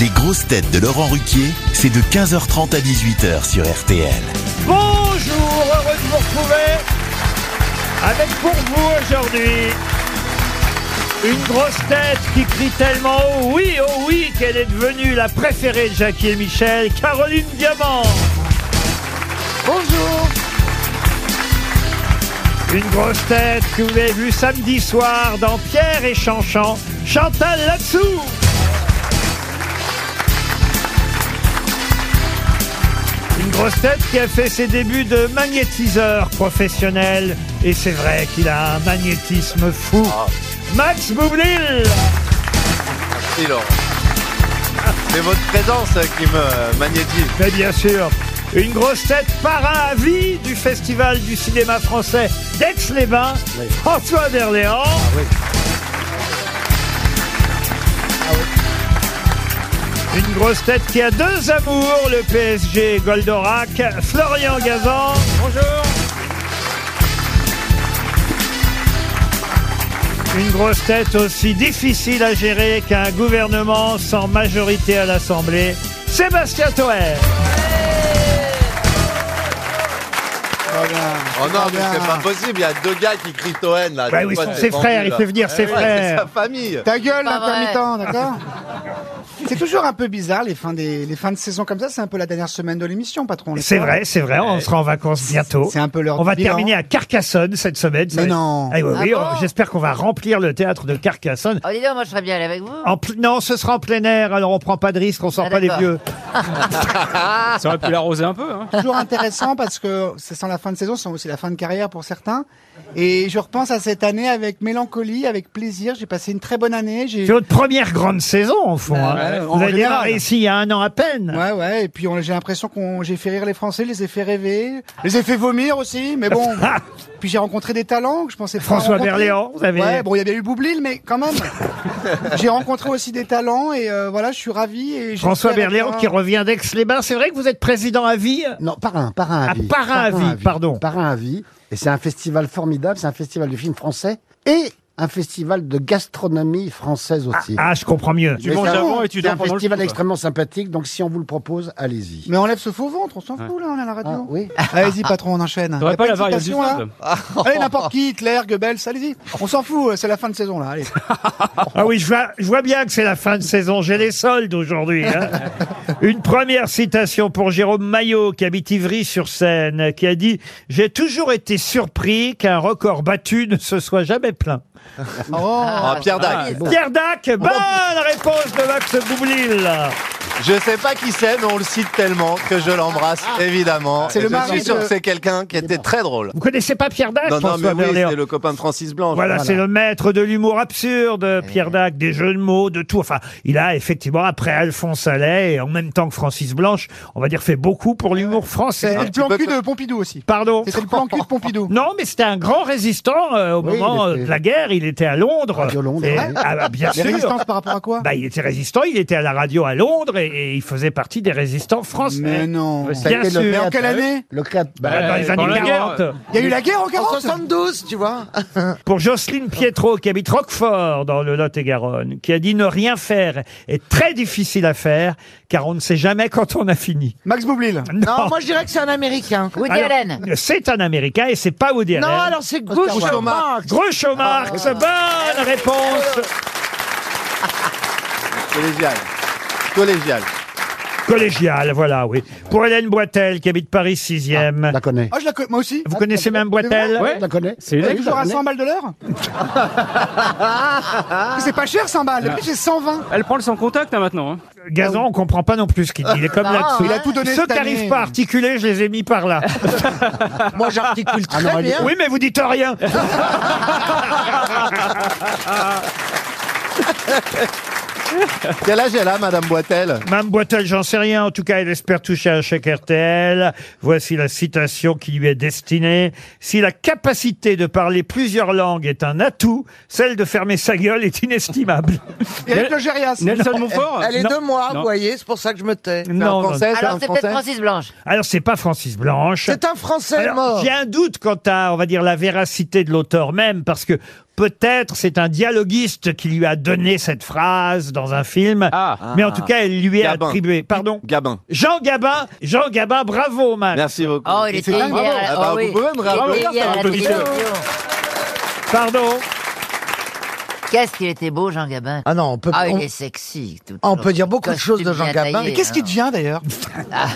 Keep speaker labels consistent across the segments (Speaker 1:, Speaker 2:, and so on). Speaker 1: Les grosses têtes de Laurent Ruquier, c'est de 15h30 à 18h sur RTL.
Speaker 2: Bonjour, heureux de vous retrouver avec pour vous aujourd'hui une grosse tête qui crie tellement oh oui, oh oui qu'elle est devenue la préférée de Jackie et Michel, Caroline Diamant. Bonjour. Une grosse tête que vous avez vue samedi soir dans Pierre et Chanchant, Chantal Latsou. Une grosse tête qui a fait ses débuts de magnétiseur professionnel. Et c'est vrai qu'il a un magnétisme fou. Max Boublil
Speaker 3: Merci Laurent. C'est votre présence euh, qui me euh, magnétise.
Speaker 2: Mais bien sûr, une grosse tête par à vie du Festival du cinéma français d'Aix-les-Bains, François Berléand.
Speaker 3: Ah
Speaker 2: Ah Une grosse tête qui a deux amours, le PSG et Goldorak, Florian Gazan. Bonjour. Une grosse tête aussi difficile à gérer qu'un gouvernement sans majorité à l'Assemblée, Sébastien Toer.
Speaker 3: Oh non, mais c'est pas possible, il y a deux gars qui crient Toen là.
Speaker 2: Bah
Speaker 3: Deux
Speaker 2: oui,
Speaker 3: fois,
Speaker 2: c'est
Speaker 3: t'es
Speaker 2: ses
Speaker 3: pendu,
Speaker 2: frères, il
Speaker 3: là.
Speaker 2: fait venir
Speaker 3: Eh
Speaker 2: ses
Speaker 3: ouais,
Speaker 2: frères.
Speaker 3: C'est sa famille.
Speaker 4: Ta gueule,
Speaker 5: Pas vrai.
Speaker 4: l'intermittent, d'accord C'est toujours un peu bizarre les fins, des, les fins de saison comme ça, c'est un peu la dernière semaine de l'émission, patron.
Speaker 2: C'est vrai, c'est vrai, on sera en vacances bientôt.
Speaker 4: C'est un peu l'heure
Speaker 2: On
Speaker 4: du
Speaker 2: va
Speaker 4: bilan.
Speaker 2: terminer à Carcassonne cette semaine. ça
Speaker 4: Mais
Speaker 2: va être-
Speaker 4: non.
Speaker 2: Ah oui,
Speaker 5: Ah
Speaker 2: oui,
Speaker 5: bon
Speaker 2: on- J'espère qu'on va remplir le théâtre de Carcassonne.
Speaker 5: Oh, dis donc, moi je serais bien allé avec vous.
Speaker 2: En pl- Non, ce sera en plein air, alors on prend pas de risque, on sort
Speaker 5: Ah,
Speaker 2: pas les
Speaker 5: d'accord.
Speaker 2: vieux.
Speaker 6: Ça aurait pu l'arroser un peu. Hein.
Speaker 4: Toujours intéressant parce que c'est sans la fin de saison, c'est aussi la fin de carrière pour certains. Et je repense à cette année avec mélancolie, avec plaisir. J'ai passé une très bonne année. J'ai
Speaker 2: C'est votre première grande saison, en fond.
Speaker 4: Bah,
Speaker 2: hein.
Speaker 4: ouais, en
Speaker 2: Vous avez
Speaker 4: général.
Speaker 2: démarré ici il y a un an à peine.
Speaker 4: Ouais, ouais, et puis on- j'ai l'impression qu'on j'ai fait rire les Français, les ai fait rêver, les ai fait vomir aussi, mais bon. puis j'ai rencontré des talents que je pensais pas
Speaker 2: François
Speaker 4: rencontrer.
Speaker 2: Berléand, vous avez-
Speaker 4: Ouais, bon, il y avait eu Boublil, mais quand même. j'ai rencontré aussi des talents et euh, voilà, je suis ravi. Et
Speaker 2: François
Speaker 4: j'espère
Speaker 2: Berléand
Speaker 4: être un-
Speaker 2: qui revient d'Aix-les-Bains. C'est vrai que vous êtes président à vie
Speaker 7: Non, parrain, parrain
Speaker 2: Ah,
Speaker 7: à vie.
Speaker 2: parrain à vie, pardon.
Speaker 7: Parrain à vie. Et c'est un festival formidable, c'est un festival de films français et un festival de gastronomie française aussi.
Speaker 2: Ah, je comprends mieux.
Speaker 6: Tu manges
Speaker 7: avant,
Speaker 6: avant et tu
Speaker 7: c'est
Speaker 6: dors
Speaker 7: un
Speaker 6: pendant le
Speaker 7: festival
Speaker 6: show, quoi.
Speaker 7: extrêmement sympathique, donc si on vous le propose, allez-y.
Speaker 4: Mais on lève ce faux ventre, on s'en fout là, on est à la
Speaker 7: Ah,
Speaker 4: radio.
Speaker 7: oui.
Speaker 4: Allez-y, patron, on enchaîne. Y
Speaker 6: T'aurais
Speaker 4: a
Speaker 6: pas la
Speaker 4: de
Speaker 6: variable du
Speaker 4: citation, là
Speaker 6: peuple.
Speaker 4: Allez, n'importe qui, Hitler, Goebbels, allez-y. On s'en fout, euh, c'est la fin de saison là, allez.
Speaker 2: Ah oui, je vois, je vois bien que c'est la fin de saison. J'ai les soldes aujourd'hui. hein. Une première citation pour Jérôme Maillot, qui habite Ivry-sur-Seine, qui a dit « J'ai toujours été surpris qu'un record battu ne se soit jamais plein.
Speaker 8: Oh,
Speaker 2: Eh ben,
Speaker 3: Ah, Pierre Dac.
Speaker 5: c'est »
Speaker 2: Pierre Dac, bonne réponse de Max Boublil.
Speaker 3: Je sais pas qui c'est, mais on le cite tellement que je l'embrasse,
Speaker 2: Ah.
Speaker 3: évidemment.
Speaker 4: C'est
Speaker 3: Et
Speaker 4: le
Speaker 3: Je
Speaker 4: mari
Speaker 3: suis
Speaker 4: de-
Speaker 3: sûr que c'est quelqu'un qui était très drôle.
Speaker 2: Vous connaissez pas Pierre Dac,
Speaker 3: Non, non, mais
Speaker 2: François
Speaker 3: oui,
Speaker 2: Berléand
Speaker 3: c'est le copain de Francis
Speaker 4: Oh,
Speaker 3: Blanche.
Speaker 2: Voilà, c'est le maître de l'humour
Speaker 4: Eh
Speaker 2: absurde, Pierre Dac, des jeux de mots, de tout. Enfin, il a effectivement, après Alphonse Allais, et en même temps que Francis Blanche, on va dire, fait beaucoup pour l'humour français.
Speaker 4: Et le plan cul de Pompidou aussi.
Speaker 2: Pardon
Speaker 4: C'était le plan cul de Pompidou.
Speaker 2: Non, mais c'était un grand résistant euh, au
Speaker 7: Oui,
Speaker 2: moment
Speaker 7: il
Speaker 2: euh,
Speaker 7: était-
Speaker 2: de la guerre. Il était à Londres.
Speaker 7: Radio Londres,
Speaker 2: Et-
Speaker 7: ouais.
Speaker 2: ah, bah, bien
Speaker 4: Les
Speaker 2: sûr.
Speaker 4: résistances par rapport à quoi
Speaker 2: Bah, il était résistant, il était à la radio à Londres et, et il faisait partie des résistants
Speaker 4: Mais
Speaker 2: français.
Speaker 4: non.
Speaker 7: Ça a
Speaker 2: Bien
Speaker 7: été
Speaker 2: sûr.
Speaker 7: le
Speaker 4: Mais en
Speaker 7: créateur-
Speaker 4: quelle année
Speaker 7: Le Bah, créateur.
Speaker 2: Ah, dans les
Speaker 6: Euh, pendant
Speaker 2: années
Speaker 6: la
Speaker 2: 40.
Speaker 6: guerre.
Speaker 4: Il y a eu la guerre en 40
Speaker 7: 72, tu vois.
Speaker 2: Pour Jocelyne Pietro, qui habite Roquefort, dans le Lot-et-Garonne, qui a dit ne rien faire est très difficile à faire, car on ne sait jamais quand on a fini.
Speaker 4: Max Boublil.
Speaker 2: Non,
Speaker 8: moi je dirais que c'est un Américain.
Speaker 5: Woody
Speaker 2: Alors,
Speaker 5: Allen.
Speaker 2: c'est un Américain et c'est pas Woody
Speaker 8: Non,
Speaker 2: Allen.
Speaker 8: alors c'est Groucho Marx.
Speaker 2: Groucho Marx, bonne réponse
Speaker 3: Collégial. Collégial.
Speaker 2: Collégial, voilà, oui. Pour Hélène Boitel, qui habite Paris 6e.
Speaker 7: Ah, Je la connais.
Speaker 4: Oh, je la connais, moi aussi. Ah,
Speaker 2: Vous connaissez même Boitel
Speaker 7: Je la connais.
Speaker 6: C'est une
Speaker 4: Elle est
Speaker 6: ex.
Speaker 4: toujours à 100 balles de l'heure C'est pas cher 100 balles, le prix c'est 120.
Speaker 6: Elle prend le sans contact là, maintenant. hein.
Speaker 2: Gazan, on comprend pas non plus ce qu'il dit. Il est comme
Speaker 5: Non,
Speaker 2: là-dessous.
Speaker 4: Il a tout donné
Speaker 2: Ceux
Speaker 4: cette
Speaker 2: qui n'arrivent
Speaker 4: année.
Speaker 2: pas à articuler, je les ai mis par là. Ah
Speaker 8: Moi j'articule très
Speaker 7: non, elle est-
Speaker 8: bien.
Speaker 2: Oui, mais vous dites rien.
Speaker 3: Quel âge elle a, Madame Boitel
Speaker 2: Mme Boitel, j'en sais rien. En tout cas, elle espère toucher un chèque RTL. Voici la citation qui lui est destinée. Si la capacité de parler plusieurs langues est un atout, celle de fermer sa gueule est inestimable.
Speaker 4: Eric Logérias.
Speaker 6: Nelson Montfort
Speaker 8: Elle est
Speaker 2: Non.
Speaker 8: de moi,
Speaker 6: Non.
Speaker 8: vous voyez, c'est pour ça que je me tais.
Speaker 3: C'est un français, c'est
Speaker 5: Alors
Speaker 3: un
Speaker 5: c'est peut-être
Speaker 3: français.
Speaker 5: Francis Blanche.
Speaker 2: Alors, c'est pas Francis Blanche.
Speaker 8: C'est un Français
Speaker 2: Alors,
Speaker 8: mort.
Speaker 2: J'ai un doute quant à, on va dire, la véracité de l'auteur même, parce que Peut-être c'est un dialoguiste qui lui a donné cette phrase dans un film,
Speaker 8: Ah.
Speaker 2: mais en tout cas, elle lui est
Speaker 9: Gabin.
Speaker 2: attribuée. Pardon
Speaker 9: Gabin.
Speaker 2: Jean Gabin, Jean Gabin, bravo, Max.
Speaker 9: Merci beaucoup.
Speaker 10: Oh, il était
Speaker 9: Ah,
Speaker 10: hier.
Speaker 8: hein.
Speaker 9: bravo. Ah,
Speaker 10: oh,
Speaker 9: bah,
Speaker 10: oui.
Speaker 9: Vous pouvez me
Speaker 10: Il
Speaker 9: rappeler
Speaker 10: était hier à la télévision.
Speaker 2: Pardon.
Speaker 10: Qu'est-ce qu'il était beau, Jean Gabin
Speaker 11: Ah non, on peut.
Speaker 10: Ah,
Speaker 11: on-
Speaker 10: il est sexy. tout-
Speaker 11: on peut dire beaucoup de
Speaker 10: costume
Speaker 11: choses de Jean
Speaker 10: bien
Speaker 11: Gabin.
Speaker 10: taillé,
Speaker 11: Mais
Speaker 4: Qu'est-ce qui
Speaker 10: hein. Ah.
Speaker 4: devient d'ailleurs
Speaker 11: Ah.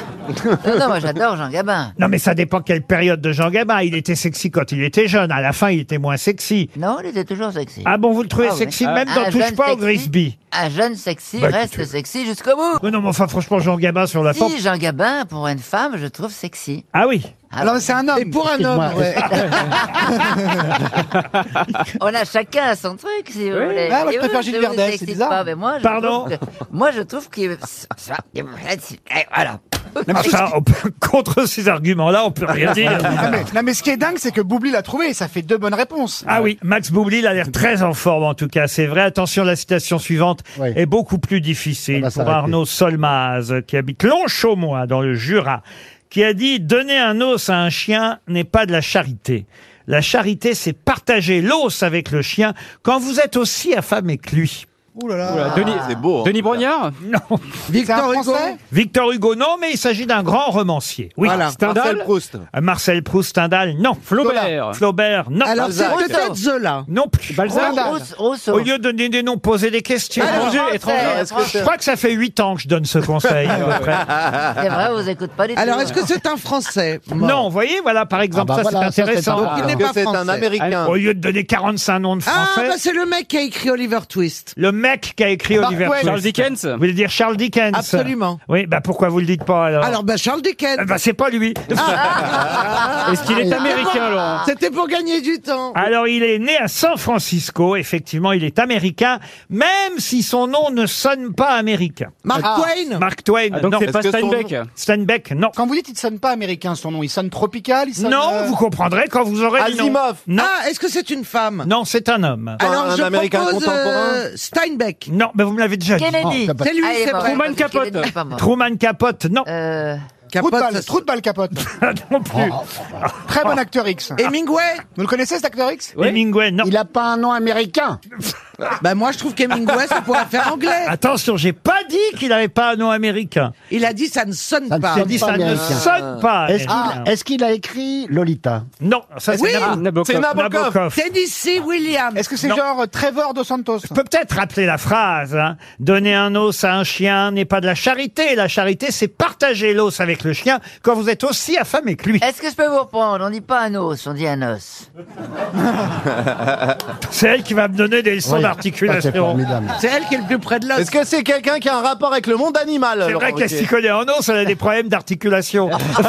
Speaker 10: Non, non, moi j'adore Jean Gabin.
Speaker 2: Non, mais ça dépend quelle période de Jean Gabin. Il était sexy quand il était jeune. À la fin, il était moins sexy.
Speaker 10: Non, il était toujours sexy.
Speaker 2: Ah bon, vous le trouvez
Speaker 10: Ah oui.
Speaker 2: sexy
Speaker 10: Ah.
Speaker 2: même dans
Speaker 10: Un
Speaker 2: Touche
Speaker 10: jeune
Speaker 2: pas au
Speaker 10: sexy.
Speaker 2: Grisby
Speaker 10: Un jeune sexy
Speaker 2: Bah,
Speaker 10: reste
Speaker 2: écoute.
Speaker 10: sexy jusqu'au bout.
Speaker 2: Oui, non, mais enfin, franchement, Jean Gabin sur la forme.
Speaker 10: Si Jean Gabin, pour une femme, je trouve sexy.
Speaker 2: Ah oui.
Speaker 10: Ah
Speaker 4: Alors
Speaker 10: oui.
Speaker 4: c'est un homme.
Speaker 11: Et pour un homme,
Speaker 7: Excuse-moi.
Speaker 11: ouais.
Speaker 2: Ah,
Speaker 10: On a chacun son truc, si vous voulez.
Speaker 4: Ah, moi, je
Speaker 10: Et
Speaker 4: préfère
Speaker 10: oui,
Speaker 4: Gilles
Speaker 10: je vous
Speaker 4: Verdez,
Speaker 10: excite
Speaker 4: c'est bizarre.
Speaker 10: pas, mais moi, je
Speaker 2: Pardon
Speaker 10: trouve que- Moi, je trouve qu'il... Eh, Voilà.
Speaker 2: Ah, ça, on peut- contre ces arguments-là, on peut Ah, rien dire.
Speaker 7: Ah,
Speaker 4: Non mais, non, mais ce qui est dingue, c'est que Boubli l'a trouvé. Ça fait deux bonnes réponses.
Speaker 2: Ah oui, Max Boublil a l'air très en forme en tout cas, c'est vrai. Attention, la citation suivante
Speaker 7: Oui.
Speaker 2: est beaucoup plus difficile
Speaker 7: On va
Speaker 2: pour
Speaker 7: s'arrêter.
Speaker 2: Arnaud Solmaz, qui habite Longchaumois, dans le Jura, qui a dit « Donner un os à un chien n'est pas de la charité. La charité, c'est partager l'os avec le chien quand vous êtes aussi affamé que lui.
Speaker 4: Ouh là là.
Speaker 8: Oula,
Speaker 2: Ah,
Speaker 8: Denis,
Speaker 9: C'est beau. hein.
Speaker 8: Denis Brognard »
Speaker 2: Non.
Speaker 4: C'est un
Speaker 11: Victor Hugo.
Speaker 4: Français
Speaker 2: Victor Hugo, non, mais il s'agit d'un grand romancier. Oui.
Speaker 11: Voilà.
Speaker 9: Marcel
Speaker 8: Stendhal
Speaker 9: Proust.
Speaker 2: Marcel Proust, Stendhal, non.
Speaker 8: Flaubert
Speaker 2: Flaubert, non.
Speaker 11: Alors c'est
Speaker 9: Balzac.
Speaker 11: peut-être Zola.
Speaker 2: Non plus.
Speaker 8: Balzac
Speaker 10: Rousseau- Rousseau.
Speaker 2: Au lieu de donner des noms, poser des questions.
Speaker 10: Alors,
Speaker 8: étranger,
Speaker 10: français,
Speaker 8: étranger,
Speaker 9: est-ce que
Speaker 2: Je
Speaker 10: français.
Speaker 2: crois que ça fait 8 ans que je donne ce conseil. à peu près.
Speaker 10: C'est vrai, vous écoutez pas du tout.
Speaker 11: Alors est-ce que c'est un Français mort
Speaker 2: non, vous voyez, voilà, par exemple,
Speaker 7: Ah bah
Speaker 2: ça
Speaker 7: voilà,
Speaker 2: c'est
Speaker 7: ça, c'est
Speaker 2: intéressant.
Speaker 7: un-
Speaker 11: Il n'est
Speaker 9: Que
Speaker 11: pas
Speaker 9: c'est un
Speaker 11: français.
Speaker 9: Américain.
Speaker 2: Au lieu de donner 45 noms de
Speaker 11: Ah,
Speaker 2: français,
Speaker 11: bah c'est le mec qui a écrit Oliver Twist. Ah bah,
Speaker 2: le mec qui a écrit
Speaker 4: Mark
Speaker 2: Oliver
Speaker 4: Twain.
Speaker 2: Twist.
Speaker 8: Charles Dickens
Speaker 2: Vous voulez dire Charles Dickens
Speaker 11: Absolument.
Speaker 2: Oui, bah pourquoi vous le dites pas alors
Speaker 11: Alors, bah Charles Dickens. Ah,
Speaker 2: Eh ben, c'est pas lui.
Speaker 8: Est-ce qu'il est américain, Laurent
Speaker 11: C'était pour gagner du temps.
Speaker 2: Alors, il est né à San Francisco, effectivement, il est américain, même si son nom ne sonne pas américain.
Speaker 11: Mark Twain.
Speaker 2: Mark Twain,
Speaker 8: Ah, Donc
Speaker 2: non.
Speaker 8: c'est pas
Speaker 9: Est-ce que son-
Speaker 8: Steinbeck
Speaker 2: Steinbeck, non.
Speaker 4: Quand vous dites, il sonne pas américain son nom. Il sonne tropical. Il sonne,
Speaker 2: Non,
Speaker 4: euh,
Speaker 2: vous comprendrez quand vous aurez les noms.
Speaker 9: Asimov.
Speaker 2: Non,
Speaker 11: Ah, est-ce que c'est une femme
Speaker 2: non c'est un homme.
Speaker 11: Alors
Speaker 9: Un
Speaker 11: je
Speaker 9: Américain
Speaker 11: propose euh,
Speaker 9: contemporain
Speaker 11: Steinbeck.
Speaker 2: Non, mais vous me l'avez déjà dit.
Speaker 10: Kennedy.
Speaker 7: Oh, t'as pas-
Speaker 11: C'est lui,
Speaker 10: Ah, il est
Speaker 11: c'est
Speaker 10: mort,
Speaker 11: vrai.
Speaker 8: Truman
Speaker 10: parce qu'il est
Speaker 8: Capote.
Speaker 10: pas mort.
Speaker 2: Truman Capote, non.
Speaker 10: Euh,
Speaker 4: Trou de
Speaker 11: Capote,
Speaker 4: balle,
Speaker 11: ça- Ah,
Speaker 4: trou de balle capote.
Speaker 2: non plus.
Speaker 4: Très bon acteur X.
Speaker 11: Hemingway
Speaker 4: Vous le connaissez cet acteur X
Speaker 8: Oui.
Speaker 2: Oh. Hemingway, non.
Speaker 7: Il a pas un nom américain.
Speaker 11: Bah moi je trouve qu'Hemingway ça pourrait faire anglais.
Speaker 2: Attention, j'ai pas dit qu'il n'avait pas un nom américain.
Speaker 11: Il a dit ça ne sonne
Speaker 7: Ça ne
Speaker 11: pas.
Speaker 2: J'ai
Speaker 7: sonne
Speaker 2: dit
Speaker 7: pas
Speaker 2: ça ne
Speaker 7: américain.
Speaker 2: sonne pas.
Speaker 7: Est-ce qu'il
Speaker 2: américain.
Speaker 7: est-ce qu'il a écrit Lolita
Speaker 2: Ah. Non, ça c'est
Speaker 11: Oui, Ah,
Speaker 2: Nab-
Speaker 8: Nabokov.
Speaker 9: c'est Nabokov.
Speaker 2: Nabokov.
Speaker 11: Tennessee Williams.
Speaker 4: Est-ce que c'est
Speaker 2: Non.
Speaker 4: genre euh, Trevor Dos Santos
Speaker 2: Je peux peut-être rappeler la phrase. hein. Donner un os à un chien n'est pas de la charité. La charité, c'est partager l'os avec le chien quand vous êtes aussi affamé que lui.
Speaker 10: Est-ce que je peux vous reprendre On dit pas un os, on dit un os.
Speaker 2: C'est elle qui va me donner des leçons
Speaker 7: Oui. Ah, C'est
Speaker 2: d'articulation.
Speaker 7: formidable.
Speaker 11: C'est elle qui est le plus près de l'os.
Speaker 9: Est-ce que c'est quelqu'un qui a un rapport avec le monde animal
Speaker 2: C'est vrai
Speaker 9: Laurent
Speaker 2: qu'elle
Speaker 9: Ruquier
Speaker 2: s'y connaît en os, elle a des problèmes d'articulation.
Speaker 8: Elle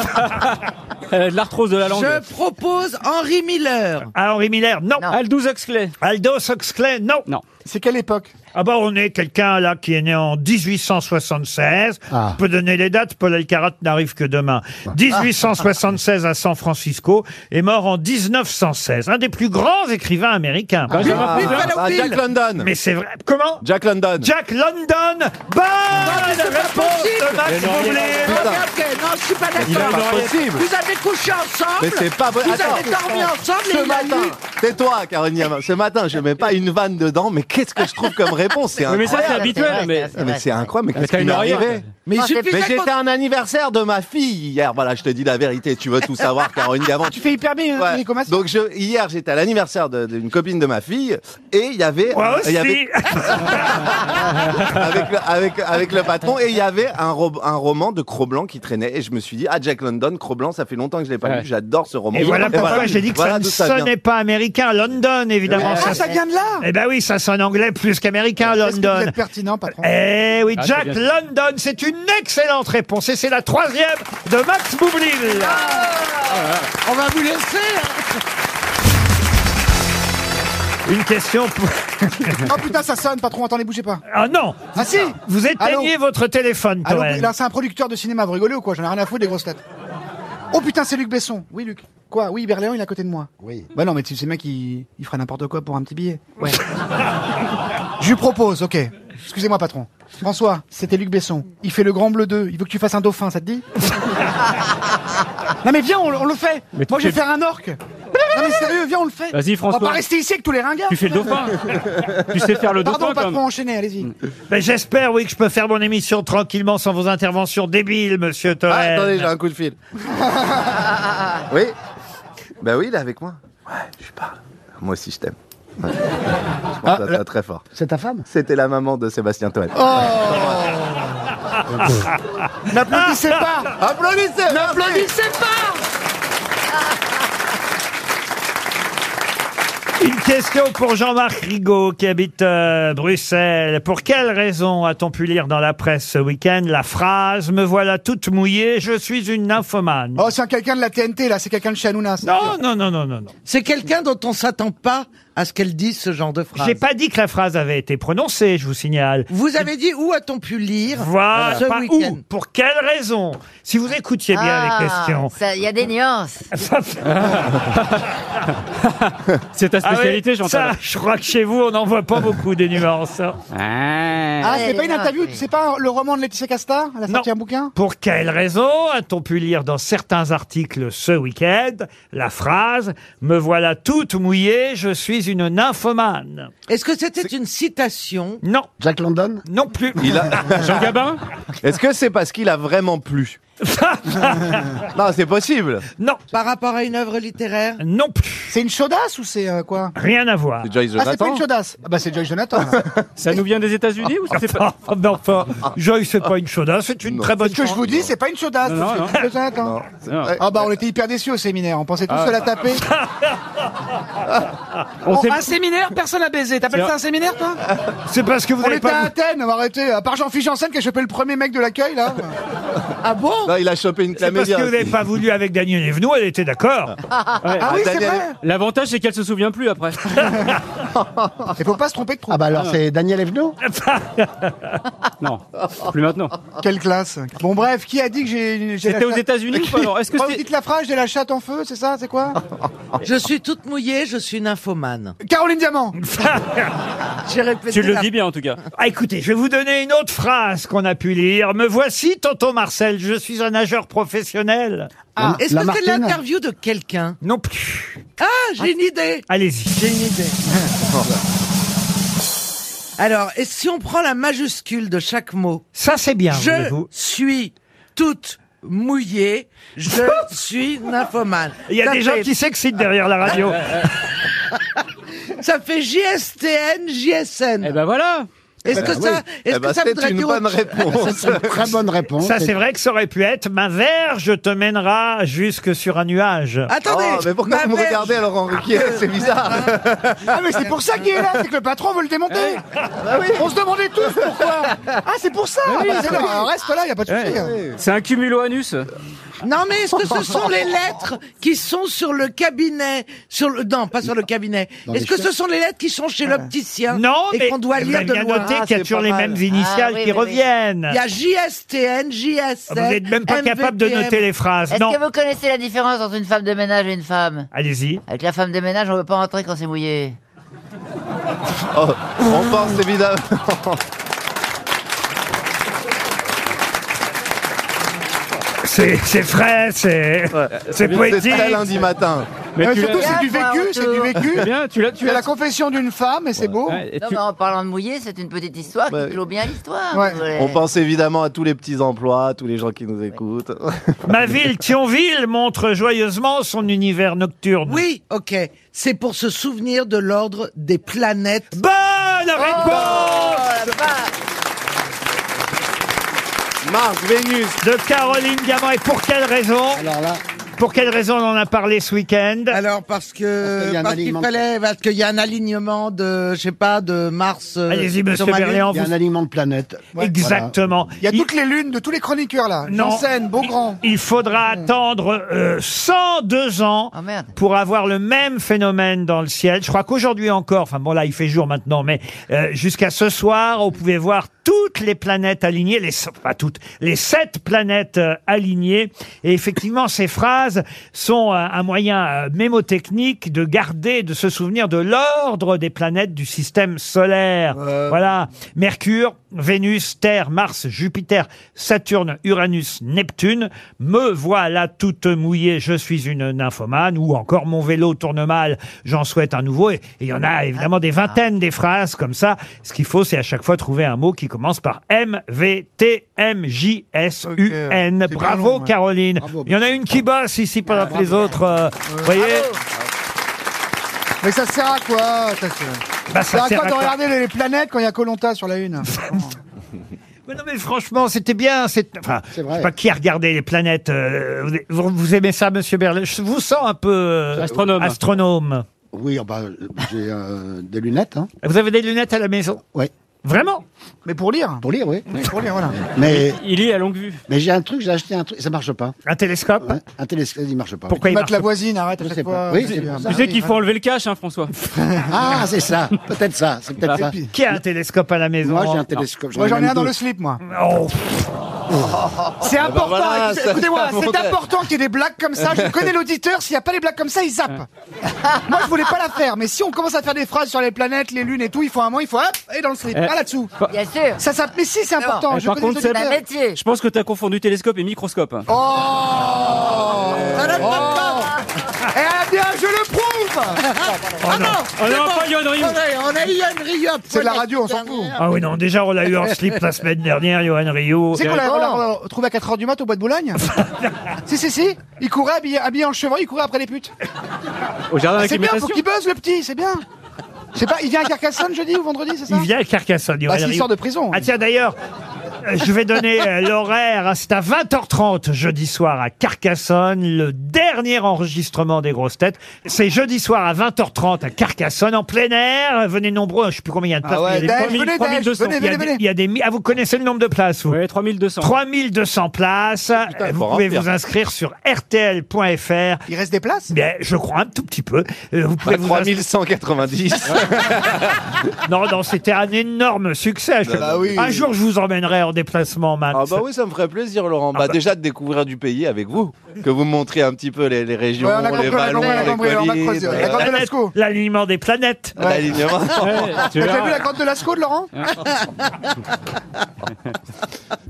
Speaker 6: Euh,
Speaker 8: a de l'arthrose de la langue.
Speaker 11: Je propose Henry Miller.
Speaker 2: Ah, Henri Miller, non.
Speaker 10: Non.
Speaker 8: Aldous Huxley.
Speaker 2: Aldo Huxley, non.
Speaker 8: Non.
Speaker 4: C'est quelle époque
Speaker 2: Ah bah on est quelqu'un là qui est né en 1876.
Speaker 7: Ah.
Speaker 2: Je peux donner les dates, Paul Elkarat n'arrive que demain. 1876 à San Francisco et mort en 1916. Un des plus grands écrivains américains.
Speaker 8: Benjamin
Speaker 9: Ah,
Speaker 8: Franklin.
Speaker 11: Buffalo
Speaker 9: ah, Jack
Speaker 11: Bill.
Speaker 9: London.
Speaker 2: Mais c'est vrai. Comment
Speaker 9: Jack London.
Speaker 2: Jack London Bonne réponse de Max
Speaker 8: Mais non,
Speaker 2: Boublil.
Speaker 11: Regardez, non, je suis pas
Speaker 9: Il est
Speaker 11: d'accord.
Speaker 9: pas possible.
Speaker 11: Vous avez couché ensemble.
Speaker 9: Mais c'est pas vrai.
Speaker 11: Vous
Speaker 9: Attends.
Speaker 11: avez dormi ensemble et
Speaker 9: Ce
Speaker 11: il a lu.
Speaker 9: matin, tais-toi, Caroline Diamant. Ce matin, je mets pas une vanne dedans, mais qu'est-ce que je trouve comme réponse C'est
Speaker 8: Oui, mais ça,
Speaker 10: Ouais,
Speaker 8: c'est
Speaker 10: ça, c'est
Speaker 8: habituel.
Speaker 10: vrai,
Speaker 8: Mais
Speaker 10: ça,
Speaker 9: Ah, Mais
Speaker 10: vrai,
Speaker 9: c'est
Speaker 10: vrai.
Speaker 9: incroyable, mais
Speaker 8: Mais
Speaker 9: qu'est-ce
Speaker 8: t'as
Speaker 9: qui
Speaker 8: une
Speaker 9: m'est
Speaker 8: oreille.
Speaker 9: arrivé
Speaker 11: Mais il
Speaker 10: Non, c'est
Speaker 11: suffit
Speaker 9: Mais
Speaker 10: Jack
Speaker 9: j'étais à un anniversaire de ma fille hier. Voilà, je te dis la vérité. Tu veux tout savoir, Caroline
Speaker 11: Ah,
Speaker 9: Diamant.
Speaker 4: Tu fais hyper bien,
Speaker 9: Ouais.
Speaker 4: Nicolas.
Speaker 9: Donc je, hier, j'étais à l'anniversaire de- d'une copine de ma fille et il y avait,
Speaker 2: Moi
Speaker 9: il y avait
Speaker 2: aussi.
Speaker 9: avec, le, avec, avec le patron et il y avait un, ro- un roman de Cro-Blanc qui traînait et je me suis dit ah Jack London Cro-Blanc ça fait longtemps que je l'ai pas
Speaker 8: Ouais.
Speaker 9: lu j'adore ce roman
Speaker 2: Et voilà pourquoi j'ai dit que
Speaker 9: Voilà
Speaker 2: ça ne
Speaker 9: d'où vient.
Speaker 2: sonnait pas américain. London, évidemment.
Speaker 4: Ah,
Speaker 2: ça-
Speaker 4: ça vient de là
Speaker 2: Eh ben oui, ça sonne anglais plus qu'américain,
Speaker 4: Est-ce que vous
Speaker 2: London.
Speaker 4: êtes pertinent, patron
Speaker 2: Eh oui,
Speaker 8: Ah,
Speaker 2: Jack
Speaker 8: c'est bien.
Speaker 2: London, c'est une excellente réponse et c'est la troisième de Max Boublil.
Speaker 11: On va vous laisser. hein.
Speaker 2: Une question pour...
Speaker 4: Oh putain, ça sonne, patron, attendez, bougez pas.
Speaker 2: Ah non
Speaker 4: Ah si
Speaker 2: Vous éteignez votre téléphone,
Speaker 4: Allô,
Speaker 2: Toen.
Speaker 4: là, c'est un producteur de cinéma, vous rigolez ou quoi J'en ai rien à foutre des grosses têtes. Oh putain, c'est Luc Besson. Oui, Luc. Quoi Oui, Berléon, il est à côté de moi.
Speaker 7: Oui.
Speaker 4: Bah non, mais tu sais, mec, il, il fera n'importe quoi pour un petit billet. Ouais. Je lui propose, ok. Excusez-moi, patron. François, c'était Luc Besson. Il fait le Grand Bleu 2. Il veut que tu fasses un dauphin, ça te dit Non mais viens, on, on le fait.
Speaker 8: Mais
Speaker 4: Moi, je vais
Speaker 8: t'es-
Speaker 4: faire un orque. Non mais sérieux, viens, on le fait.
Speaker 6: Vas-y,
Speaker 4: On va
Speaker 6: François.
Speaker 4: pas rester ici avec tous les ringards.
Speaker 6: Tu fais le dauphin. tu sais faire le
Speaker 4: Pardon,
Speaker 6: dauphin
Speaker 4: patron,
Speaker 6: comme. Mm.
Speaker 4: enchaînez, allez-y.
Speaker 2: Mais Ben, j'espère, oui, que je peux faire mon émission tranquillement sans vos interventions débiles, monsieur Toen.
Speaker 3: Ah, attendez, j'ai un coup de fil. oui Bah oui, il est avec moi. Ouais, je parle. Moi aussi, je t'aime. Ouais. Je
Speaker 2: Ah,
Speaker 3: pense à toi très fort.
Speaker 7: C'est ta femme
Speaker 3: C'était la maman de Sébastien Toen.
Speaker 8: Oh.
Speaker 2: Oh.
Speaker 4: N'applaudissez pas.
Speaker 3: Applaudissez
Speaker 8: N'applaudissez pas
Speaker 2: Une question pour Jean-Marc Rigaud qui habite euh, Bruxelles. Pour quelle raison a-t-on pu lire dans la presse ce week-end la phrase Me voilà toute mouillée, je suis une nymphomane
Speaker 4: Oh, c'est un quelqu'un de la TNT, là, c'est quelqu'un de chez Hanouna. ça.
Speaker 2: Non, non, non, non, non, non.
Speaker 11: C'est quelqu'un dont on s'attend pas à ce qu'elle dise ce genre de phrase.
Speaker 2: J'ai pas dit que la phrase avait été prononcée, je vous signale.
Speaker 11: Vous avez dit où a-t-on pu lire
Speaker 2: Voilà,
Speaker 11: ce
Speaker 2: pas
Speaker 11: week-end
Speaker 2: où, pour quelle raison Si vous écoutiez bien
Speaker 10: Ah,
Speaker 5: Ah.
Speaker 2: les questions.
Speaker 5: ça- Il y a des nuances.
Speaker 6: C'est ta
Speaker 2: Ah oui,
Speaker 6: spécialité, Chantal.
Speaker 2: Ça, je crois que chez vous, on n'en voit pas beaucoup des nuances.
Speaker 4: Ah, c'est
Speaker 5: Ouais,
Speaker 4: pas une
Speaker 5: non,
Speaker 4: interview,
Speaker 5: oui.
Speaker 4: c'est pas le roman de Laetitia Casta Elle a sorti
Speaker 2: Non.
Speaker 4: un bouquin
Speaker 2: Pour quelle raison a-t-on pu lire dans certains articles ce week-end la phrase Me voilà toute mouillée, je suis une nymphomane
Speaker 11: Est-ce que c'était une citation
Speaker 2: Non,
Speaker 7: Jack London
Speaker 2: non plus.
Speaker 6: Jean Gabin
Speaker 3: Est-ce que c'est parce qu'il a vraiment plu Non, c'est possible.
Speaker 2: Non,
Speaker 11: par rapport à une œuvre littéraire
Speaker 2: non plus.
Speaker 4: C'est une chaudasse ou c'est euh, quoi
Speaker 2: Rien à voir.
Speaker 3: C'est Joyce
Speaker 4: Ah, c'est pas une
Speaker 3: Jonathan.
Speaker 4: chaudasse Ah, bah c'est Joyce Jonathan. là.
Speaker 6: Ça nous vient des États-Unis ou c'est pas.
Speaker 2: Oh, non, enfin, Joyce, c'est pas une chaudasse, c'est une très bonne
Speaker 4: Ce que je vous dis, c'est pas une chaudasse.
Speaker 6: Non, non,
Speaker 4: c'est Joyce Jonathan.
Speaker 6: Non. Ah.
Speaker 4: Ah, bah on était hyper déçus au séminaire, on pensait tous se la taper.
Speaker 6: On
Speaker 4: Bon,
Speaker 6: s'est-
Speaker 4: Oh, un séminaire, personne a baisé. T'appelles ça un séminaire, toi
Speaker 2: C'est parce que vous
Speaker 4: On
Speaker 2: n'avez
Speaker 4: était à
Speaker 2: pas...
Speaker 4: Athènes, on va arrêter. À part Jean-Philippe Janssen qui a chopé le premier mec de l'accueil, là.
Speaker 11: Ah bon
Speaker 3: Non, il a chopé une
Speaker 2: C'est parce que
Speaker 3: clamédia.
Speaker 2: vous n'avez pas voulu avec Daniel Evenou, elle était d'accord.
Speaker 4: Ah oui, c'est
Speaker 3: Daniel-
Speaker 4: vrai.
Speaker 6: L'avantage, c'est qu'elle se souvient plus après.
Speaker 4: Il faut pas se tromper de trou.
Speaker 7: Ah bah alors c'est Daniel Evno
Speaker 6: Non, plus maintenant.
Speaker 4: Ah, Quelle classe Bon bref, qui a dit que j'ai
Speaker 6: C'était aux États-Unis ou pas alors Est-ce que
Speaker 4: Quand vous
Speaker 6: c'est-
Speaker 4: dites la phrase, j'ai la chatte en feu, c'est ça C'est quoi
Speaker 11: Je suis toute mouillée, je suis nymphomane.
Speaker 4: Caroline Diamant
Speaker 11: J'ai répété
Speaker 6: Tu le
Speaker 11: la-
Speaker 6: dis bien en tout cas.
Speaker 2: Ah, écoutez, je vais vous donner une autre phrase qu'on a pu lire. Me voici, tonton Marcel, je suis un nageur professionnel.
Speaker 11: Ah, Est-ce
Speaker 7: La
Speaker 11: que c'est
Speaker 7: Martine
Speaker 11: l'interview de quelqu'un
Speaker 2: Non plus.
Speaker 11: Ah, j'ai une idée
Speaker 2: Allez-y.
Speaker 11: J'ai une idée. Alors, et si on prend la majuscule de chaque mot
Speaker 2: Ça, c'est bien,
Speaker 11: Je
Speaker 2: voyez-vous.
Speaker 11: suis toute mouillée, je suis nymphomane.
Speaker 2: Il y a
Speaker 11: Ça
Speaker 2: des gens
Speaker 11: fait-
Speaker 2: qui s'excitent derrière la radio.
Speaker 11: Ça fait JSTN, JSN.
Speaker 6: Eh ben voilà
Speaker 11: Est-ce que ça, est-ce
Speaker 3: Eh ben,
Speaker 11: que ça
Speaker 3: c'est
Speaker 11: voudrait
Speaker 3: une
Speaker 11: dire
Speaker 3: bonne
Speaker 11: autre-
Speaker 3: réponse.
Speaker 7: Très bonne réponse.
Speaker 2: Ça, c'est
Speaker 7: Et-
Speaker 2: vrai que ça aurait pu être ma verge te mènera jusque sur un nuage.
Speaker 11: Attendez,
Speaker 3: Oh, mais pourquoi
Speaker 11: ma
Speaker 3: vous me
Speaker 11: mère-
Speaker 3: regardez alors Henri Ruquier C'est bizarre.
Speaker 4: Ah mais c'est pour ça qu'il est là, c'est que le patron veut le démonter
Speaker 3: Eh, bah
Speaker 4: On se demandait tous pourquoi Ah c'est pour ça Ah, bah, c'est là, alors, Reste là, y a pas de
Speaker 12: hein.
Speaker 4: souci.
Speaker 6: C'est un cumulo anus
Speaker 11: Non mais est-ce que ce sont les lettres qui sont sur le cabinet, sur le non pas sur le cabinet. Est-ce que ce sont les lettres qui sont chez l'opticien
Speaker 2: Non,
Speaker 11: et
Speaker 2: mais
Speaker 11: qu'on doit
Speaker 2: vous
Speaker 11: lire
Speaker 2: avez
Speaker 11: de
Speaker 2: bien
Speaker 11: loin
Speaker 2: noté
Speaker 3: Ah,
Speaker 2: qu'il y
Speaker 3: c'est
Speaker 2: a toujours
Speaker 3: pas
Speaker 2: les
Speaker 3: mal.
Speaker 2: mêmes initiales
Speaker 5: Ah, oui, oui,
Speaker 2: qui
Speaker 5: oui.
Speaker 2: reviennent.
Speaker 11: Il y a JSTN, JSN.
Speaker 2: Vous n'êtes même pas capable de
Speaker 11: MVPM.
Speaker 2: noter les phrases.
Speaker 5: Est-ce
Speaker 2: Non.
Speaker 5: que vous connaissez la différence entre une femme de ménage et une femme
Speaker 2: Allez-y.
Speaker 5: Avec la femme de ménage, on ne veut pas rentrer quand c'est mouillé.
Speaker 3: Oh, on pense évidemment.
Speaker 2: C'est c'est frais, c'est c'est
Speaker 3: C'est
Speaker 2: poétique.
Speaker 3: très lundi matin. Euh,
Speaker 4: Mais
Speaker 6: Mais tu
Speaker 4: Euh, surtout
Speaker 6: l'as-
Speaker 4: c'est du
Speaker 5: Bien,
Speaker 4: vécu,
Speaker 5: moi,
Speaker 4: c'est du
Speaker 5: retour.
Speaker 4: vécu.
Speaker 6: Eh bien, tu l'as. Tu
Speaker 4: C'est
Speaker 6: l'as.
Speaker 4: la confession d'une femme et c'est beau.
Speaker 6: Ouais, et
Speaker 5: Non,
Speaker 6: tu-
Speaker 5: mais en parlant de mouillé, c'est une petite histoire
Speaker 3: Ouais.
Speaker 5: qui clôt bien l'histoire.
Speaker 4: Ouais.
Speaker 5: vous voulez.
Speaker 3: On pense évidemment à tous les petits emplois, à tous les gens qui nous écoutent.
Speaker 2: Ma ville, Thionville, montre joyeusement son univers nocturne.
Speaker 11: Oui, ok. C'est pour se souvenir de l'ordre des planètes. Oh
Speaker 2: Bonne réponse
Speaker 5: Oh, la vache.
Speaker 3: Mars, Vénus,
Speaker 2: de Caroline Diamant. Et pour quelle raison
Speaker 7: Alors là,
Speaker 2: Pour quelle raison on en a parlé ce week-end
Speaker 11: Alors parce
Speaker 7: Parce
Speaker 11: que
Speaker 7: qu'il y a un
Speaker 11: parce qu'il
Speaker 7: alignement.
Speaker 11: fallait parce qu'il y a un alignement de je sais pas de Mars. euh,
Speaker 2: Allez-y,
Speaker 11: sur
Speaker 2: monsieur
Speaker 11: ma Lune.
Speaker 2: Berléand.
Speaker 7: il y a
Speaker 2: vous-
Speaker 7: un aliment de planète.
Speaker 2: Exactement.
Speaker 4: Il y a
Speaker 2: Il-
Speaker 4: toutes les lunes de tous les chroniqueurs là.
Speaker 2: Non.
Speaker 4: Janssen, Beaugrand.
Speaker 2: Il faudra attendre euh, 102 ans
Speaker 5: Oh, merde.
Speaker 2: pour avoir le même phénomène dans le ciel. Je crois qu'aujourd'hui encore, enfin bon là il fait jour maintenant, mais euh, jusqu'à ce soir, on pouvait voir toutes les planètes alignées, les, pas toutes, les sept planètes euh, alignées. Et effectivement, ces phrases phrases sont un, un moyen euh, mémotechnique de garder, de se souvenir de l'ordre des planètes du système solaire. Voilà. Mercure, Vénus, Terre, Mars, Jupiter, Saturne, Uranus, Neptune. Me voilà toute mouillée, je suis une nymphomane. Ou encore mon vélo tourne mal, j'en souhaite un nouveau. Et et il y en a évidemment des vingtaines des phrases comme ça. Ce qu'il faut, c'est à chaque fois trouver un mot qui commence par M, V, T, M, J, S, U, N.
Speaker 4: C'est pas
Speaker 2: Bravo,
Speaker 4: long, ouais.
Speaker 2: Caroline.
Speaker 4: Bravo. Ah,
Speaker 2: Il y en a une qui bosse ici pendant que les autres. euh, Vous voyez
Speaker 4: Mais ça sert à quoi Ça, sert-
Speaker 2: Bah, ça
Speaker 4: sert à
Speaker 2: sert
Speaker 4: quoi
Speaker 2: à
Speaker 4: de
Speaker 2: quoi
Speaker 4: regarder les planètes quand il y a Colanta sur la une
Speaker 2: Mais non, mais franchement, c'était bien. C'est enfin, je sais pas qui a regardé les planètes. euh, vous, vous aimez ça, monsieur Berlet Je vous sens un peu. euh,
Speaker 6: Astronome.
Speaker 2: Astronome.
Speaker 7: Oui, ah bah, euh, j'ai euh, des lunettes, hein.
Speaker 2: Vous avez des lunettes à la maison
Speaker 7: Ouais.
Speaker 2: Vraiment
Speaker 4: Mais pour lire
Speaker 7: Pour lire, oui.
Speaker 4: Pour lire, voilà.
Speaker 7: Mais,
Speaker 6: Il est à longue vue.
Speaker 7: mais j'ai un truc, j'ai acheté un truc, ça marche pas.
Speaker 2: Un télescope
Speaker 7: Ouais, Un télescope, il marche pas.
Speaker 2: Pourquoi il
Speaker 4: Mate
Speaker 2: marche
Speaker 4: la voisine, arrête à
Speaker 7: Je
Speaker 4: chaque
Speaker 7: sais
Speaker 4: fois. Ah,
Speaker 7: pas. Oui, c'est bien.
Speaker 6: Tu sais qu'il faut enlever le cash, hein, François.
Speaker 7: Ah, c'est ça. Peut-être ça. C'est peut-être ça.
Speaker 2: Qui a un télescope à la maison
Speaker 7: Moi, j'ai un télescope.
Speaker 4: Bah, Moi j'en ai
Speaker 7: même
Speaker 4: un dans
Speaker 7: deux.
Speaker 4: le slip, moi.
Speaker 2: Oh,
Speaker 4: Oh.
Speaker 2: Ah,
Speaker 4: C'est
Speaker 2: bah
Speaker 10: Ah bah
Speaker 4: important.
Speaker 3: voilà,
Speaker 4: écoutez-
Speaker 3: ça-
Speaker 4: Écoutez-moi,
Speaker 3: ça
Speaker 4: c'est
Speaker 3: montrait.
Speaker 4: important qu'il y ait des blagues comme ça. Je connais l'auditeur. S'il n'y a pas les blagues comme ça, il zappe. Moi, je voulais pas la faire, mais si on commence à faire des phrases sur les planètes, les lunes et tout, il faut un moment, il faut hop et dans le slip,
Speaker 6: Eh.
Speaker 4: pas là-dessous.
Speaker 5: Bien sûr.
Speaker 4: Ça zappe. Mais si, c'est important.
Speaker 6: Eh,
Speaker 4: je
Speaker 6: par
Speaker 4: connais
Speaker 6: contre,
Speaker 4: les auditeurs.
Speaker 5: Un métier.
Speaker 6: Je pense que t'as confondu télescope et microscope. hein.
Speaker 12: Oh,
Speaker 4: Oh Eh eh bien, je le prouve.
Speaker 2: oh non.
Speaker 6: Oh non, pas Yann Rioux.
Speaker 8: On a eu Yann Riop.
Speaker 4: C'est de la radio, on s'en fout.
Speaker 2: Ah oui, non, déjà, on l'a eu en slip la semaine dernière, Johan Rio.
Speaker 4: Tu sais qu'on l'a- on l'a on l'a trouvé à 4h du mat au bois de Boulogne Si, si, si. Il courait habillé, habillé en cheval, il courait après les putes.
Speaker 6: Au jardin
Speaker 4: Ah, C'est bien, faut
Speaker 6: d'acclimatation.
Speaker 4: qu'il buzz le petit, c'est bien. Je sais pas, il vient à Carcassonne jeudi ou vendredi, c'est ça
Speaker 2: Il vient à Carcassonne, Johan
Speaker 4: hein. Bah, s'il
Speaker 2: Rioux.
Speaker 4: sort de prison.
Speaker 2: Ah tiens, d'ailleurs, euh, je vais donner euh, l'horaire. hein, C'est à 20h30 jeudi soir à Carcassonne, le dernier enregistrement des grosses têtes. C'est jeudi soir à 20h30 à Carcassonne, en plein air. Venez nombreux, je sais plus combien il y a de places. mais il, y a des-
Speaker 4: Ah Dave,
Speaker 6: mille-
Speaker 4: venez,
Speaker 6: trois mille
Speaker 4: Dave,
Speaker 6: deux cents.
Speaker 4: venez,
Speaker 2: il y a
Speaker 4: venez,
Speaker 2: des-
Speaker 4: venez.
Speaker 2: il y a des mi- Ah, vous connaissez le nombre de places, vous
Speaker 6: Ouais, 3200.
Speaker 2: 3200 places.
Speaker 3: Ah, Putain, faut
Speaker 2: vous pouvez
Speaker 3: remplir.
Speaker 2: vous inscrire sur rtl.fr.
Speaker 4: Il reste des places
Speaker 2: Bien, Euh, je crois un tout petit peu. Euh, vous pouvez
Speaker 3: Pas
Speaker 2: vous inscrire-
Speaker 3: 3190.
Speaker 2: Non, non, c'était un énorme succès. Je-
Speaker 3: Bah oui.
Speaker 2: Un jour, je vous emmènerai en déplacement, Max.
Speaker 3: Ah bah oui, ça me ferait plaisir, Laurent. Bah,
Speaker 2: bah.
Speaker 3: déjà de découvrir du pays avec vous, que vous me montriez un petit peu les, les régions,
Speaker 4: Ouais, on a
Speaker 3: les
Speaker 4: compris, on a
Speaker 3: vallons,
Speaker 4: compris, on a compris, on a
Speaker 3: les collines,
Speaker 4: creusé, on
Speaker 3: euh,
Speaker 4: a compris.
Speaker 2: Planète,
Speaker 4: Lascaux.
Speaker 2: L'alignement des planètes.
Speaker 3: l'alignement.
Speaker 6: Ouais, tu
Speaker 4: T'as
Speaker 6: verras.
Speaker 4: vu la grotte de Lascaux de Laurent
Speaker 2: Ah.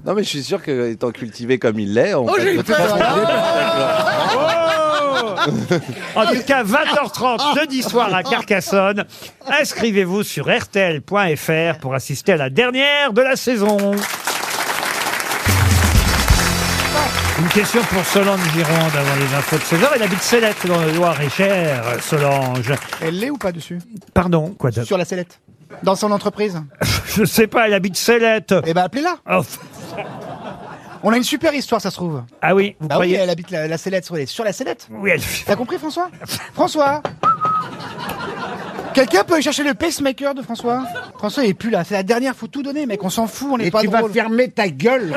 Speaker 3: Non mais je suis sûr que étant cultivé comme il l'est, on
Speaker 8: Oh,
Speaker 3: peut
Speaker 8: j'ai eu
Speaker 3: peut-être
Speaker 8: peur.
Speaker 3: faire des
Speaker 4: Ah.
Speaker 3: blagues, là.
Speaker 2: En tout cas, 20h30 jeudi soir à Carcassonne. Inscrivez-vous sur rtl.fr pour assister à la dernière de la saison. Une question pour Solange Gironde avant les infos de 16h. Elle habite Célette dans le Loir-et-Cher, Solange.
Speaker 4: Elle l'est ou pas dessus
Speaker 2: Pardon, quoi de...
Speaker 4: Sur la sellette. Dans son entreprise
Speaker 2: Je sais pas, elle habite Célette.
Speaker 4: Eh ben appelez-la.
Speaker 2: Oh,
Speaker 4: On a une super histoire, ça se trouve.
Speaker 2: ah oui, vous
Speaker 4: Bah oui,
Speaker 2: croyez
Speaker 4: elle habite la, la sellette, sur les- sur la sellette.
Speaker 2: Oui, elle-
Speaker 4: T'as compris, François François Quelqu'un peut aller chercher le pacemaker de François François, il est plus là. C'est la dernière, faut tout donner, mec. On s'en fout, on est
Speaker 7: Et
Speaker 4: pas
Speaker 7: tu vas
Speaker 4: drôle.
Speaker 7: fermer ta gueule.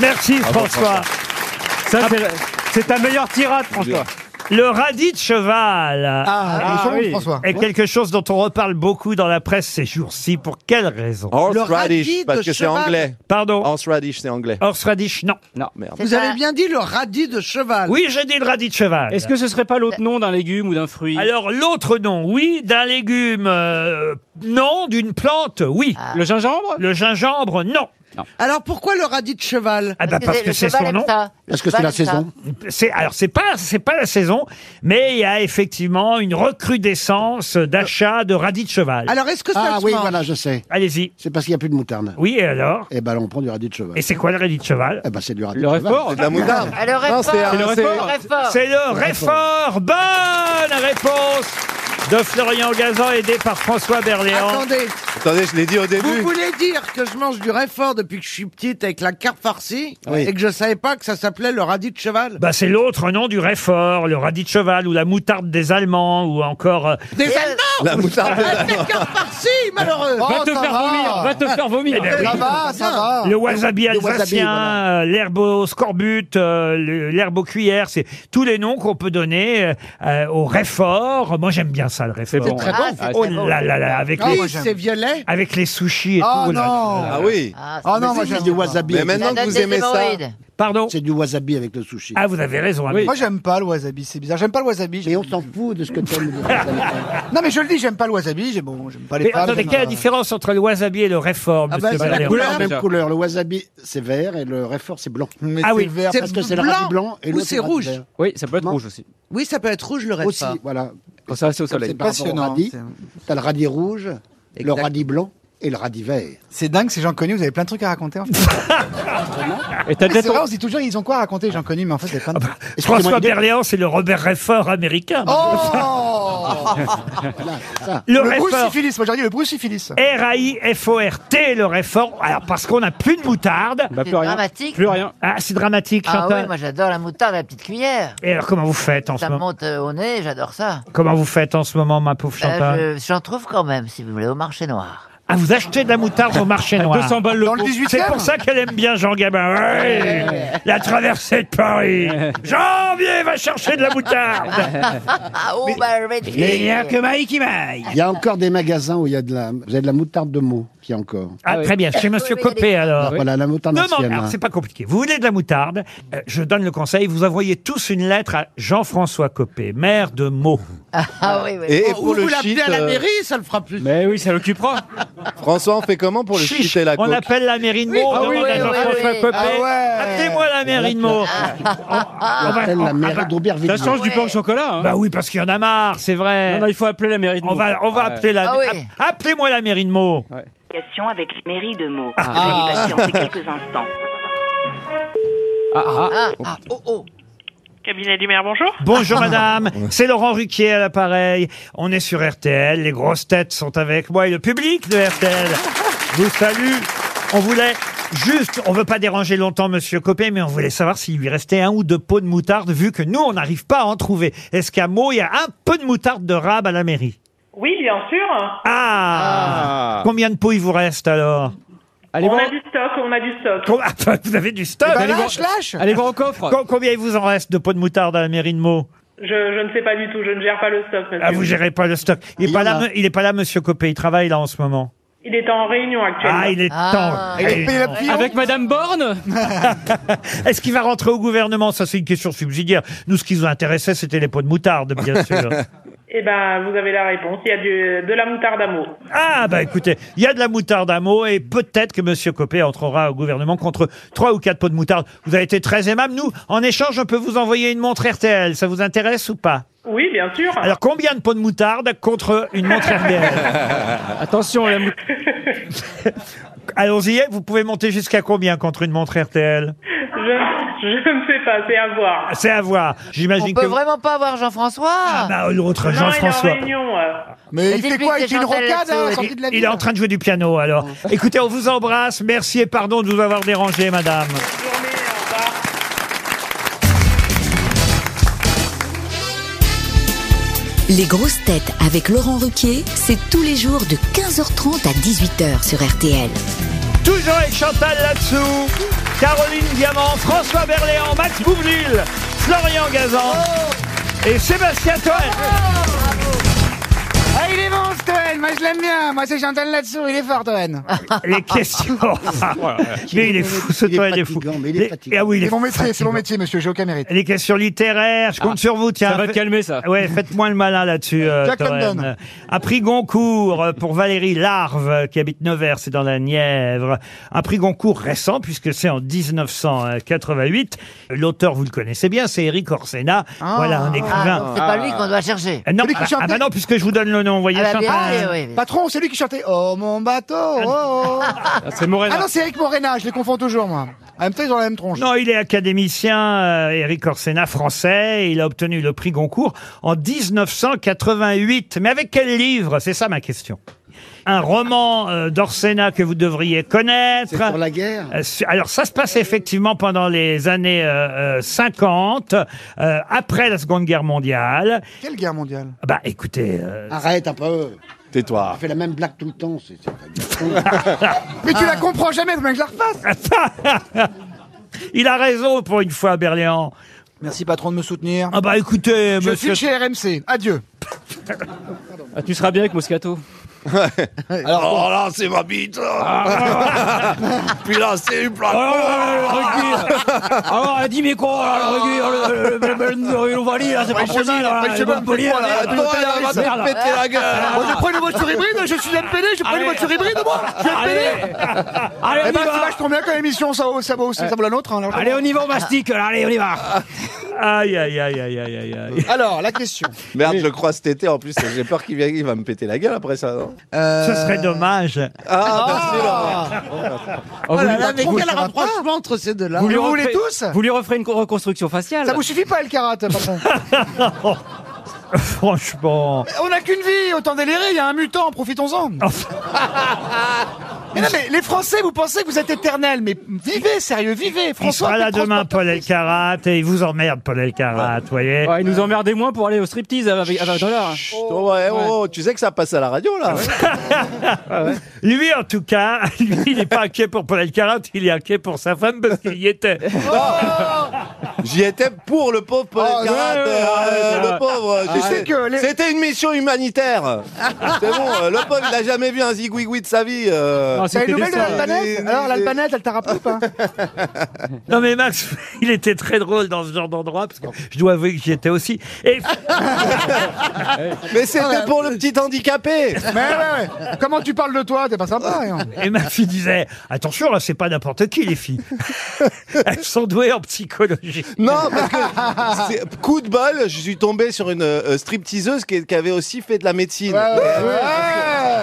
Speaker 2: Merci François.
Speaker 6: Ça, c'est- C'est ta meilleure tirade, François.
Speaker 2: Le radis de cheval
Speaker 4: Ah,
Speaker 6: Ah,
Speaker 4: il est sur l'ombre,
Speaker 6: oui.
Speaker 4: François.
Speaker 2: est quelque chose dont on reparle beaucoup dans la presse ces jours-ci. Pour quelle raison
Speaker 11: Le radis
Speaker 3: Horseradish,
Speaker 11: de
Speaker 3: parce que c'est
Speaker 11: cheval.
Speaker 3: anglais.
Speaker 2: Pardon
Speaker 3: Horseradish, c'est anglais.
Speaker 2: Horseradish, non.
Speaker 3: Merde.
Speaker 11: Vous
Speaker 5: C'est
Speaker 11: avez
Speaker 5: un-
Speaker 11: bien dit le radis de cheval.
Speaker 2: Oui, j'ai dit le radis de cheval.
Speaker 6: Ah, Est-ce que ce serait pas
Speaker 5: Ben.
Speaker 6: l'autre nom d'un légume ou d'un fruit
Speaker 2: Alors, l'autre nom, oui. D'un légume, euh, non. D'une plante, oui.
Speaker 5: Ah.
Speaker 6: Le gingembre
Speaker 2: Le gingembre, non.
Speaker 11: Alors pourquoi le radis de cheval
Speaker 2: Ah bah parce que
Speaker 5: le
Speaker 2: c'est
Speaker 5: cheval
Speaker 2: son
Speaker 5: aime
Speaker 2: nom.
Speaker 5: ça. Le
Speaker 7: Parce que c'est
Speaker 5: cheval
Speaker 7: la
Speaker 5: aime ça.
Speaker 7: saison.
Speaker 2: C'est alors c'est pas c'est pas la saison, mais il y a effectivement une recrudescence d'achat de radis de cheval.
Speaker 11: Alors est-ce que ça
Speaker 7: Ah
Speaker 11: se
Speaker 7: oui,
Speaker 11: mange
Speaker 7: voilà, je sais.
Speaker 2: Allez-y.
Speaker 7: C'est parce qu'il n'y a plus de moutarde.
Speaker 2: Oui et alors
Speaker 7: Eh ben, alors, on prend du radis de cheval.
Speaker 2: Et c'est quoi le radis de cheval
Speaker 7: Eh ben, c'est du radis
Speaker 6: Le
Speaker 7: de cheval.
Speaker 6: réfort
Speaker 3: C'est de la moutarde.
Speaker 5: Ah, le
Speaker 3: Non,
Speaker 5: rêve
Speaker 3: c'est
Speaker 5: fort.
Speaker 3: un- c'est-
Speaker 6: le
Speaker 5: Le
Speaker 6: réfort
Speaker 5: rêve fort.
Speaker 2: C'est le réfort. Bonne réponse de Florian Gazan, aidé par François Berléand.
Speaker 11: Attendez,
Speaker 3: Attendez, je l'ai dit au
Speaker 11: vous
Speaker 3: début.
Speaker 11: voulez dire que je mange du réfort depuis que je suis petite avec la carte farcie
Speaker 7: Oui.
Speaker 11: et que je savais pas que ça s'appelait le radis de cheval
Speaker 2: Bah, c'est l'autre nom du réfort, le radis de cheval ou la moutarde des Allemands ou encore euh,
Speaker 11: Des Allemands
Speaker 3: La moutarde.
Speaker 11: Avec la carte farcie, malheureux
Speaker 4: Oh,
Speaker 6: Va te
Speaker 4: ça
Speaker 6: faire
Speaker 4: va.
Speaker 6: vomir Va te faire vomir
Speaker 2: eh ben oui.
Speaker 4: Ça va, ça va.
Speaker 2: le wasabi
Speaker 7: wasabi,
Speaker 2: alsacien,
Speaker 7: voilà.
Speaker 2: euh, l'herbe au scorbut, euh, le- l'herbe au cuillère, c'est tous les noms qu'on peut donner euh, euh, au réfort. Moi, j'aime bien colossal restaurant.
Speaker 6: bon. C'était très bon. Ah,
Speaker 2: Oh
Speaker 6: c'était bon.
Speaker 2: là là là, avec
Speaker 6: Ah,
Speaker 2: les,
Speaker 6: moi, j'aime. C'est violet
Speaker 2: Avec les sushis et
Speaker 6: Ah,
Speaker 2: tout. là
Speaker 6: non.
Speaker 2: là là.
Speaker 6: Ah oui.
Speaker 5: Ah,
Speaker 7: Ah non, moi j'aime du wasabi.
Speaker 6: Mais maintenant
Speaker 5: que vous aimez ça- hémorroïdes.
Speaker 2: Pardon
Speaker 7: C'est du wasabi avec le sushi.
Speaker 2: Ah, vous avez raison.
Speaker 7: Oui.
Speaker 4: Moi, j'aime pas le wasabi, c'est bizarre. J'aime pas le wasabi.
Speaker 7: Et on s'en fout de ce que tu aimes.
Speaker 4: non, mais je le dis, j'aime pas le wasabi. J'ai bon, j'aime pas les
Speaker 2: Mais
Speaker 4: femmes,
Speaker 2: attendez,
Speaker 4: j'aime
Speaker 2: quelle est la
Speaker 4: pas-
Speaker 2: différence entre le wasabi et le réforme
Speaker 7: Ah bah,
Speaker 2: monsieur
Speaker 7: c'est la
Speaker 2: Valérian
Speaker 7: couleur, la même couleur. Le wasabi, c'est vert et le réfort, c'est blanc.
Speaker 4: Mais
Speaker 2: Ah
Speaker 4: c'est
Speaker 2: oui.
Speaker 4: vert.
Speaker 11: C'est
Speaker 7: Parce que c'est le radis blanc et
Speaker 11: ou
Speaker 7: l'autre,
Speaker 11: c'est
Speaker 7: le radis
Speaker 11: rouge.
Speaker 7: vert.
Speaker 6: Oui, ça peut être
Speaker 7: Non.
Speaker 6: rouge aussi.
Speaker 11: Oui, ça peut être rouge, le reste.
Speaker 7: Aussi, voilà.
Speaker 6: Quand ça reste au
Speaker 7: C'est
Speaker 6: soleil.
Speaker 7: par rapport au
Speaker 4: passionnant,
Speaker 7: radis.
Speaker 4: c'est-
Speaker 7: T'as le radis rouge, le
Speaker 11: Exact.
Speaker 7: radis blanc et le radis vert.
Speaker 4: C'est dingue, ces gens connus, vous avez plein de trucs à raconter. En fait.
Speaker 6: Et t'as déjà
Speaker 4: c'est
Speaker 6: ton-
Speaker 4: vrai, on se dit toujours, ils ont quoi à raconter, les gens connus, mais en fait, c'est plein de trucs.
Speaker 2: Ah
Speaker 7: Excusez-moi
Speaker 2: bah, François
Speaker 7: une idée.
Speaker 2: Berléand, c'est le Robert Redford américain.
Speaker 7: Voilà, c'est ça.
Speaker 2: le
Speaker 4: Le
Speaker 2: Redford,
Speaker 4: brucifilice, moi j'ai dit le brucifilice.
Speaker 2: R-A-I-F-O-R-T, le Redford. Alors, parce qu'on n'a plus de moutarde.
Speaker 6: Bah,
Speaker 5: C'est
Speaker 6: plus rien.
Speaker 5: dramatique.
Speaker 6: Plus rien.
Speaker 2: Ah, c'est dramatique,
Speaker 5: Ah
Speaker 2: Chantal.
Speaker 5: oui, moi j'adore la moutarde à la petite cuillère.
Speaker 2: Et alors, comment vous faites en ce
Speaker 5: Ça me
Speaker 2: moment
Speaker 5: monte euh, au nez, j'adore ça.
Speaker 2: Comment vous faites en ce moment, ma pauvre Chantal
Speaker 5: Euh, je- J'en trouve quand même, si vous voulez, au marché noir.
Speaker 2: Ah, vous achetez de la moutarde au marché noir.
Speaker 6: 200 balles le
Speaker 4: Dans le
Speaker 6: pot.
Speaker 4: 18
Speaker 2: C'est
Speaker 4: e
Speaker 2: pour ça qu'elle aime bien Jean Gabin. Oui, la traversée de Paris. Janvier va chercher de la moutarde.
Speaker 5: Ah, oh, bah, je vais te
Speaker 2: Et il n'y a
Speaker 5: dire.
Speaker 2: que Maï qui maille.
Speaker 7: Il y a encore des magasins où il y a de la, vous avez de la moutarde de mots qui y a encore.
Speaker 2: Ah, très bien. Chez Monsieur
Speaker 5: Oui, mais il y a
Speaker 2: Copé,
Speaker 5: des-
Speaker 2: alors.
Speaker 7: Voilà, la moutarde
Speaker 2: Demande-
Speaker 7: ancienne. hein.
Speaker 2: alors, c'est pas compliqué. Vous voulez de la moutarde euh, Je donne le conseil. Vous envoyez tous une lettre à Jean-François Copé, maire de Meaux.
Speaker 5: Ah oui, oui.
Speaker 10: Oh,
Speaker 9: Et, et
Speaker 11: Ou
Speaker 9: pour
Speaker 11: vous
Speaker 9: le
Speaker 11: l'appelez
Speaker 9: shit,
Speaker 11: à la
Speaker 9: euh,
Speaker 11: mairie, ça le fera plus.
Speaker 6: Mais oui, ça l'occupera.
Speaker 9: François, on fait comment pour le
Speaker 2: Chiche,
Speaker 9: shit et la
Speaker 2: on
Speaker 9: coke
Speaker 2: appelle la mairie de Meaux. on
Speaker 5: ah
Speaker 2: demande
Speaker 5: oui,
Speaker 2: à
Speaker 5: oui,
Speaker 2: Jean-François
Speaker 5: oui, oui.
Speaker 2: Copé.
Speaker 4: Ah ouais.
Speaker 2: Appelez-moi la mairie de Meaux.
Speaker 7: On
Speaker 2: Ah,
Speaker 7: appelle la mairie d'Aubervilliers.
Speaker 6: Ça change du
Speaker 5: Ouais.
Speaker 6: pain au chocolat. hein.
Speaker 2: Bah oui, parce qu'il y en a marre, c'est vrai.
Speaker 6: non, non, il faut appeler la mairie de
Speaker 2: On va, on va appeler la.
Speaker 5: Ah oui.
Speaker 2: app- Appelez-moi la mairie de Meaux.
Speaker 13: Communication avec mairie de mots.
Speaker 2: Ah.
Speaker 13: Veuillez patienter quelques instants.
Speaker 5: Ah, ah, oh, oh.
Speaker 13: Cabinet du maire, bonjour.
Speaker 2: Bonjour madame, c'est Laurent Ruquier à l'appareil. On est sur RTL, les grosses têtes sont avec moi et le public de RTL vous salue. On voulait juste, on veut pas déranger longtemps monsieur Copé, mais on voulait savoir s'il lui restait un ou deux pots de moutarde vu que nous on n'arrive pas à en trouver. Est-ce qu'à Meaux, il y a un peu de moutarde de rab à la mairie
Speaker 13: Oui, bien sûr.
Speaker 2: ah,
Speaker 9: Ah.
Speaker 2: Combien de pots il vous reste alors
Speaker 6: Allez,
Speaker 13: on
Speaker 6: voir,
Speaker 13: a du stock, on a du stock.
Speaker 2: Com- Ah, Vous avez du stock
Speaker 4: Bah,
Speaker 2: allez voir-
Speaker 4: lâche, lâche
Speaker 6: allez voir au coffre.
Speaker 2: Com- Combien il vous en reste de pots de moutarde à la mairie de Meaux
Speaker 13: Je, je ne sais pas du tout, je ne gère pas le stock. monsieur.
Speaker 2: Ah, vous gérez pas le stock. Il est
Speaker 7: Il y
Speaker 2: pas
Speaker 7: en
Speaker 2: là,
Speaker 7: a.
Speaker 2: me- il est pas là, monsieur Copé. Il travaille là en ce moment.
Speaker 13: Il est en réunion actuellement.
Speaker 2: Ah, il est
Speaker 5: Ah.
Speaker 2: temps.
Speaker 4: Il a payé la pion.
Speaker 6: Avec Madame Borne
Speaker 2: Est-ce qu'il va rentrer au gouvernement Ça, c'est une question subsidiaire. Nous, ce qui nous intéressait, c'était les pots de moutarde, bien sûr.
Speaker 13: Eh ben, vous avez la réponse. Il y a du, de la moutarde à mots.
Speaker 2: ah, bah écoutez, il y a de la moutarde à mots et peut-être que monsieur Copé entrera au gouvernement contre trois ou quatre pots de moutarde. Vous avez été très aimable. Nous, en échange, on peut vous envoyer une montre RTL. Ça vous intéresse ou pas
Speaker 13: Oui, bien sûr.
Speaker 2: Alors, combien de pots de moutarde contre une montre RTL
Speaker 6: Attention, la mou-
Speaker 2: Allons-y, vous pouvez monter jusqu'à combien contre une montre RTL
Speaker 13: Je, je ne sais pas, c'est à voir.
Speaker 2: C'est à voir.
Speaker 5: On
Speaker 2: J'imagine que.
Speaker 5: peut vraiment pas avoir
Speaker 2: Ah,
Speaker 5: Jean-François
Speaker 2: bah, l'autre
Speaker 13: non, il est en
Speaker 2: Jean-François.
Speaker 13: réunion. euh.
Speaker 4: Mais il
Speaker 5: Dites-lui
Speaker 4: fait quoi
Speaker 5: que
Speaker 4: Il fait une
Speaker 5: Chantal
Speaker 4: rocade à la
Speaker 5: Latsou,
Speaker 4: sortie de la
Speaker 2: Il,
Speaker 4: ville
Speaker 2: il est en train hein, de jouer du piano alors. Écoutez, on vous embrasse. Merci et pardon de vous avoir dérangé, madame.
Speaker 13: Journée, au revoir.
Speaker 14: Les grosses têtes avec Laurent Ruquier, c'est tous les jours de 15h30 à 18h sur RTL.
Speaker 2: Toujours avec Chantal Latsou, Caroline Diamant, François Berléand, Max Boublil, Florian Gazan et Sébastien Toen.
Speaker 4: Ah, il est bon, ce Toen Moi, je l'aime bien Moi, c'est Chantal là-dessous, il est fort, Toen
Speaker 2: Les questions. Ah, mais il est fou, ce
Speaker 7: Il est
Speaker 2: Toen est fou.
Speaker 7: fatigant, mais il est
Speaker 2: Les-
Speaker 7: fatigant.
Speaker 2: Ah oui, il est
Speaker 4: C'est mon métier, c'est
Speaker 2: fatigant.
Speaker 4: mon métier, monsieur, j'ai aucun mérite.
Speaker 2: Les questions littéraires, je compte sur vous, tiens.
Speaker 6: Ah, Ça va te calmer, ça.
Speaker 2: Ouais, faites-moi le malin là-dessus. Euh,
Speaker 4: Jack
Speaker 2: Toen.
Speaker 4: London.
Speaker 2: Un prix Goncourt euh, pour Valérie Larve, euh, qui habite Nevers, c'est dans la Nièvre. Un prix Goncourt récent, puisque c'est en 1988. L'auteur, vous le connaissez bien, c'est Eric Orsena. voilà, un
Speaker 5: Ah,
Speaker 2: écrivain.
Speaker 5: donc c'est pas lui qu'on doit chercher.
Speaker 2: Euh, non,
Speaker 4: Celui qui
Speaker 2: ah,
Speaker 4: chantait.
Speaker 2: ah bah non, puisque je vous donne le nom, vous voyez.
Speaker 5: Ah, bah, bien,
Speaker 2: Chantal.
Speaker 5: oui, oui.
Speaker 4: Patron, c'est lui qui chantait Oh mon bateau oh, oh.
Speaker 6: Ah, C'est
Speaker 4: Ah
Speaker 6: Morena.
Speaker 4: non, c'est Eric Morena, je les confonds toujours, moi. En même temps, ils ont la même tronche.
Speaker 2: Non, il est académicien, euh, Eric Orsena, français. et Il a obtenu le prix Goncourt en 1988. Mais avec quel livre C'est ça ma question. Un roman euh, d'Orsena que vous devriez connaître.
Speaker 7: C'est sur la guerre.
Speaker 2: Euh, su- Alors ça se passe effectivement pendant les années euh, euh, 50, euh, après la Seconde Guerre mondiale.
Speaker 4: Quelle guerre mondiale
Speaker 2: Ah Bah écoutez, euh,
Speaker 7: Arrête un peu.
Speaker 9: Tais-toi.
Speaker 7: On fait la même blague tout le temps. c'est- c'est pas bien.
Speaker 4: Mais
Speaker 6: Ah.
Speaker 4: tu la comprends jamais, faut bien que je la refasse
Speaker 2: il a raison pour une fois, Berléand.
Speaker 4: Merci, patron, de me soutenir.
Speaker 2: Ah bah écoutez,
Speaker 4: Je
Speaker 2: monsieur...
Speaker 4: suis chez RMC, adieu
Speaker 6: Ah, tu seras bien avec Moscato.
Speaker 15: Alors, oh là, c'est ma bite. Puis là, c'est une plaque.
Speaker 6: Oh, Alors, elle Ah, dit, mais quoi, là, le rugby, le- le- le- le- le- le Ovalie, là, c'est pas possible, là, le Montpellier, là, la pénalité, merde. Ah,
Speaker 8: Moi, je prends une voiture hybride, je suis MPD, je prends une voiture hybride, moi Je suis MPD
Speaker 6: Allez, on
Speaker 4: Eh
Speaker 6: y
Speaker 4: ben,
Speaker 6: va.
Speaker 4: c'est vachement bien comme émission, ça vaut, ça vaut, ça vaut la nôtre. hein, alors.
Speaker 6: Allez, on y va, on mastique, là, allez, on y va.
Speaker 2: Aïe, aïe, aïe, aïe, aïe, aïe, aïe.
Speaker 4: Ah. Alors, la question.
Speaker 9: Merde, je le crois cet été en plus. J'ai peur qu'il vienne- il va me péter la gueule après ça. Non
Speaker 2: Ce serait dommage.
Speaker 7: Euh,
Speaker 9: Ah,
Speaker 11: Oh là
Speaker 9: Laurent.
Speaker 11: là, mais
Speaker 9: Vous-
Speaker 11: quel
Speaker 9: ça va
Speaker 11: rapprochement entre ces deux-là
Speaker 6: lui referez- Vous lui referez une co- reconstruction faciale.
Speaker 4: Ça vous suffit pas, le carat, patron
Speaker 2: Franchement.
Speaker 4: On n'a qu'une vie, autant délirer, il y a un mutant, profitons-en.
Speaker 2: Ah.
Speaker 4: mais non, mais les Français, vous pensez que vous êtes éternels, mais vivez, sérieux, vivez.
Speaker 2: Il
Speaker 4: François,
Speaker 2: sera là
Speaker 4: Petros-
Speaker 2: demain, Paul Elkarat, et il vous emmerde, Paul Elkarat, vous voyez.
Speaker 6: Ouais, il nous emmerdait moins pour aller au striptease à 20 à 20 dollars.
Speaker 9: Oh, ouais, oh, tu sais que ça passe à la radio
Speaker 4: Ah
Speaker 9: là.
Speaker 2: Oh. Lui, en tout cas, lui, il n'est pas inquiet pour Paul Elkarat, il est inquiet pour sa femme parce qu'il y était.
Speaker 9: J'y étais pour le pauvre Paul
Speaker 2: Oh,
Speaker 9: Elkarat,
Speaker 2: ouais, ouais,
Speaker 9: euh,
Speaker 2: ouais, ouais.
Speaker 9: le pauvre.
Speaker 2: Tu
Speaker 9: j'ai-
Speaker 2: sais que les-
Speaker 9: C'était une mission humanitaire. C'est bon, euh, le pauvre, il n'a jamais vu un zigouigoui de sa vie.
Speaker 2: Ah,
Speaker 9: euh.
Speaker 4: T'as une nouvelle de l'Albanaise Alors, l'Albanaise, elle t'a rappelé ou pas hein.
Speaker 2: Non mais Max, il était très drôle dans ce genre d'endroit parce que je dois avouer que j'y étais aussi. Et
Speaker 9: Mais c'était pour le petit handicapé
Speaker 4: Mais ouais, ouais. Comment tu parles de toi T'es pas sympa, hein.
Speaker 2: Et ma fille disait Attention, là, c'est pas n'importe qui, les filles. Elles sont douées en psychologie.
Speaker 9: Non, parce que c'est- coup de bol, je suis tombé sur une euh, stripteaseuse qui, qui avait aussi fait de la médecine.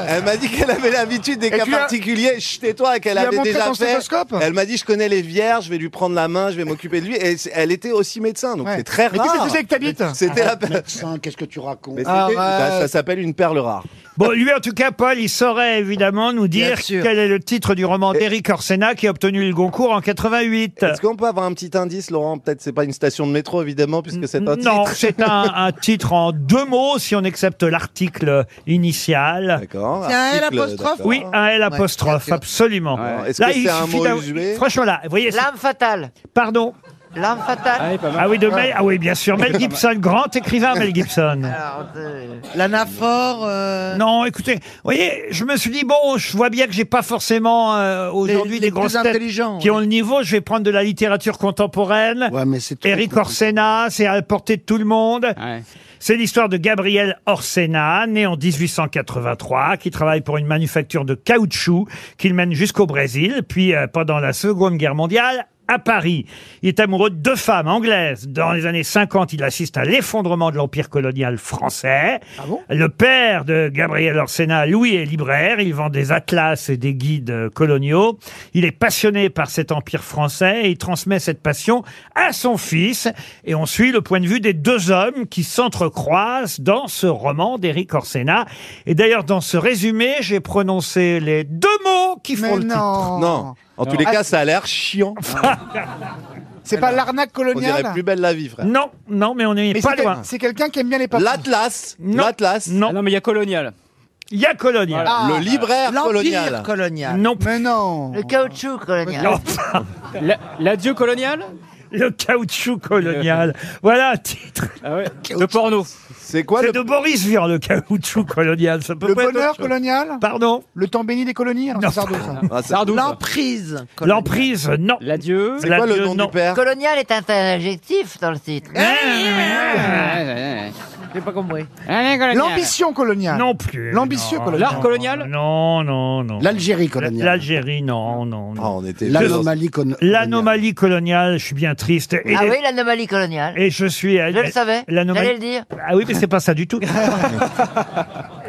Speaker 9: Elle m'a dit qu'elle avait l'habitude des
Speaker 15: Et
Speaker 9: cas
Speaker 15: tu l'as-
Speaker 9: particuliers. Chut, tais-toi, qu'elle
Speaker 15: lui as
Speaker 9: avait
Speaker 15: montré
Speaker 9: déjà
Speaker 15: ton
Speaker 9: fait.
Speaker 15: stéthoscope
Speaker 9: Elle m'a dit je connais les vierges, je vais lui prendre la main, je vais m'occuper de lui. Et c'est- elle était aussi médecin, donc c'est très
Speaker 7: Mais qu'est-ce que
Speaker 9: rare.
Speaker 7: c'est que t'habites
Speaker 9: C'était la
Speaker 7: Arrête,
Speaker 9: per-
Speaker 7: Qu'est-ce que tu racontes
Speaker 9: Mais c'était- bah, ça, ça s'appelle une perle rare.
Speaker 2: Bon, lui, en tout cas, Paul, il saurait évidemment nous dire quel est le titre du roman d'Éric Orsena qui a obtenu le Goncourt en 88.
Speaker 9: Est-ce qu'on peut avoir un petit indice, Laurent Peut-être c'est pas une station de métro, évidemment, puisque c'est un
Speaker 2: Non,
Speaker 9: titre.
Speaker 2: c'est un, un titre en deux mots si on accepte l'article initial.
Speaker 9: D'accord.
Speaker 2: C'est
Speaker 9: C'est un L article, apostrophe d'accord.
Speaker 2: Oui, un L apostrophe, absolument.
Speaker 9: Est-ce que c'est un
Speaker 2: suffit
Speaker 9: mot
Speaker 2: d'avoir-
Speaker 9: usuel
Speaker 2: Franchement, là, vous voyez. L'âme fatale. Pardon
Speaker 5: L'âme fatale.
Speaker 2: Ah oui, de Mel- ah oui, bien sûr. Mel Gibson, grand écrivain Mel Gibson. L'anaphore Non, écoutez, vous voyez, je me suis dit, bon, je vois bien que j'ai pas forcément euh, aujourd'hui
Speaker 11: les
Speaker 2: des
Speaker 11: plus
Speaker 2: grosses têtes
Speaker 11: intelligents,
Speaker 2: qui ont le niveau. Je vais prendre de la littérature contemporaine. Eric Orsena, c'est à la portée de tout le monde. C'est l'histoire de Gabriel Orsena, né en 1883, qui travaille pour une manufacture de caoutchouc qu'il mène jusqu'au Brésil, puis euh, pendant la Seconde Guerre mondiale, à Paris. Il est amoureux de deux femmes anglaises. Dans les années 50, il assiste à l'effondrement de l'empire colonial français. le père de Gabriel Orsena, Louis, est libraire. Il vend des atlas et des guides euh, coloniaux. Il est passionné par cet empire français et il transmet cette passion à son fils. Et on suit le point de vue des deux hommes qui s'entrecroisent dans ce roman d'Éric Orsena. Et d'ailleurs, dans ce résumé, j'ai prononcé les deux mots qui font
Speaker 4: Mais
Speaker 2: le
Speaker 4: non. Ah,
Speaker 2: titre.
Speaker 9: Non. En tous les cas, ça a l'air chiant.
Speaker 4: C'est pas l'arnaque
Speaker 9: On
Speaker 4: coloniale
Speaker 9: dirait plus belle la vie, frère.
Speaker 2: Non, non, mais on n'est
Speaker 4: Mais
Speaker 2: pas
Speaker 4: c'est quel-
Speaker 2: loin.
Speaker 4: C'est quelqu'un qui aime bien les patrons.
Speaker 9: L'Atlas. L'Atlas.
Speaker 2: Non.
Speaker 6: Ah non, mais il y a Colonial.
Speaker 2: Il y a Colonial.
Speaker 4: Ah.
Speaker 9: Le libraire
Speaker 4: L'Empire
Speaker 9: colonial.
Speaker 11: colonial.
Speaker 2: Non.
Speaker 4: Mais non.
Speaker 5: Le caoutchouc colonial.
Speaker 6: L'adieu colonial
Speaker 2: Le caoutchouc colonial. Voilà un titre.
Speaker 6: Le porno.
Speaker 9: C'est quoi
Speaker 2: C'est de Boris Vian, le caoutchouc colonial. Ça peut
Speaker 4: Le
Speaker 2: pas être
Speaker 4: bonheur
Speaker 2: autre chose.
Speaker 4: colonial
Speaker 2: Pardon
Speaker 4: Le temps béni des colonies Alors,
Speaker 2: Non.
Speaker 4: c'est Sardou, ça.
Speaker 9: Ah,
Speaker 11: L'emprise.
Speaker 2: L'emprise, Euh, non.
Speaker 6: L'adieu.
Speaker 9: C'est quoi le nom du père
Speaker 5: Colonial est un adjectif dans le titre.
Speaker 2: Ah,
Speaker 5: Ah,
Speaker 11: J'ai pas compris.
Speaker 4: L'ambition coloniale.
Speaker 2: Non plus.
Speaker 4: L'ambitieux
Speaker 2: Non,
Speaker 4: colonial.
Speaker 2: non, Non, non, non.
Speaker 7: L'Algérie coloniale.
Speaker 2: L'Algérie, non, non. non.
Speaker 9: Ah, on était
Speaker 7: L'anomalie coloniale.
Speaker 2: L'anomalie coloniale, je suis bien triste. Et,
Speaker 5: Ah oui, l'anomalie coloniale.
Speaker 2: et je suis.
Speaker 5: Je le savais.
Speaker 2: l'anomalie-
Speaker 5: J'allais le dire.
Speaker 2: Ah oui, mais c'est pas ça du tout.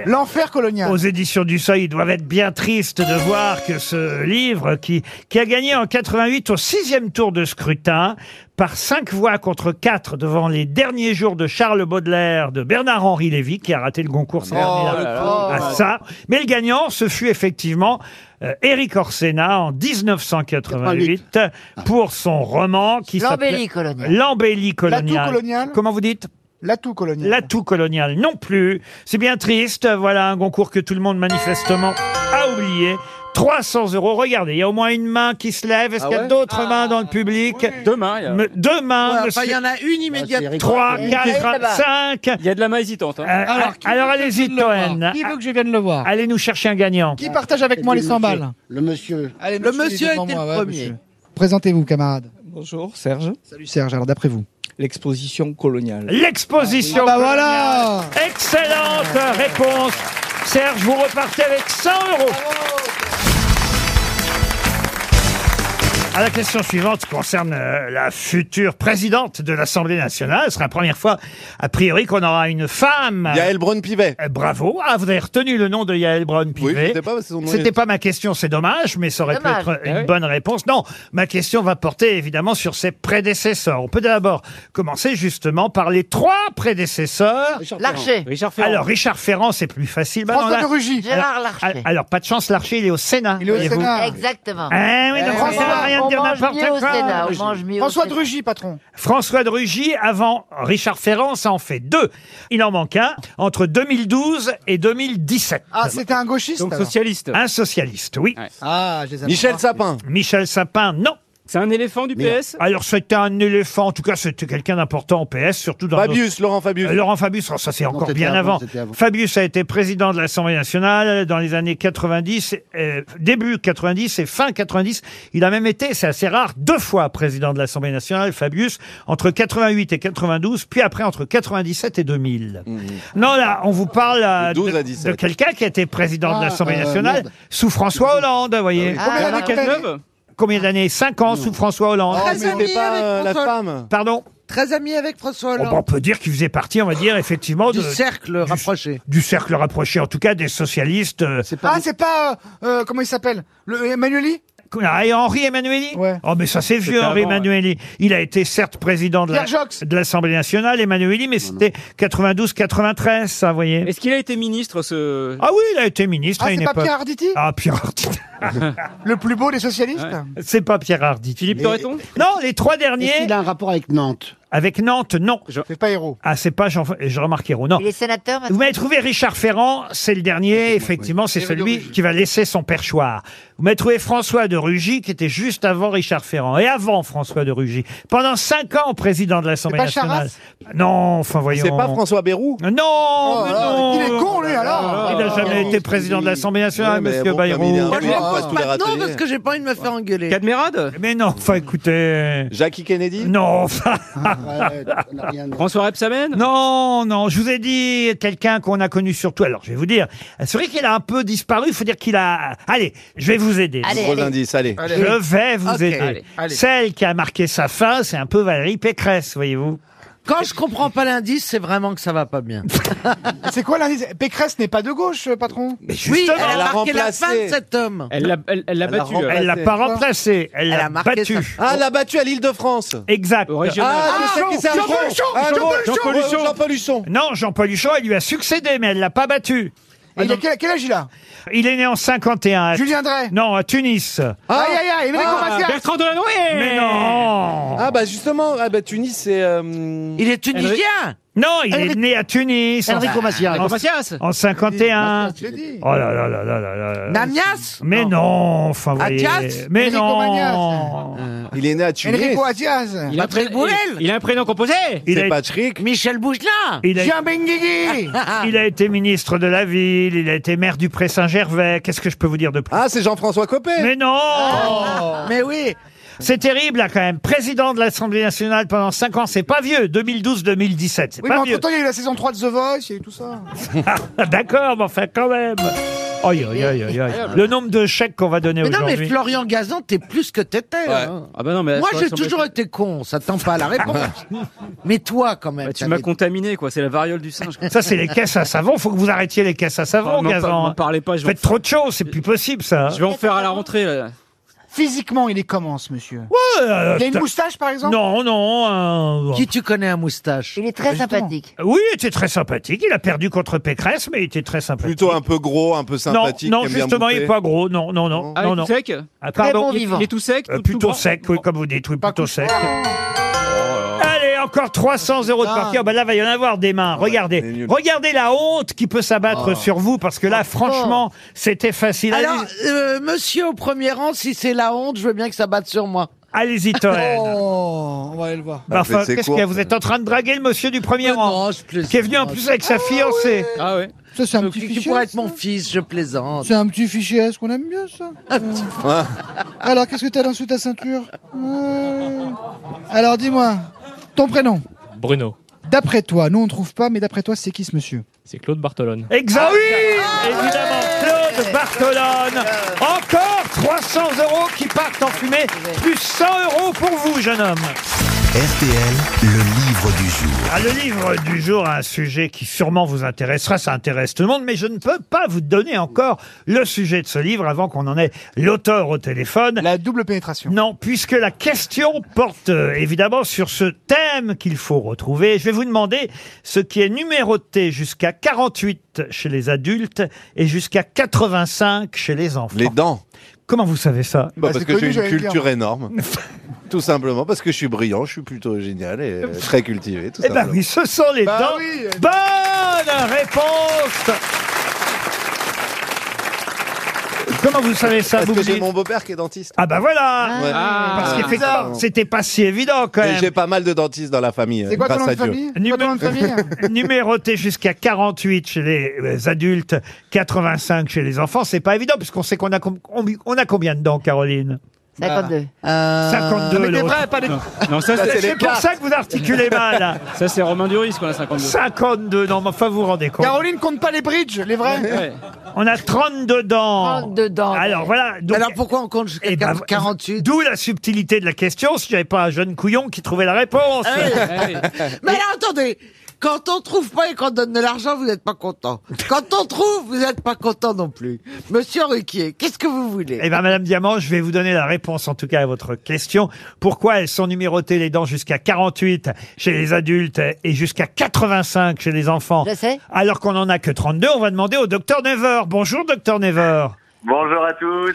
Speaker 4: L'enfer colonial.
Speaker 2: Aux éditions du Seuil, ils doivent être bien tristes de voir que ce livre, qui, qui a gagné en 88 au sixième tour de scrutin, par cinq voix contre quatre devant les derniers jours de Charles Baudelaire, de Bernard-Henri Lévy, qui a raté le concours cette
Speaker 9: Oh,
Speaker 2: année-là.
Speaker 9: le pauvre.
Speaker 2: Ah, ça. Mais le gagnant, ce fut effectivement euh, Éric Orsena en 1988 pour son roman qui s'appelait...
Speaker 5: L'embellie coloniale.
Speaker 2: L'embellie coloniale.
Speaker 4: L'atout colonial.
Speaker 2: Comment vous dites
Speaker 4: L'atout colonial.
Speaker 2: L'atout colonial non plus. C'est bien triste. Voilà un concours que tout le monde manifestement a oublié. 300 euros. Regardez, il y a au moins une main qui se lève. Est-ce
Speaker 6: Ah
Speaker 2: qu'il y a
Speaker 6: ouais
Speaker 2: d'autres mains dans le public Deux mains. Deux mains.
Speaker 11: Ouais, enfin,
Speaker 2: Ah, monsieur.
Speaker 11: il y en a une immédiatement. Ah, c'est
Speaker 2: Trois,
Speaker 11: rigolo.
Speaker 2: quatre,
Speaker 11: Et là-bas.
Speaker 2: cinq. Il y a de la main hésitante.
Speaker 12: hein.
Speaker 2: Alors,
Speaker 11: Alors, qui
Speaker 2: Ah, alors
Speaker 11: veut que
Speaker 2: allez-y,
Speaker 11: je vienne le
Speaker 2: Toen.
Speaker 11: voir Qui veut que je vienne le voir
Speaker 2: Allez nous chercher un gagnant.
Speaker 4: Qui partage avec moi les 100 balles
Speaker 7: Le monsieur.
Speaker 4: Allez, monsieur,
Speaker 11: Le
Speaker 4: il est
Speaker 11: monsieur
Speaker 4: devant
Speaker 11: était
Speaker 4: moi,
Speaker 11: le
Speaker 4: ouais,
Speaker 11: premier.
Speaker 4: monsieur. Présentez-vous, camarade.
Speaker 16: Bonjour Serge.
Speaker 4: Salut Serge, alors d'après vous
Speaker 16: L'exposition coloniale.
Speaker 2: L'exposition.
Speaker 16: Ah bah
Speaker 2: coloniale. Excellente réponse. Serge, vous repartez avec 100 euros. À Ah, la question suivante concerne euh, la future présidente de l'Assemblée nationale. Ce sera la première fois, a priori, qu'on aura une femme. Yael Braun-Pivet. Bravo. Ah, vous avez retenu le nom de Yael Braun-Pivet.
Speaker 9: c'était pas son nom.
Speaker 2: C'était pas ma question, c'est dommage, mais ça aurait
Speaker 9: Dommage.
Speaker 2: pu être
Speaker 9: Ah
Speaker 2: une
Speaker 9: oui.
Speaker 2: bonne réponse. Non, ma question va porter évidemment sur ses prédécesseurs. On peut d'abord commencer justement par les trois prédécesseurs.
Speaker 5: Larcher. Richard Ferrand.
Speaker 2: Alors, Richard Ferrand, c'est plus facile. Bah,
Speaker 5: François
Speaker 2: là- Ah,
Speaker 5: de Rugy. Gérard Larcher.
Speaker 2: Alors, alors, pas de chance, Larcher, il est au Sénat. voyez-vous.
Speaker 5: Exactement.
Speaker 2: Eh oui, donc ça sert à rien de
Speaker 5: on
Speaker 2: dire
Speaker 5: mange
Speaker 2: n'importe
Speaker 5: mieux au
Speaker 2: quoi.
Speaker 5: Sénat, on mange mieux au
Speaker 4: François
Speaker 5: Sénat.
Speaker 4: Drugy, patron.
Speaker 2: François de Rugy avant Richard Ferrand, ça en fait deux. Il en manque un entre 2012 et 2017.
Speaker 4: Ah, c'était un gauchiste, Donc alors. socialiste.
Speaker 2: Un socialiste, oui.
Speaker 4: Ah, je les avais pas.
Speaker 2: Sapin. Michel Sapin, non. C'est un éléphant du
Speaker 4: PS
Speaker 2: Alors c'était un éléphant, en tout cas c'était quelqu'un d'important au PS, surtout dans
Speaker 9: Fabius, Laurent Fabius.
Speaker 2: Euh, Laurent Fabius, oh, ça c'est encore
Speaker 9: c'était
Speaker 2: bien
Speaker 9: avant,
Speaker 2: avant.
Speaker 9: c'était avant.
Speaker 2: Fabius a été président de l'Assemblée nationale dans les années 90, euh, début 90 et fin 90. Il a même été, c'est assez rare, deux fois président de l'Assemblée nationale, Fabius, entre 88 et 92, puis après entre 97 et 2000. Non, là, on vous parle euh, de, de quelqu'un qui a été président de
Speaker 9: Ah,
Speaker 2: l'Assemblée
Speaker 9: euh,
Speaker 2: nationale
Speaker 9: merde.
Speaker 2: sous François Hollande, vous voyez.
Speaker 9: Ah oui. Combien Ah, d'années Bernard Cazeneuve
Speaker 2: Combien d'années 5 ans sous François
Speaker 9: Ah,
Speaker 2: Hollande.
Speaker 11: Très ami
Speaker 2: euh,
Speaker 9: euh,
Speaker 11: avec François-
Speaker 2: Pardon
Speaker 11: Très ami avec François
Speaker 2: Oh,
Speaker 11: Hollande.
Speaker 2: bah, on peut dire qu'il faisait partie, on va dire, effectivement... Du cercle rapproché. Du cercle rapproché, en tout cas, des socialistes. euh,
Speaker 4: Ah, c'est pas. euh, euh, comment il s'appelle Le euh, Emmanueli
Speaker 2: Ah, et Henri Emmanueli Oh, mais ça, c'est vieux,
Speaker 4: C'était
Speaker 2: Henri
Speaker 4: avant, ouais.
Speaker 2: Emmanueli. Il a été certes président de la-
Speaker 4: Pierre Joxe.
Speaker 2: de l'Assemblée nationale, Emmanueli, mais c'était 92-93, ça, vous voyez.
Speaker 12: Est-ce qu'il a été ministre, ce...
Speaker 2: Ah oui, il a été ministre
Speaker 4: Ah,
Speaker 2: à
Speaker 4: c'est
Speaker 2: une
Speaker 4: pas
Speaker 2: époque.
Speaker 4: Pierre Arditi
Speaker 2: Ah, Pierre Arditi.
Speaker 4: Le plus beau des socialistes
Speaker 2: C'est pas Pierre Arditi. Philippe
Speaker 4: Torreton
Speaker 2: Non, les trois derniers.
Speaker 7: Est-ce qu'il a un rapport avec Nantes
Speaker 2: Avec Nantes, non.
Speaker 4: C'est pas héros.
Speaker 2: Ah, c'est pas Jean, Jean-Marc Ayrault, non.
Speaker 5: Il est sénateur maintenant
Speaker 2: Vous m'avez trouvé Richard Ferrand, c'est le dernier, effectivement, c'est celui qui va laisser son perchoir. Vous m'avez trouvé François de Rugy, qui était juste avant Richard Ferrand, et avant François de Rugy. Pendant cinq ans, président de l'Assemblée
Speaker 9: pas
Speaker 2: nationale. Non, enfin voyons.
Speaker 9: C'est pas François Bayrou
Speaker 2: Non, mais non.
Speaker 9: Il est
Speaker 4: con, lui, alors
Speaker 2: Il n'a jamais été président de l'Assemblée nationale,
Speaker 9: Ouais, mais
Speaker 2: monsieur
Speaker 9: bon,
Speaker 2: Bayrou.
Speaker 9: comme il est un peu à tous les
Speaker 11: Non,
Speaker 9: râteliers.
Speaker 11: Oh, parce que j'ai pas envie de me faire engueuler.
Speaker 2: Cadmerade Mais non, enfin écoutez.
Speaker 9: Jackie Kennedy
Speaker 2: Non, enfin.
Speaker 12: François Rebsamen
Speaker 2: Non, non, je vous ai dit quelqu'un qu'on a connu surtout. Alors, je vais vous dire, c'est vrai qu'il a un peu disparu, il faut dire qu'il a... Allez, je vais vous aider.
Speaker 9: Allez, Gros allez. indice, allez. Allez.
Speaker 2: Je vais vous
Speaker 9: Ok.
Speaker 2: aider.
Speaker 9: Allez, allez.
Speaker 2: Celle qui a marqué sa fin, c'est un peu Valérie Pécresse, voyez-vous.
Speaker 11: Quand je comprends pas l'indice, c'est vraiment que ça va pas bien.
Speaker 4: C'est quoi l'indice Pécresse n'est pas de gauche, euh, patron
Speaker 11: oui, elle a marqué la fin de cet homme.
Speaker 12: Elle l'a elle, elle l'a
Speaker 11: Elle l'a
Speaker 12: battu.
Speaker 11: remplacé.
Speaker 2: hein. Elle l'a pas remplacée, elle
Speaker 11: Elle
Speaker 2: l'a
Speaker 11: a marqué
Speaker 2: battue.
Speaker 11: sa-
Speaker 9: Ah, l'a battu à l'île de France.
Speaker 2: Exact.
Speaker 9: Ah, c'est celle qui s'est accro- Ah, bon, Jean-Paul Huchon. Jean-Paul Huchon.
Speaker 2: Non, Jean-Paul Huchon, elle lui a succédé, mais elle l'a pas battu.
Speaker 4: il a quel, quel âge il a
Speaker 2: Il est né en 51.
Speaker 4: Julien Drey
Speaker 2: Non, à Tunis.
Speaker 9: Ah.
Speaker 4: Aïe, aïe, aïe, Enrico Macias.
Speaker 12: Bertrand Delanoë
Speaker 2: Mais non
Speaker 9: Ah bah justement, ah bah Tunis c'est... euh,
Speaker 11: Il est tunisien
Speaker 9: Bah,
Speaker 2: Non, il est né à Tunis. en-
Speaker 11: Enrico Macias.
Speaker 2: En,
Speaker 11: Enrico Macias.
Speaker 2: en 51.
Speaker 11: Macias, je l'ai dit.
Speaker 2: Oh là là là là là là.
Speaker 11: Namias
Speaker 2: Mais non, enfin vous voyez.
Speaker 11: Adias
Speaker 2: Mais
Speaker 4: Enrico
Speaker 2: non.
Speaker 4: Manias.
Speaker 9: Il est né à
Speaker 4: Enrico Adiaz
Speaker 12: Il a, un pré- il- il a un prénom composé
Speaker 2: Il a-
Speaker 9: Patrick.
Speaker 11: Michel Bougelin
Speaker 2: Il a-
Speaker 4: Jean Benguigui
Speaker 2: Il a été ministre de la ville, il a été maire du Pré-Saint-Gervais. Qu'est-ce que je peux vous dire de plus
Speaker 9: Ah, c'est Jean-François Copé
Speaker 2: Mais non
Speaker 11: Mais oui
Speaker 2: C'est terrible là quand même. Président de l'Assemblée nationale pendant 5 ans, c'est pas vieux. 2012-2017, c'est
Speaker 4: Oui, mais
Speaker 2: pas vieux.
Speaker 4: entre temps, il y a eu la saison 3 de The Voice, il y a eu tout ça.
Speaker 2: D'accord, mais enfin quand même. Aïe, aïe, aïe, aïe, aïe. Le nombre de chèques qu'on va donner
Speaker 11: Mais non,
Speaker 2: aujourd'hui.
Speaker 11: mais Florian Gazan, t'es plus que t'étais. hein.
Speaker 12: Ah bah non, mais
Speaker 11: Moi,
Speaker 12: ça
Speaker 11: j'ai
Speaker 12: ressemble-
Speaker 11: toujours été con, ça tend pas à la réponse. mais toi, quand même.
Speaker 12: Bah, tu
Speaker 11: t'as
Speaker 12: m'as
Speaker 11: des-
Speaker 12: contaminé, quoi. C'est la variole du singe. quoi.
Speaker 2: Ça, c'est les caisses à savon. Faut que vous arrêtiez les caisses à
Speaker 12: Ah,
Speaker 2: savon,
Speaker 12: m'en par-
Speaker 2: Gazan.
Speaker 12: m'en parlez pas, je vais en
Speaker 2: Faites trop de choses, c'est plus possible, ça. hein.
Speaker 12: Je vais en faire à la rentrée. là.
Speaker 4: Physiquement, il est comment, ce monsieur
Speaker 2: Ouais, euh,
Speaker 4: Il a une
Speaker 2: t'as-
Speaker 4: moustache, par exemple
Speaker 2: Non, non. Euh,
Speaker 11: Qui tu connais un moustache
Speaker 5: Il est très sympathique.
Speaker 2: Oui, il était très sympathique. Il a perdu contre Pécresse, mais il était très sympathique.
Speaker 9: Plutôt un peu gros, un peu sympathique.
Speaker 2: non, non,
Speaker 9: qui aime bien
Speaker 2: justement, il est
Speaker 9: bouffer.
Speaker 2: pas gros. Non, non, non.
Speaker 12: Ah, il est
Speaker 2: non,
Speaker 12: tout
Speaker 2: non.
Speaker 12: sec
Speaker 2: Ah, pardon.
Speaker 12: Il est tout sec
Speaker 9: Oh,
Speaker 2: Euh, plutôt sec, oui, comme vous dites, oui, plutôt sec. Allez, encore 300 euros de
Speaker 5: Ah.
Speaker 17: Putain.
Speaker 2: partir. Bah là, va y en avoir des mains. Regardez. Regardez la honte qui peut
Speaker 9: Ah.
Speaker 2: s'abattre sur vous parce
Speaker 5: Ah,
Speaker 2: que là, franchement, c'était facile.
Speaker 11: Alors,
Speaker 2: Allez-
Speaker 11: euh, monsieur au premier rang, si c'est la honte, je veux bien que ça batte sur moi.
Speaker 2: Allez-y, Toen.
Speaker 11: Oh, on va aller le voir.
Speaker 2: Bah, enfin, qu'est-ce qu'il y a Vous êtes en train de draguer le monsieur du premier rang qui est venu en plus avec sa fiancée.
Speaker 11: Ah ouais
Speaker 4: Ça, c'est un
Speaker 11: Qui,
Speaker 4: petit
Speaker 11: qui
Speaker 4: fichier.
Speaker 11: pourrait être mon fils, je plaisante.
Speaker 4: C'est un petit fichier est-ce qu'on aime bien ça. Euh, Alors, qu'est-ce que t'as dans sous ta ceinture Euh, Alors, dis-moi, ton prénom.
Speaker 18: Bruno,
Speaker 4: D'après toi, nous on trouve pas, mais d'après toi, c'est qui ce monsieur
Speaker 18: c'est Claude Bartolone.
Speaker 11: Ah
Speaker 2: Exact. oui Ah Évidemment, Claude Bartolone. Encore 300 euros qui partent en fumée, plus 100 euros pour vous, jeune homme.
Speaker 1: RTL, le livre du jour.
Speaker 2: Ah, le livre du jour a un sujet qui sûrement vous intéressera, ça intéresse tout le monde, mais je ne peux pas vous donner encore le sujet de ce livre avant qu'on en ait l'auteur au téléphone.
Speaker 4: La double pénétration.
Speaker 2: Non, puisque la question porte euh, évidemment sur ce thème qu'il faut retrouver. Je vais vous demander ce qui est numéroté jusqu'à 48 chez les adultes et jusqu'à 85 chez les enfants. Les
Speaker 9: dents.
Speaker 2: Comment vous savez ça
Speaker 9: Bah, parce que j'ai une culture
Speaker 2: énorme.
Speaker 9: énorme. tout simplement parce que je suis brillant, je suis plutôt génial et euh, très cultivé. Tout
Speaker 2: Eh ben
Speaker 9: simplement.
Speaker 2: oui, ce sont les
Speaker 9: Bah
Speaker 2: dents.
Speaker 9: oui.
Speaker 2: Bonne réponse Comment vous savez ça,
Speaker 9: Parce
Speaker 2: vous
Speaker 9: que
Speaker 2: me
Speaker 9: j'ai
Speaker 2: dites
Speaker 9: mon beau-père qui est dentiste.
Speaker 2: Ah bah voilà
Speaker 9: Ouais.
Speaker 2: Parce
Speaker 9: Ah.
Speaker 2: qu'effectivement, c'était pas si évident quand
Speaker 9: Et
Speaker 2: même.
Speaker 9: J'ai pas mal de dentistes dans la famille. euh, grâce à Dieu.
Speaker 2: Numé- Numéroté jusqu'à 48 chez les euh, adultes, 85 chez les enfants, c'est pas évident puisqu'on sait qu'on a com- combi- on a combien de dents, Caroline
Speaker 19: 52.
Speaker 12: Ah. Euh,
Speaker 2: 52.
Speaker 19: Mais t'es
Speaker 2: l'autre.
Speaker 19: vrai, pas des-
Speaker 12: Non, ça,
Speaker 2: Bah,
Speaker 12: c'est-
Speaker 2: c'est pour ça que vous articulez mal.
Speaker 12: Ça, c'est Romain Duris qu'on a 52.
Speaker 2: 52 dents, Ah. mais enfin vous vous rendez compte.
Speaker 4: Caroline compte pas les bridges, les vrais
Speaker 2: On a 32 dents.
Speaker 4: 32 dents.
Speaker 2: Alors voilà. Alors
Speaker 11: pourquoi on compte jusqu'à 48
Speaker 2: D'où la subtilité de la question, si j'avais pas un jeune couillon qui trouvait la
Speaker 4: Ah
Speaker 2: réponse.
Speaker 11: Mais alors, attendez quand on trouve pas et qu'on donne de l'argent, vous n'êtes pas content. Quand on trouve, vous n'êtes pas content non plus. Monsieur Ruquier, qu'est-ce que vous voulez
Speaker 2: Eh bien, Madame Diamant, je vais vous donner la réponse, en tout cas, à votre question. Pourquoi elles sont numérotées les dents jusqu'à 48 chez les adultes et jusqu'à 85 chez les enfants Alors qu'on n'en a que 32, on va demander au docteur Never. Bonjour, docteur Never.
Speaker 20: Bonjour à tous.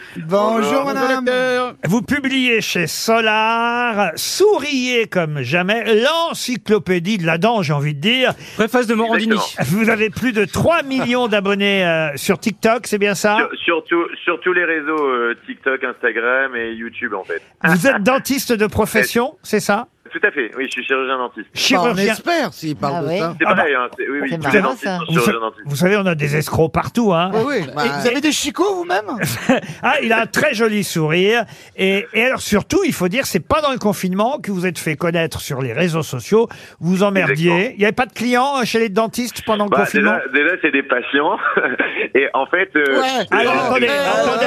Speaker 2: Vous publiez chez Solar, souriez comme jamais, l'encyclopédie de la dent, j'ai envie de dire. Préface de
Speaker 20: Morandini.
Speaker 2: Vous avez plus de 3 millions d'abonnés euh, sur TikTok, c'est bien ça
Speaker 20: Sur, surtout, sur tous les réseaux euh, TikTok, Instagram et YouTube en fait.
Speaker 2: Vous êtes dentiste de profession, c'est ça
Speaker 20: Tout à fait. Oui, je suis chirurgien dentiste.
Speaker 2: Chirurgien.
Speaker 11: s'il
Speaker 2: parle Ah de Bah, oui. ça.
Speaker 20: C'est
Speaker 2: Ah
Speaker 20: pareil. hein, c'est- oui, oui.
Speaker 2: C'est
Speaker 20: Tous
Speaker 2: marrant,
Speaker 20: les dentistes
Speaker 2: ça.
Speaker 20: sont
Speaker 2: Vous
Speaker 20: chirurgiens
Speaker 2: sa-
Speaker 20: dentistes.
Speaker 2: Vous savez, on a des escrocs partout, hein.
Speaker 11: oui, bah,
Speaker 4: Et vous avez des chicots vous-même
Speaker 2: Ah, il a un très joli sourire. Et, et alors, surtout, il faut dire, c'est pas dans le confinement que vous êtes fait connaître sur les réseaux sociaux. Vous vous emmerdiez.
Speaker 20: Exactement.
Speaker 2: Il n'y avait pas de clients euh, chez les dentistes pendant le
Speaker 20: Bah,
Speaker 2: confinement.
Speaker 20: déjà, déjà, c'est des patients. et en fait. euh, c'est- Euh,
Speaker 2: Alors, attendez, attendez.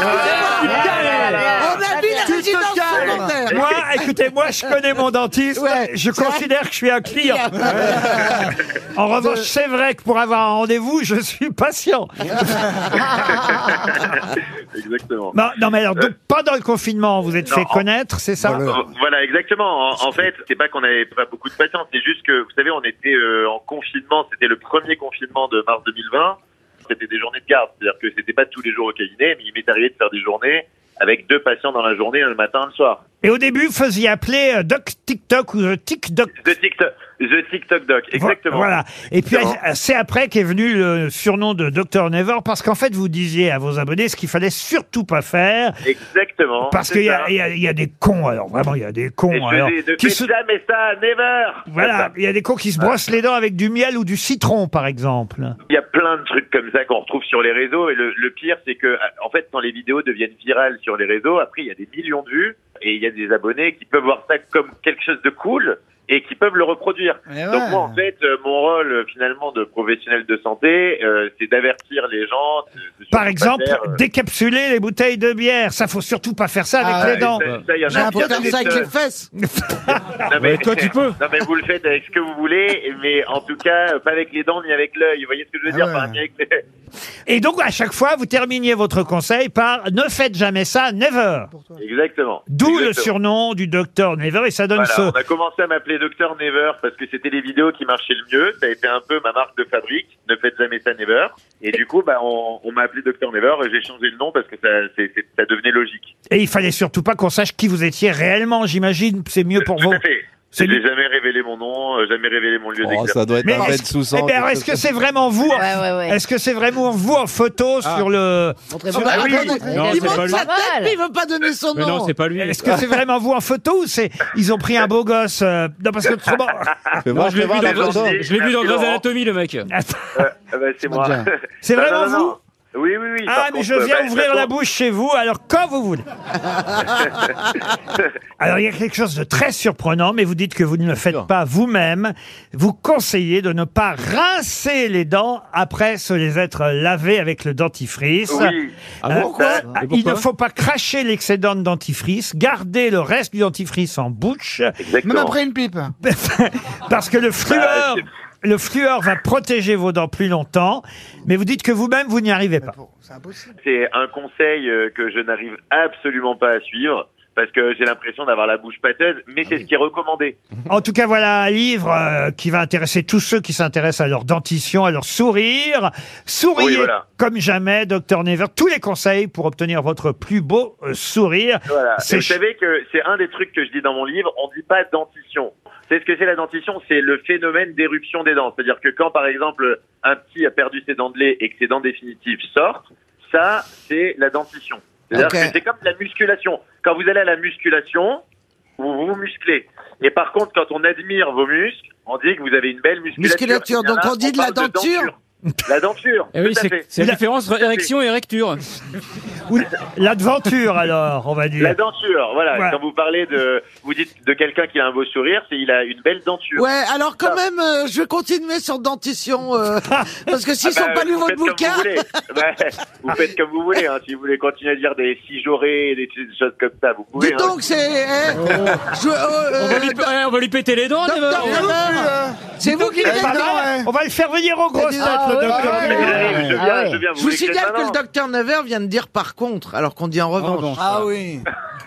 Speaker 8: Ah,
Speaker 11: Tu te calmes.
Speaker 2: Moi, écoutez, moi, je connais mon dentiste. je considère que je suis un client. en revanche, c'est vrai que pour avoir un rendez-vous, je suis patient.
Speaker 20: Exactement.
Speaker 2: Bah, Non, non, mais alors, donc, pendant le confinement, vous êtes
Speaker 20: Euh, Non,
Speaker 2: fait
Speaker 20: en-
Speaker 2: connaître, c'est ça
Speaker 20: Voilà, Euh, Voilà, exactement. En, en fait, c'est pas qu'on n'avait pas beaucoup de patients, c'est juste que, vous savez, on était euh, en confinement, c'était le premier confinement de mars 2020. C'était des journées de garde, c'est-à-dire que c'était pas tous les jours au cabinet, mais il m'est arrivé de faire des journées avec deux patients dans la journée, le matin, le soir.
Speaker 2: Et au début, vous faisiez appeler euh, Doc TikTok ou euh, TikTok.
Speaker 20: The TikTok, the TikTok Doc, exactement.
Speaker 2: Voilà. Et puis,
Speaker 20: Exactement.
Speaker 2: euh, c'est après qu'est venu le surnom de Dr Never, parce qu'en fait, vous disiez à vos abonnés ce qu'il fallait surtout pas faire.
Speaker 20: Exactement.
Speaker 2: Parce
Speaker 20: c'est
Speaker 2: qu'il y,
Speaker 20: ça.
Speaker 2: a- il y a- il y a des cons, alors vraiment, il y a des cons.
Speaker 20: Et je Ah,
Speaker 2: alors,
Speaker 20: dis, ne
Speaker 2: qui
Speaker 20: faites
Speaker 2: se-
Speaker 20: jamais ça, never. C'est
Speaker 2: Voilà,
Speaker 20: ça.
Speaker 2: il y a des cons qui se brossent les dents avec du miel ou du citron, par exemple.
Speaker 20: Il y a plein de trucs comme ça qu'on retrouve sur les réseaux et le, le pire c'est que euh, en fait quand les vidéos deviennent virales sur les réseaux, après il y a des millions de vues et il y a des abonnés qui peuvent voir ça comme quelque chose de cool et qui peuvent le reproduire.
Speaker 2: Eh
Speaker 21: Mais ouais.
Speaker 20: Donc moi en fait euh, mon rôle euh, finalement de professionnel de santé euh, c'est d'avertir les gens. de- de-
Speaker 2: Par
Speaker 20: de-
Speaker 2: exemple,
Speaker 20: faire, euh,
Speaker 2: décapsuler les bouteilles de bière. Ça, faut surtout pas faire ça avec
Speaker 20: Ah
Speaker 2: les
Speaker 20: ouais,
Speaker 2: dents.
Speaker 20: ça- ça, il y en a J'ai un qui peu comme ça avec les
Speaker 11: fesses.
Speaker 20: non, mais, toi tu peux. Non mais vous le faites avec ce que vous voulez mais en tout cas euh, pas avec les dents ni avec l'œil. Vous voyez ce que
Speaker 2: Ah
Speaker 20: je veux dire Enfin, ni avec les-
Speaker 2: Et donc, à chaque fois, vous terminiez votre conseil par ne faites jamais ça, never.
Speaker 20: Exactement.
Speaker 2: D'où le
Speaker 20: Exactement.
Speaker 2: surnom du docteur Never, et ça donne
Speaker 20: Voilà,
Speaker 2: ce.
Speaker 20: On a commencé à m'appeler Docteur Never parce que c'était les vidéos qui marchaient le mieux. Ça a été un peu ma marque de fabrique. Ne faites jamais ça Never. Et du coup, bah, on, on m'a appelé Docteur Never et j'ai changé le nom parce que ça, c'est- c'est- ça devenait logique.
Speaker 2: Et il fallait surtout pas qu'on sache qui vous étiez réellement, j'imagine, c'est mieux pour vous.
Speaker 20: Tout à fait. J'ai jamais révélé mon nom, euh, jamais révélé mon
Speaker 2: Oh,
Speaker 20: lieu d'exercice.
Speaker 2: Mais est-ce- eh ben, est-ce que c'est vraiment vous en- Est-ce que c'est vraiment vous en photo
Speaker 20: Ah.
Speaker 2: sur le
Speaker 11: Ah bah, attendez, il monte sa tête, mais il veut pas donner son nom.
Speaker 2: Est-ce que c'est vraiment vous en photo ou c'est ils ont pris un beau gosse euh, Non parce que autrement.
Speaker 12: Non, je l'ai vu dans, je l'ai vu dans Grey's Anatomy, Ah, le mec.
Speaker 20: Euh, euh, bah, c'est moi.
Speaker 12: bien.
Speaker 2: C'est
Speaker 20: Non,
Speaker 2: vraiment
Speaker 20: non, non, non. Oui, oui, oui.
Speaker 2: Ah
Speaker 20: par
Speaker 2: mais
Speaker 20: contre,
Speaker 2: je
Speaker 20: euh,
Speaker 2: viens
Speaker 20: bah,
Speaker 2: ouvrir
Speaker 20: par
Speaker 2: la
Speaker 20: contre-
Speaker 2: bouche chez vous alors quand vous voulez. Alors il y a quelque chose de très surprenant, mais vous dites que vous ne le faites pas vous-même. Vous conseillez de ne pas rincer les dents après se les être lavées avec le dentifrice. Euh,
Speaker 20: Oui. Ah bon, quoi Et
Speaker 2: il ne
Speaker 20: pourquoi
Speaker 2: faut pas cracher l'excédent de dentifrice, garder le reste du dentifrice en bouche.
Speaker 20: Exactement. Même après
Speaker 2: une pipe. Parce que le fluor, le fluor va protéger vos dents plus longtemps, mais vous dites que vous-même vous n'y arrivez pas.
Speaker 20: C'est un conseil euh, que je n'arrive absolument pas à suivre parce que j'ai l'impression d'avoir la bouche pâteuse,
Speaker 2: Ah
Speaker 20: mais c'est ce qui est recommandé.
Speaker 2: En tout cas, voilà un livre euh, qui va intéresser tous ceux qui s'intéressent à leur dentition, à leur sourire. Souriez
Speaker 20: Oui, voilà.
Speaker 2: comme jamais, docteur Never. Tous les conseils pour obtenir votre plus beau euh, sourire.
Speaker 20: Voilà. Et
Speaker 2: C'est
Speaker 20: Vous
Speaker 2: ch-
Speaker 20: savez que c'est un des trucs que je dis dans mon livre, on dit pas dentition. C'est ce que c'est la dentition, c'est le phénomène d'éruption des dents. C'est-à-dire que quand, par exemple, un petit a perdu ses dents de lait et que ses dents définitives sortent, ça, c'est la dentition. C'est-à-dire
Speaker 22: Ok.
Speaker 11: Ben.
Speaker 20: que c'est comme la musculation. Quand vous allez à la musculation, vous vous musclez. Et par contre, quand on admire vos muscles, on dit que vous avez une belle musculature.
Speaker 11: Musculature,
Speaker 20: Et bien
Speaker 11: donc
Speaker 20: là,
Speaker 11: on dit de la
Speaker 20: parle
Speaker 11: denture.
Speaker 20: La denture.
Speaker 12: Eh oui,
Speaker 20: tout à
Speaker 12: c'est-
Speaker 20: fait.
Speaker 12: c'est la différence entre érection et recture.
Speaker 2: L'aventure, alors, on va dire.
Speaker 20: La denture, voilà.
Speaker 2: Ouais.
Speaker 20: Quand vous parlez de, vous dites de quelqu'un qui a un beau sourire, c'est il a une belle denture.
Speaker 11: Ouais, alors quand
Speaker 20: Ça.
Speaker 11: même, euh, je vais continuer sur dentition, euh, parce que s'ils
Speaker 20: Ah bah,
Speaker 11: sont pas lu
Speaker 20: vous
Speaker 11: votre
Speaker 20: faites comme
Speaker 11: bouquin,
Speaker 20: vous, voulez. Bah, vous faites comme vous voulez. hein. Si vous voulez continuer à dire des si j'aurais, des, des choses comme ça, vous pouvez.
Speaker 11: dites
Speaker 20: hein.
Speaker 11: donc, c'est... eh, je- euh,
Speaker 12: on, va lui,
Speaker 11: euh,
Speaker 12: eh, on va lui péter les dents,
Speaker 2: Euh,
Speaker 12: Never.
Speaker 11: Docteur Weber, C'est vous qui
Speaker 2: Eh,
Speaker 11: l'avez
Speaker 2: pas mal. On va le faire venir aux grosses têtes, le docteur
Speaker 20: Ah ouais,
Speaker 2: Never. Ah
Speaker 20: ouais, ouais. Je viens, je viens, vous
Speaker 11: Je vous
Speaker 20: voulez que je
Speaker 11: signale
Speaker 20: le
Speaker 11: que le
Speaker 20: balance
Speaker 11: docteur Nevers vient de dire par contre, alors qu'on dit en revanche. Ah oui.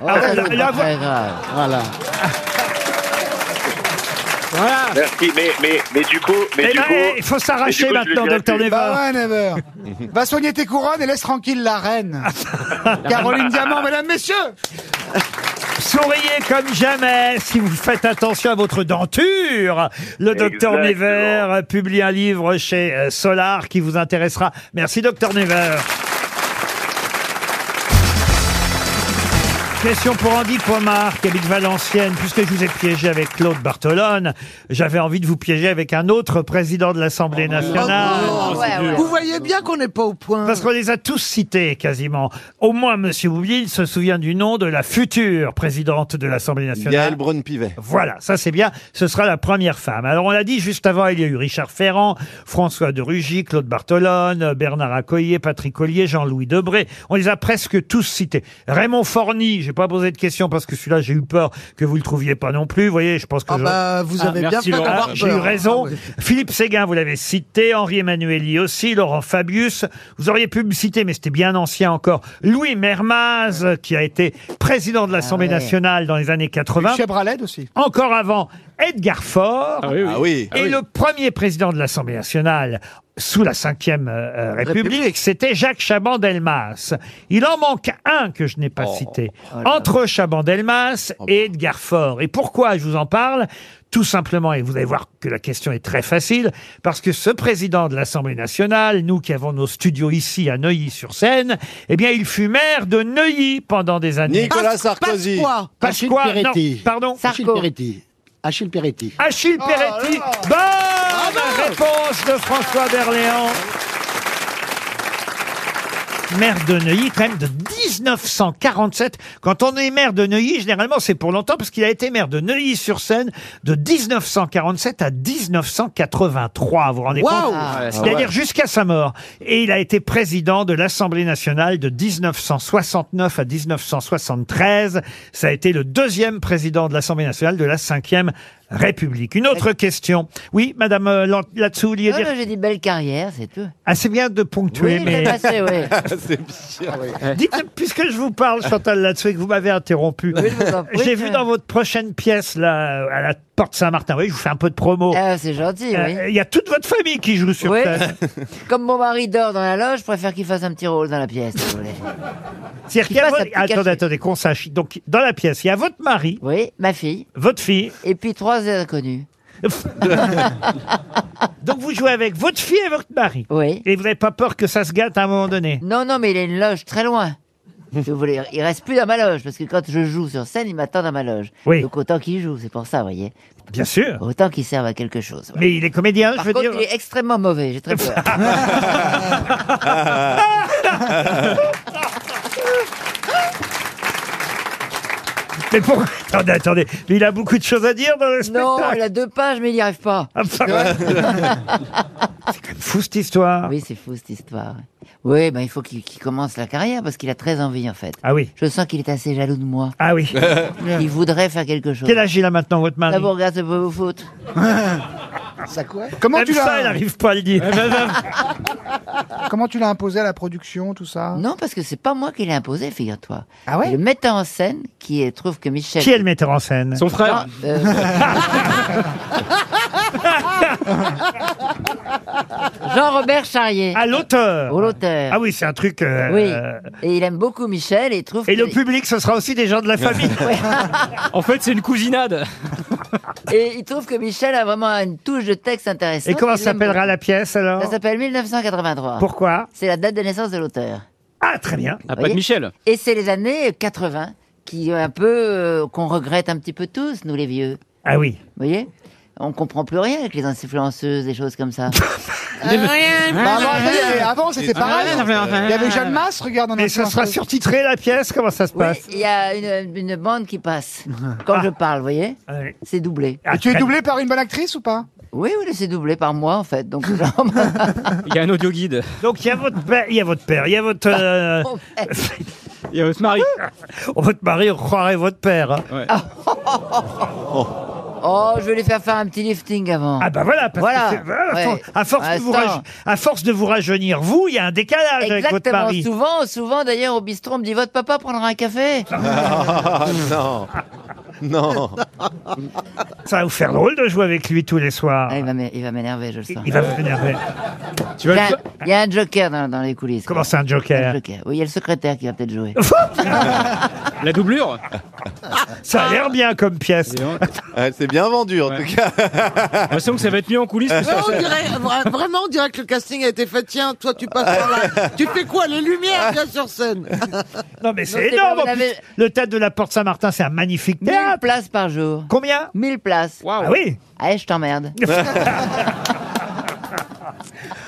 Speaker 2: Ah, là, là,
Speaker 11: Voilà.
Speaker 20: Merci, mais mais mais du coup, mais
Speaker 2: Eh
Speaker 20: du
Speaker 2: ben,
Speaker 20: coup,
Speaker 2: eh, il faut s'arracher
Speaker 20: mais du coup, je
Speaker 2: maintenant,
Speaker 20: le dirai
Speaker 2: docteur
Speaker 20: plus.
Speaker 2: Neva.
Speaker 11: Ah
Speaker 4: Bah ouais, Never. Va soigner tes couronnes et laisse tranquille la reine. Caroline Diamant, mesdames, messieurs.
Speaker 2: Souriez comme jamais si vous faites attention à votre denture. Le docteur
Speaker 20: Exactement.
Speaker 2: Never euh, publie un livre chez euh, Solar qui vous intéressera. Merci docteur Never. Question pour Andy Pomar, qui habite Valenciennes. Puisque je vous ai piégé avec Claude Bartolone, j'avais envie de vous piéger avec un autre président de l'Assemblée nationale.
Speaker 11: Vous voyez bien qu'on n'est pas au point.
Speaker 2: Parce qu'on les a tous cités quasiment. Au moins, Monsieur Boublil se souvient du nom de la future présidente de l'Assemblée nationale.
Speaker 7: Yael Braun-Pivet.
Speaker 2: Voilà, ça c'est bien. Ce sera la première femme. Alors on l'a dit juste avant, il y a eu Richard Ferrand, François de Rugy, Claude Bartolone, euh, Bernard Accoyer, Patrick Collier, Jean-Louis Debré. On les a presque tous cités. Raymond Forny, j'ai pas posé de question parce que celui-là j'ai eu peur que vous le trouviez pas non plus. Vous voyez, je pense que
Speaker 11: Ah
Speaker 2: je-
Speaker 11: bah, vous Ah, avez bien merci, fait Laurent. d'avoir
Speaker 2: J'ai eu
Speaker 11: peur.
Speaker 2: raison.
Speaker 11: Ah oui.
Speaker 2: Philippe Séguin, vous l'avez cité, Henri Emmanueli aussi, Laurent Fabius. Vous auriez pu me citer, mais c'était bien ancien encore, Louis Mermaz, euh, qui a été président de
Speaker 11: Ah
Speaker 2: l'Assemblée
Speaker 4: ouais.
Speaker 2: nationale dans les années 80.
Speaker 4: Lucia Braled aussi.
Speaker 2: Encore avant, Edgar Faure.
Speaker 4: Ah oui, oui. Ah oui, ah
Speaker 2: Et
Speaker 4: oui.
Speaker 2: le premier président de l'Assemblée nationale sous la Ve euh, République, c'était Jacques Chaban-Delmas. Il en manque un que je n'ai pas
Speaker 4: Oh.
Speaker 2: cité. Entre Chaban-Delmas et Edgar Faure. Et pourquoi je vous en parle tout simplement, et vous allez voir que la question est très facile, parce que ce président de l'Assemblée nationale, nous qui avons nos studios ici à Neuilly-sur-Seine, eh bien, il fut maire de Neuilly pendant des années.
Speaker 7: Nicolas Sarkozy.
Speaker 2: Pasqua. Pasqua,
Speaker 23: Achille
Speaker 2: non,
Speaker 23: Peretti.
Speaker 2: pardon.
Speaker 23: Achille Peretti. Achille Peretti.
Speaker 2: Achille
Speaker 8: Oh
Speaker 2: Peretti. Bonne réponse de François Berléand. Maire de Neuilly, quand même de 1947. Quand on est maire de Neuilly, généralement c'est pour longtemps, parce qu'il a été maire de Neuilly-sur-Seine de 1947 à 1983. Vous vous rendez
Speaker 8: Wow.
Speaker 2: compte
Speaker 8: Ah ouais, c'est
Speaker 2: C'est-à-dire
Speaker 8: vrai.
Speaker 2: jusqu'à sa mort. Et il a été président de l'Assemblée nationale de 1969 à 1973. Ça a été le deuxième président de l'Assemblée nationale de la Ve République. Une autre question. Oui, Madame euh, Lan- Latsou, vouliez
Speaker 10: Non,
Speaker 2: dire
Speaker 10: mais j'ai dit belle carrière, c'est tout.
Speaker 2: Ah, c'est bien de ponctuer,
Speaker 10: Oui,
Speaker 2: mais...
Speaker 10: c'est passé, ouais.
Speaker 2: Dites, puisque je vous parle, Chantal Latsou, et que vous m'avez interrompu,
Speaker 10: je vous en prie.
Speaker 2: j'ai vu dans votre prochaine pièce, là, à la Porte Saint-Martin, oui, je vous fais un peu de promo.
Speaker 10: Ah,
Speaker 2: Euh,
Speaker 10: c'est gentil, oui.
Speaker 2: Il y a toute votre famille qui joue sur
Speaker 10: Oui.
Speaker 2: scène.
Speaker 10: Comme mon mari dort dans la loge, je préfère qu'il fasse un petit rôle dans la pièce, si vous voulez.
Speaker 2: C'est-à-dire qu'il y a votre- Attendez, attendez, qu'on sache. Donc, dans la pièce, il y a votre mari.
Speaker 10: Oui, ma fille.
Speaker 2: Votre fille.
Speaker 10: Et puis trois inconnus.
Speaker 2: Donc, vous jouez avec votre fille et votre mari.
Speaker 10: Oui.
Speaker 2: Et vous n'avez pas peur que ça se gâte à un moment donné
Speaker 10: Non, non, mais il a une loge très loin. Si vous voulez, il reste plus dans ma loge, parce que quand je joue sur scène, il m'attend dans ma loge. Donc autant qu'il joue, c'est pour ça, vous voyez.
Speaker 2: Bien sûr.
Speaker 10: Autant qu'il serve à quelque chose.
Speaker 2: Mais il est comédien,
Speaker 10: Bah, Par
Speaker 2: je veux
Speaker 10: contre,
Speaker 2: dire.
Speaker 10: il est extrêmement mauvais, j'ai très peur.
Speaker 2: Mais pourquoi Attendez, attendez. Mais il a beaucoup de choses à dire dans le
Speaker 10: non,
Speaker 2: spectacle. Ah, bah,
Speaker 10: il a deux pages, mais il n'y arrive pas.
Speaker 2: fou cette histoire.
Speaker 10: Oui, c'est fou cette histoire. Oui, ben, il faut qu'il qu'il commence la carrière parce qu'il a très envie en fait.
Speaker 2: Ah oui.
Speaker 10: Je sens qu'il est assez jaloux de moi.
Speaker 2: Ah oui.
Speaker 10: il voudrait faire quelque chose.
Speaker 2: Quel âge il a maintenant, votre mari
Speaker 10: Ça vous regarde, ça peut vous foutre.
Speaker 7: Ah,
Speaker 4: Ça quoi
Speaker 2: Comment Même tu l'as- ça, il n'arrive pas à le dire.
Speaker 4: Eh ben, Comment tu l'as imposé à la production, tout ça
Speaker 10: Non, parce que c'est pas moi qui l'ai imposé, figure-toi.
Speaker 4: Ah ouais
Speaker 10: Le metteur en scène qui est- trouve que Michel.
Speaker 2: Qui est le metteur en scène
Speaker 10: Son frère. Non, euh, Jean-Robert Charrier.
Speaker 2: À l'auteur.
Speaker 10: l'auteur.
Speaker 2: Ah oui, c'est un truc. euh,
Speaker 10: Oui.
Speaker 2: euh,
Speaker 10: Et il aime beaucoup Michel et il trouve.
Speaker 2: Et
Speaker 10: que-
Speaker 2: le public, ce sera aussi des gens de la famille.
Speaker 12: En fait, c'est une cousinade.
Speaker 10: Et il trouve que Michel a vraiment une touche de texte intéressante.
Speaker 2: Et comment
Speaker 10: Il aime
Speaker 2: s'appellera
Speaker 10: beaucoup.
Speaker 2: la pièce alors
Speaker 10: Ça s'appelle 1983.
Speaker 2: Pourquoi
Speaker 10: C'est la date de naissance de l'auteur.
Speaker 2: Ah, très bien.
Speaker 10: Vous voyez Et c'est les années 80 qui euh, un peu euh, qu'on regrette un petit peu tous, nous les vieux.
Speaker 2: Ah oui.
Speaker 10: Vous voyez On comprend plus rien avec les influenceuses, des choses comme ça.
Speaker 4: Bah, avant, attendez, avant, c'était pareil. Il y avait Jeanne Masse, regarde. on a
Speaker 2: Et ça
Speaker 4: fait un
Speaker 2: sera
Speaker 4: peu-
Speaker 2: surtitré la pièce Comment ça se passe
Speaker 10: Il y a une, une bande qui passe quand je parle, vous voyez
Speaker 2: Ah
Speaker 10: C'est doublé.
Speaker 4: Et tu es doublé par une bonne actrice ou pas
Speaker 10: Oui, oui, c'est doublé par moi en fait. Donc
Speaker 12: Il y a un audio guide.
Speaker 2: Donc il y a votre père, il y a votre père, il y a votre. euh,
Speaker 12: Il y a votre mari.
Speaker 2: votre mari, on croirait votre père. hein.
Speaker 10: Ah. Oh, je vais les faire faire un petit lifting avant.
Speaker 2: Ah bah voilà, parce
Speaker 10: Voilà.
Speaker 2: que c'est- voilà, à
Speaker 10: Ouais. Ah,
Speaker 2: for- à, force de vous
Speaker 10: Attends.
Speaker 2: raje- à force de vous rajeunir, vous, il y a un décalage avec votre
Speaker 10: Exactement.
Speaker 2: mari.
Speaker 10: Souvent, souvent d'ailleurs au bistrot, on me dit votre papa prendra un café.
Speaker 9: Ah, non. Non.
Speaker 2: Ça va vous faire drôle de jouer avec lui tous les soirs.
Speaker 10: Il va m'é- il va m'énerver, je le sens.
Speaker 2: Il va vous énerver. Tu
Speaker 10: Il y, a, il y a un joker dans, dans les coulisses.
Speaker 2: Comment c'est un joker
Speaker 10: Oui, il y a le secrétaire qui va peut-être jouer.
Speaker 12: La doublure
Speaker 2: Ça a l'air bien comme pièce.
Speaker 9: Elle s'est Ah, bien vendue, en tout cas.
Speaker 12: J'ai l'impression que ça va être mieux en coulisses que
Speaker 11: Ouais,
Speaker 12: sur
Speaker 11: on
Speaker 12: scène.
Speaker 11: dirait, vra- vraiment, on dirait que le casting a été fait. Tiens, toi, tu passes par là. Tu fais quoi Les lumières, viens sur scène.
Speaker 2: Non, mais c'est
Speaker 11: Non, c'est
Speaker 2: énorme.
Speaker 11: pas-
Speaker 2: en
Speaker 11: vous
Speaker 2: plus.
Speaker 11: l'avez-
Speaker 2: Le théâtre de la Porte Saint-Martin, c'est un magnifique
Speaker 10: 1000
Speaker 2: théâtre.
Speaker 10: places par jour.
Speaker 2: Combien
Speaker 10: 1000 places.
Speaker 2: Ah oui
Speaker 10: Allez, je t'emmerde.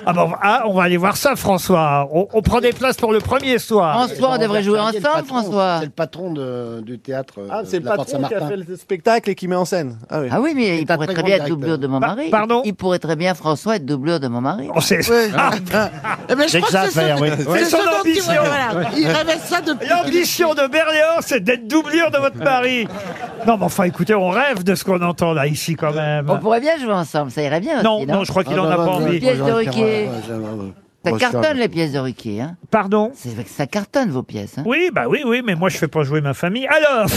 Speaker 2: Ah bon, ah, on va aller voir ça, François. On, on prend des places pour le premier soir.
Speaker 7: Jean-Robert Charrier, le patron,
Speaker 4: ben.
Speaker 7: C'est le patron de- du théâtre. euh,
Speaker 9: Ah, c'est
Speaker 7: de
Speaker 9: le
Speaker 7: la Porte
Speaker 9: patron qui a
Speaker 7: Saint-Martin.
Speaker 9: fait le spectacle et qui met en scène. Ah oui.
Speaker 10: Ah oui, mais il
Speaker 7: un
Speaker 10: pourrait
Speaker 7: très
Speaker 10: très
Speaker 7: grand
Speaker 10: bien être
Speaker 7: directeur.
Speaker 10: doublure de mon
Speaker 2: Bah,
Speaker 7: Pa-
Speaker 10: mari.
Speaker 7: pardon
Speaker 10: Il pourrait très bien, François, être doublure de mon mari.
Speaker 2: On sait.
Speaker 10: Oui.
Speaker 11: Eh ben, je
Speaker 10: C'est
Speaker 11: crois
Speaker 10: que ça
Speaker 11: que
Speaker 10: à faire, oui.
Speaker 11: c'est
Speaker 10: C'est
Speaker 11: ce
Speaker 10: son
Speaker 11: dont il-
Speaker 10: ambition.
Speaker 11: voilà, Il
Speaker 2: Ouais.
Speaker 11: rêvait ça depuis.
Speaker 2: L'ambition de Berléand, c'est d'être doublure de votre mari. Non, mais enfin, écoutez, on rêve de ce qu'on entend là, ici, quand même.
Speaker 10: On pourrait bien jouer ensemble, ça irait bien. aussi,
Speaker 2: Non, non, je crois qu'il en a pas envie.
Speaker 10: Les pièces de
Speaker 2: Eh
Speaker 10: Ruquier. Ça
Speaker 2: Bon, ça
Speaker 10: cartonne
Speaker 2: va.
Speaker 10: les pièces de Ruquier. Hein.
Speaker 2: Pardon
Speaker 10: C'est- Ça cartonne vos pièces. Hein.
Speaker 2: Oui, bah oui, oui, mais moi, je fais pas jouer ma famille. Alors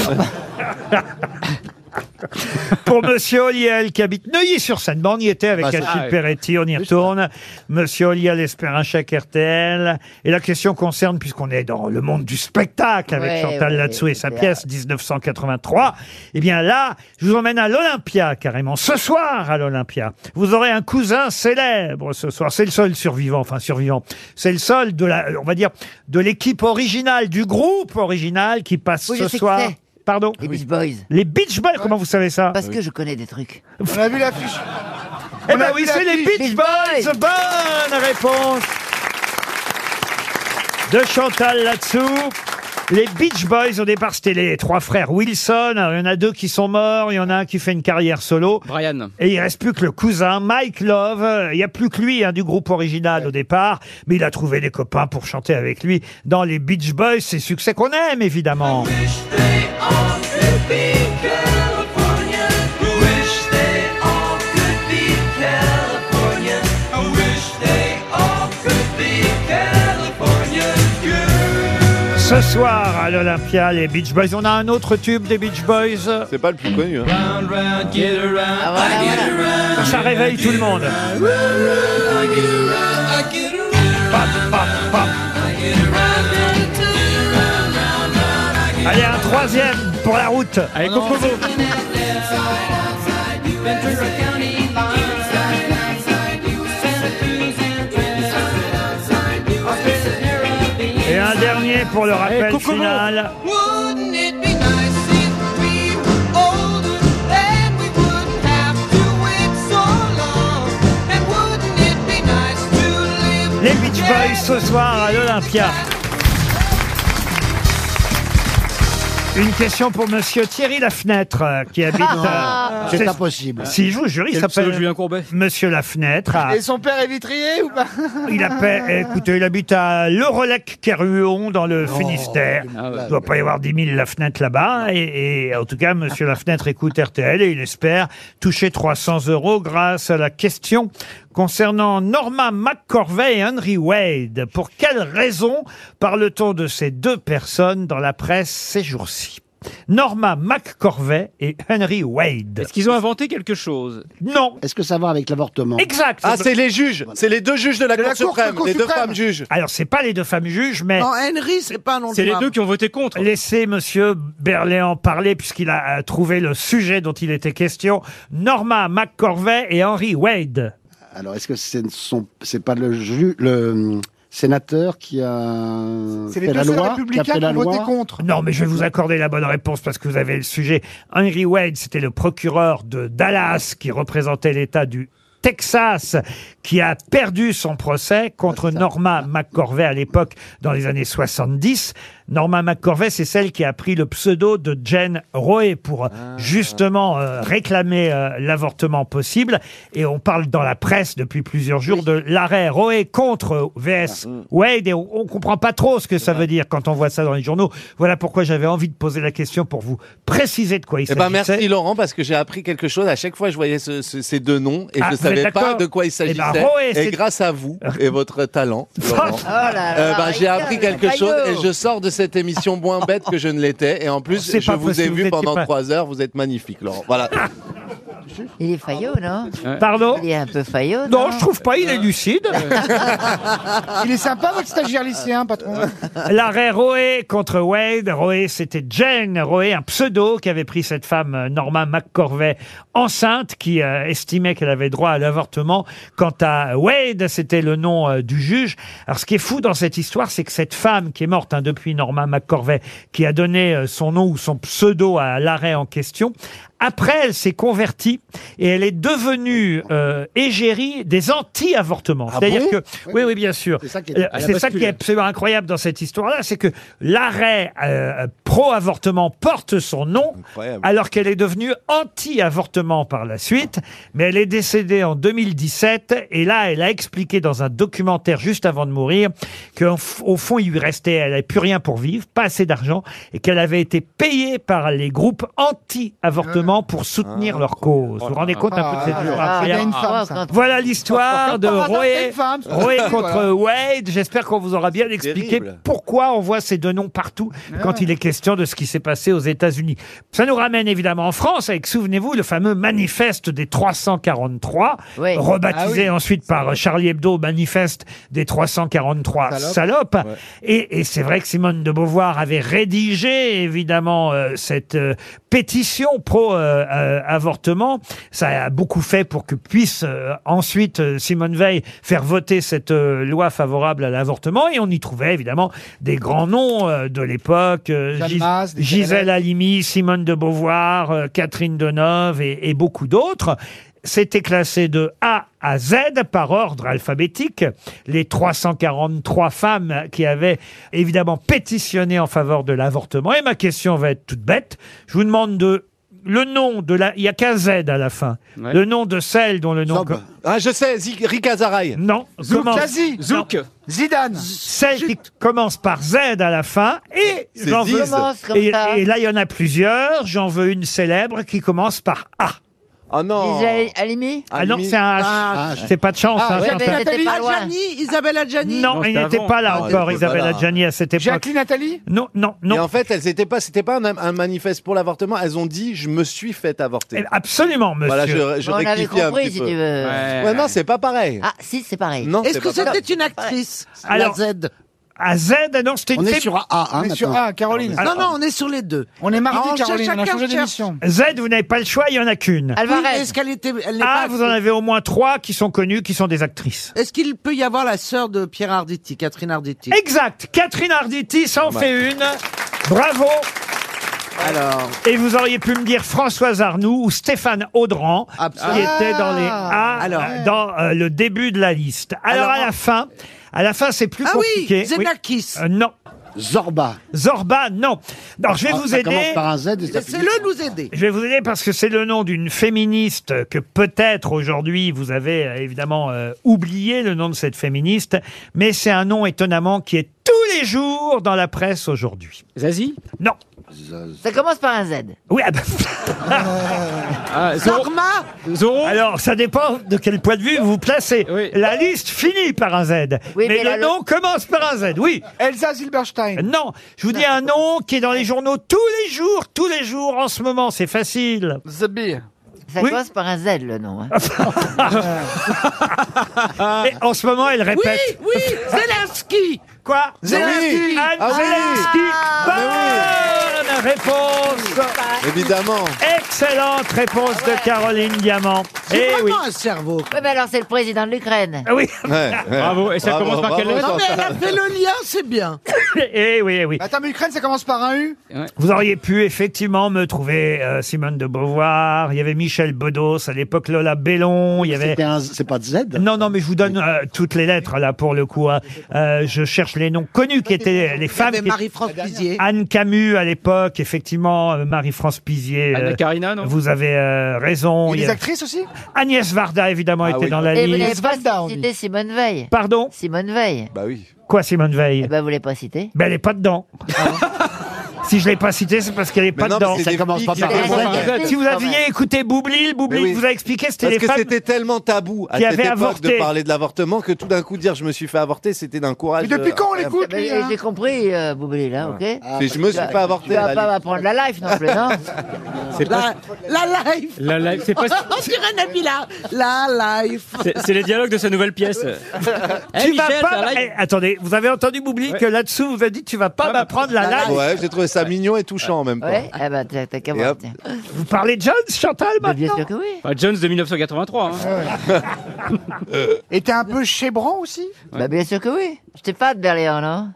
Speaker 2: Pour Monsieur Oliel, qui habite Neuilly-sur-Seine. Bon, on y était avec
Speaker 9: Bah, c'est-
Speaker 2: Alcide
Speaker 9: ah, ouais.
Speaker 2: Peretti, on y retourne. Monsieur Oliel espère un chèque RTL. Et la question concerne, puisqu'on est dans le monde du spectacle avec
Speaker 9: Ouais,
Speaker 2: Chantal
Speaker 9: ouais,
Speaker 2: Latsou et sa
Speaker 9: c'est-
Speaker 2: pièce 1983, eh bien là, je vous emmène à l'Olympia, carrément. Ce soir, à l'Olympia, vous aurez un cousin célèbre ce soir. C'est le seul survivant, enfin survivant. C'est le seul de la, on va dire, de l'équipe originale, du groupe original qui passe
Speaker 10: Oui, je
Speaker 2: ce
Speaker 10: sais que
Speaker 2: soir.
Speaker 10: c'est.
Speaker 2: Pardon
Speaker 10: Les Beach Boys.
Speaker 2: Les Beach Boys, comment vous savez ça
Speaker 10: Parce que je connais des trucs.
Speaker 4: On a vu l'affiche.
Speaker 2: Eh
Speaker 4: On
Speaker 2: ben
Speaker 4: a
Speaker 2: oui,
Speaker 4: vu
Speaker 2: c'est les
Speaker 4: l'affiche.
Speaker 2: Beach Boys. Bonne réponse de Chantal là-dessous. Les Beach Boys, au départ, c'était les trois frères Wilson. Alors, il y en a deux qui sont morts, il y en a un qui fait une carrière solo.
Speaker 12: Brian.
Speaker 2: Et il reste plus que le cousin, Mike Love. Euh, Il n'y a plus que lui hein, du groupe original au départ, mais il a trouvé des copains pour chanter avec lui dans les Beach Boys, ces succès qu'on aime évidemment.
Speaker 8: Wish they
Speaker 2: Ce soir à l'Olympia, les Beach Boys. On a un autre tube des Beach Boys. C'est pas le plus connu. hein. Ça réveille tout le monde. Allez, un troisième pour la route. Allez, Kokomo. Et un dernier pour le rappel final.
Speaker 8: Wouldn't it be nice if we were older? Then we wouldn't have to wait so long. And wouldn't it be nice to live?
Speaker 2: Les Beach Boys ce soir à l'Olympia. Une question pour Monsieur Thierry Lafenêtre, euh, qui habite.
Speaker 7: Ah.
Speaker 2: euh,
Speaker 7: C'est impossible.
Speaker 2: Si je vous jure, il
Speaker 7: Quel
Speaker 2: s'appelle
Speaker 7: pseudo de Julien
Speaker 2: Monsieur Lafenêtre. à-
Speaker 8: Et son père est vitrier ou pas
Speaker 2: Ah. Il, appelle- écoutez, il habite à Lerolec-Kerhuon, dans
Speaker 9: Oh,
Speaker 2: le Finistère. Il doit pas y avoir 10 000 la fenêtre là-bas. Et, et en tout cas, monsieur la fenêtre écoute RTL et il espère toucher 300 euros grâce à la question concernant Norma McCorvey et Henry Wade. Pour quelles raisons parle-t-on de ces deux personnes dans la presse ces jours-ci Norma McCorvey et Henry Wade.
Speaker 12: Est-ce qu'ils ont inventé quelque chose
Speaker 2: Non.
Speaker 7: Est-ce que ça va avec l'avortement
Speaker 2: Exact.
Speaker 9: Ah, c'est les juges. C'est les deux juges de la, Cour suprême. les deux femmes juges.
Speaker 2: Alors, c'est pas les deux femmes juges, mais.
Speaker 11: Non, Henry, c'est pas un nom de femme.
Speaker 2: qui ont voté contre. Laissez Monsieur Berléand parler puisqu'il a euh, trouvé le sujet dont il était question. Norma McCorvey et Henry Wade.
Speaker 7: Alors, est-ce que ce ne sont- c'est pas le, ju- le hum, sénateur qui a
Speaker 4: C'est
Speaker 7: euh, fait
Speaker 4: les deux
Speaker 7: la
Speaker 4: seuls
Speaker 7: loi
Speaker 4: républicains
Speaker 7: fait la
Speaker 4: qui ont voté
Speaker 7: loi
Speaker 4: contre.
Speaker 2: Non, mais je vais vous accorder la bonne réponse parce que vous avez le sujet. Henry Wade, c'était le procureur de Dallas qui représentait l'État du Texas, qui a perdu son procès
Speaker 4: Ah,
Speaker 2: contre Norma McCorvey à l'époque, dans les années 70. Norma McCorvey, c'est celle qui a pris le pseudo de Jen Roe pour euh, justement euh, réclamer euh, l'avortement possible. Et on parle dans la presse depuis plusieurs jours de l'arrêt Roe contre VS Wade. Et on, on comprend pas trop ce que ça veut dire quand on voit ça dans les journaux. Voilà pourquoi j'avais envie de poser la question pour vous préciser de quoi il
Speaker 9: Eh
Speaker 2: s'agit.
Speaker 9: ben merci Laurent parce que j'ai appris quelque chose à chaque fois je voyais ce- ce- ces deux noms et je
Speaker 2: Ah, vous
Speaker 9: ne savais
Speaker 2: êtes
Speaker 9: pas
Speaker 2: d'accord
Speaker 9: de quoi il
Speaker 2: Eh ben,
Speaker 9: s'agissait
Speaker 2: Roé, c'est-
Speaker 9: et grâce à vous et votre talent Laurent,
Speaker 2: Oh là là,
Speaker 9: euh, ben, j'ai
Speaker 2: Ricardo,
Speaker 9: appris quelque
Speaker 2: Ricardo.
Speaker 9: chose et je sors de cette émission moins bête que je ne l'étais et en plus
Speaker 2: Oh, C'est
Speaker 9: je
Speaker 2: pas
Speaker 9: vous ai
Speaker 2: possible, vous
Speaker 9: vu
Speaker 2: étiez
Speaker 9: pendant
Speaker 2: pas- Ah,
Speaker 9: trois heures vous êtes magnifique Laurent voilà
Speaker 10: Il est faillot, non
Speaker 2: Pardon
Speaker 10: Il est un peu faillot, non Euh,
Speaker 2: Non, je trouve pas, il est lucide.
Speaker 4: Il est sympa votre stagiaire lycéen, patron.
Speaker 2: L'arrêt Roe contre Wade. Roe, c'était Jane Roe, un pseudo qui avait pris cette femme, euh, Norma McCorvey, enceinte, qui euh, estimait qu'elle avait droit à l'avortement. Quant à Wade, c'était le nom euh, du juge. Alors, ce qui est fou dans cette histoire, c'est que cette femme qui est morte hein, depuis Norma McCorvey, qui a donné euh, son nom ou son pseudo à l'arrêt en question, après, elle s'est convertie et elle est devenue euh, égérie des anti-avortements. C'est-à-dire
Speaker 7: bon
Speaker 2: que, oui, oui, bien sûr.
Speaker 7: C'est ça qui est-
Speaker 2: Euh,
Speaker 7: elle a
Speaker 2: c'est ça
Speaker 7: basculé.
Speaker 2: qui est absolument incroyable dans cette histoire-là, c'est que l'arrêt euh, pro-avortement porte son nom,
Speaker 9: Incroyable.
Speaker 2: alors qu'elle est devenue anti-avortement par la suite, mais elle est décédée en 2017, et là, elle a expliqué dans un documentaire juste avant de mourir qu'au f- au fond, il lui restait, elle n'avait plus rien pour vivre, pas assez d'argent, et qu'elle avait été payée par les groupes anti-avortement pour soutenir leur cause. Vous vous rendez compte un peu de cette
Speaker 4: Ah,
Speaker 2: histoire
Speaker 4: ah,
Speaker 2: incroyable
Speaker 4: ah, une femme, ça.
Speaker 2: Voilà l'histoire de
Speaker 4: Comme par hasard, c'est
Speaker 2: Roé,
Speaker 4: une femme, ça.
Speaker 2: Roé
Speaker 4: Voilà.
Speaker 2: contre Wade. J'espère qu'on vous aura bien expliqué
Speaker 4: terrible.
Speaker 2: pourquoi on voit ces deux noms partout quand il est question de ce qui s'est passé aux États-Unis. Ça nous ramène évidemment en France avec, souvenez-vous, le fameux manifeste des 343,
Speaker 10: Oui.
Speaker 2: rebaptisé
Speaker 10: Ah oui.
Speaker 2: ensuite par Charlie Hebdo manifeste des 343
Speaker 10: Salopes.
Speaker 2: salopes. Et, et c'est vrai que Simone de Beauvoir avait rédigé évidemment euh, cette euh, pétition pro-avortement. Ça a beaucoup fait pour que puisse euh, ensuite euh, Simone Veil faire voter cette euh, loi favorable à l'avortement. Et on y trouvait évidemment des grands noms euh, de l'époque. euh,
Speaker 4: Jeanne
Speaker 2: Gis-
Speaker 4: Masse, des
Speaker 2: Gisèle Halimi, Simone de Beauvoir, euh, Catherine Deneuve et, et beaucoup d'autres. C'était classé de A à Z par ordre alphabétique. Les 343 femmes qui avaient évidemment pétitionné en faveur de l'avortement. Et ma question va être toute bête. Je vous demande de le nom de la. Il y a qu'un Z à la fin.
Speaker 9: Ouais.
Speaker 2: Le nom de celle dont le nom.
Speaker 9: ah je sais Zik- Rick Azaraï
Speaker 2: non comment-
Speaker 9: Zouk
Speaker 2: Non. Zidane. Celle qui commence par Z à la fin. Et
Speaker 9: C'est
Speaker 2: j'en veux.
Speaker 9: Ziz. Commence comme
Speaker 2: Et,
Speaker 9: ça.
Speaker 2: et là, il y en a plusieurs. J'en veux une célèbre qui commence par A.
Speaker 9: Oh
Speaker 10: Ah
Speaker 9: non
Speaker 10: Gisèle Halimi
Speaker 2: Ah non, c'est un H.
Speaker 10: Ah,
Speaker 2: c'est pas de chance. hein, c'est un H.
Speaker 11: Nathalie
Speaker 10: pas loin.
Speaker 11: Adjani, Isabelle Adjani.
Speaker 2: Non, il
Speaker 12: Ah
Speaker 2: n'était pas là encore, Isabelle Adjani, à cette époque.
Speaker 11: Nathalie
Speaker 2: Non, non, non.
Speaker 9: Ah, Et en fait, elles étaient pas, c'était pas un, un manifeste pour l'avortement. Elles ont dit, je me suis fait avorter.
Speaker 2: Eh, Absolument, monsieur.
Speaker 9: Voilà, je, je
Speaker 10: On avait
Speaker 9: rectifie un
Speaker 10: compris,
Speaker 9: petit
Speaker 10: si
Speaker 9: peu.
Speaker 10: tu veux.
Speaker 9: Ouais, non, c'est pas pareil.
Speaker 10: Ah, si, c'est pareil.
Speaker 9: Non,
Speaker 11: Est-ce
Speaker 9: c'est
Speaker 11: que
Speaker 9: pas pareil.
Speaker 11: c'était une actrice
Speaker 2: Alors-
Speaker 11: La Z.
Speaker 2: À Z, ah non, c'était une
Speaker 11: On est
Speaker 2: fé-
Speaker 11: sur A, hein,
Speaker 4: On est sur maintenant. A, Caroline.
Speaker 11: Non, non, on est sur les deux.
Speaker 4: On est mardi,
Speaker 11: Ah, cherche,
Speaker 4: Caroline, on a
Speaker 11: chacun
Speaker 4: changé
Speaker 11: cherche.
Speaker 4: d'émission.
Speaker 2: Z, vous n'avez pas le choix, il y en a qu'une.
Speaker 11: Oui, mais Est-ce qu'elle était. elle n'est
Speaker 2: Ah,
Speaker 11: pas
Speaker 2: vous en avez au moins trois qui sont connues, qui sont des actrices.
Speaker 11: Est-ce qu'il peut y avoir la sœur de Pierre Arditi, Catherine Arditi
Speaker 2: Exact. Catherine Arditi s'en
Speaker 11: Dommage.
Speaker 2: fait une. Bravo.
Speaker 11: Alors.
Speaker 2: Et vous auriez pu me dire Françoise Arnoux ou Stéphane Audran, qui
Speaker 11: Absolument.
Speaker 2: était dans les
Speaker 11: Ah.
Speaker 2: A,
Speaker 11: Alors.
Speaker 2: euh, dans euh, le début de la liste. Alors,
Speaker 11: Alors,
Speaker 2: à la fin, à la fin, c'est plus
Speaker 11: Ah oui,
Speaker 2: compliqué.
Speaker 11: Xenakis.
Speaker 2: Euh, non. Zorba. Zorba, non. Alors, je vais
Speaker 7: Ah,
Speaker 2: vous
Speaker 7: ça
Speaker 2: aider.
Speaker 7: commence par un Z et ça finit-
Speaker 11: Laissez-le nous aider.
Speaker 2: Je vais vous aider parce que c'est le nom d'une féministe que peut-être aujourd'hui vous avez euh, évidemment euh, oublié le nom de cette féministe, mais c'est un nom étonnamment qui est tous les jours dans la presse aujourd'hui. Zazie Non.
Speaker 10: Ça commence par un Z.
Speaker 2: Oui, ah bah-
Speaker 10: Ah, Zorro.
Speaker 2: Alors, ça dépend de quel point de vue vous vous placez. La liste finit par un Z,
Speaker 4: Oui,
Speaker 2: mais,
Speaker 4: mais la
Speaker 2: le nom commence par un Z, oui.
Speaker 4: Elsa Zilberstein.
Speaker 2: Non, je vous dis un nom qui est dans les journaux tous les jours, tous les jours en ce moment, c'est facile.
Speaker 10: The Beer. Ça
Speaker 2: Oui.
Speaker 10: commence par un Z, le nom. hein.
Speaker 2: Et en ce moment, elle répète.
Speaker 11: Oui, oui, Zelensky
Speaker 2: Quoi
Speaker 11: Zelensky
Speaker 2: Anne Zelensky Bonne réponse
Speaker 9: Évidemment.
Speaker 2: Excellente réponse de Caroline Diamant.
Speaker 10: Ah J'ai
Speaker 2: Eh oui.
Speaker 10: vraiment
Speaker 11: un cerveau.
Speaker 10: Oui, mais alors c'est le président de l'Ukraine.
Speaker 2: Ah oui.
Speaker 12: Bravo. Et ça Bravo, commence par bravo, quelle lettre
Speaker 11: Non, mais elle a fait le lien, c'est bien.
Speaker 2: Eh oui, eh oui.
Speaker 4: Attends, mais Ukraine, ça commence par un U
Speaker 2: Vous auriez pu effectivement me trouver euh, Simone de Beauvoir, il y avait Michel Bedos, à l'époque Lola Bellon, il y avait... C'est pas de Z Non, non, mais je vous donne euh, toutes les lettres là pour le coup. hein. Euh, je cherche les noms connus qui étaient Ah. les femmes... qui-
Speaker 11: Marie-France Pizier.
Speaker 2: Anne Camus à l'époque, effectivement, euh, Marie-France Pizier.
Speaker 12: Anna
Speaker 2: euh,
Speaker 12: Karina, non
Speaker 2: Vous avez euh, raison. Il
Speaker 4: Et
Speaker 2: y
Speaker 4: les
Speaker 2: a-
Speaker 4: actrices aussi
Speaker 2: Agnès Varda, évidemment,
Speaker 9: Ah
Speaker 2: était dans la
Speaker 10: Ah Et vous
Speaker 2: liste.
Speaker 10: n'avez pas cité Simone Veil.
Speaker 2: Pardon
Speaker 10: Simone Veil.
Speaker 9: Bah oui.
Speaker 2: Quoi, Simone Veil
Speaker 10: Eh ben, vous l'avez pas cité.
Speaker 2: Ben, elle est pas dedans. si je l'ai pas cité, c'est parce qu'elle est pas
Speaker 9: non, Ah. mais
Speaker 2: dedans.
Speaker 9: c'est Ça des commence pas filles par qui- un Z. par un Z.
Speaker 2: Si vous
Speaker 7: Ah,
Speaker 9: Quand même.
Speaker 2: aviez écouté Boublil, Boublil
Speaker 9: Mais oui.
Speaker 2: vous a expliqué c'était
Speaker 9: Parce
Speaker 2: les
Speaker 9: que
Speaker 2: femmes.
Speaker 9: c'était tellement tabou à
Speaker 2: qui
Speaker 9: cette
Speaker 2: avaient
Speaker 9: époque
Speaker 2: avorté.
Speaker 9: de parler de l'avortement que tout d'un coup dire je me suis fait avorter, c'était d'un courage. euh, incroyable.
Speaker 10: Eh ben,
Speaker 2: hein
Speaker 7: hein
Speaker 10: J'ai compris, euh, Boublil, là, ok
Speaker 9: Mais je me suis pas avorté,
Speaker 10: Tu vas
Speaker 9: la
Speaker 10: pas
Speaker 9: liste.
Speaker 10: m'apprendre la life non plus, non
Speaker 12: C'est
Speaker 11: La, la life
Speaker 12: La life, c'est pas-
Speaker 11: On dirait Nabila La life
Speaker 12: C'est c'est les dialogues de sa nouvelle pièce. Eh,
Speaker 2: Tu vas
Speaker 12: Michel,
Speaker 2: pas.
Speaker 12: ça, là,
Speaker 2: Eh, attendez, vous avez entendu Boublil que là-dessous vous avez dit tu vas pas m'apprendre la live.
Speaker 9: bah, Ouais, j'ai trouvé ça mignon et touchant en même temps.
Speaker 10: Ouais, eh ben, t'as t'as qu'à
Speaker 9: Et
Speaker 10: voir,
Speaker 9: hop.
Speaker 10: tiens.
Speaker 2: Vous parlez de Jones, Chantal maintenant.
Speaker 10: Bien sûr que oui.
Speaker 12: Bah, Jones de 1983. hein.
Speaker 4: Et t'es un peu chébrant aussi
Speaker 10: Bah, bien sûr que oui. Je t'ai pas de derrière, non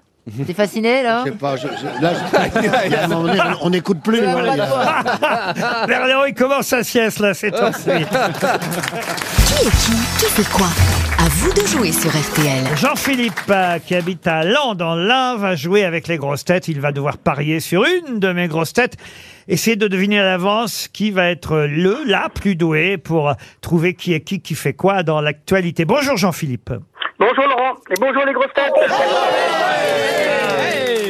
Speaker 10: T'es fasciné, non
Speaker 7: Je sais pas, je- je- là, je- à un moment donné, on- on n'écoute plus.
Speaker 10: Ouais,
Speaker 7: voilà, il y a-
Speaker 2: Berléon, il commence sa sieste là, c'est ensuite.
Speaker 14: Qui est qui Qui fait quoi À vous de jouer sur RTL.
Speaker 2: Jean-Philippe, euh, qui habite à Lan dans l'Ain, va jouer avec les grosses têtes. Il va devoir parier sur une de mes grosses têtes. Essayez de deviner à l'avance qui va être le, la plus doué pour trouver qui est qui, qui fait quoi dans l'actualité. Bonjour Jean-Philippe.
Speaker 24: Bonjour Laurent et bonjour les grosses têtes.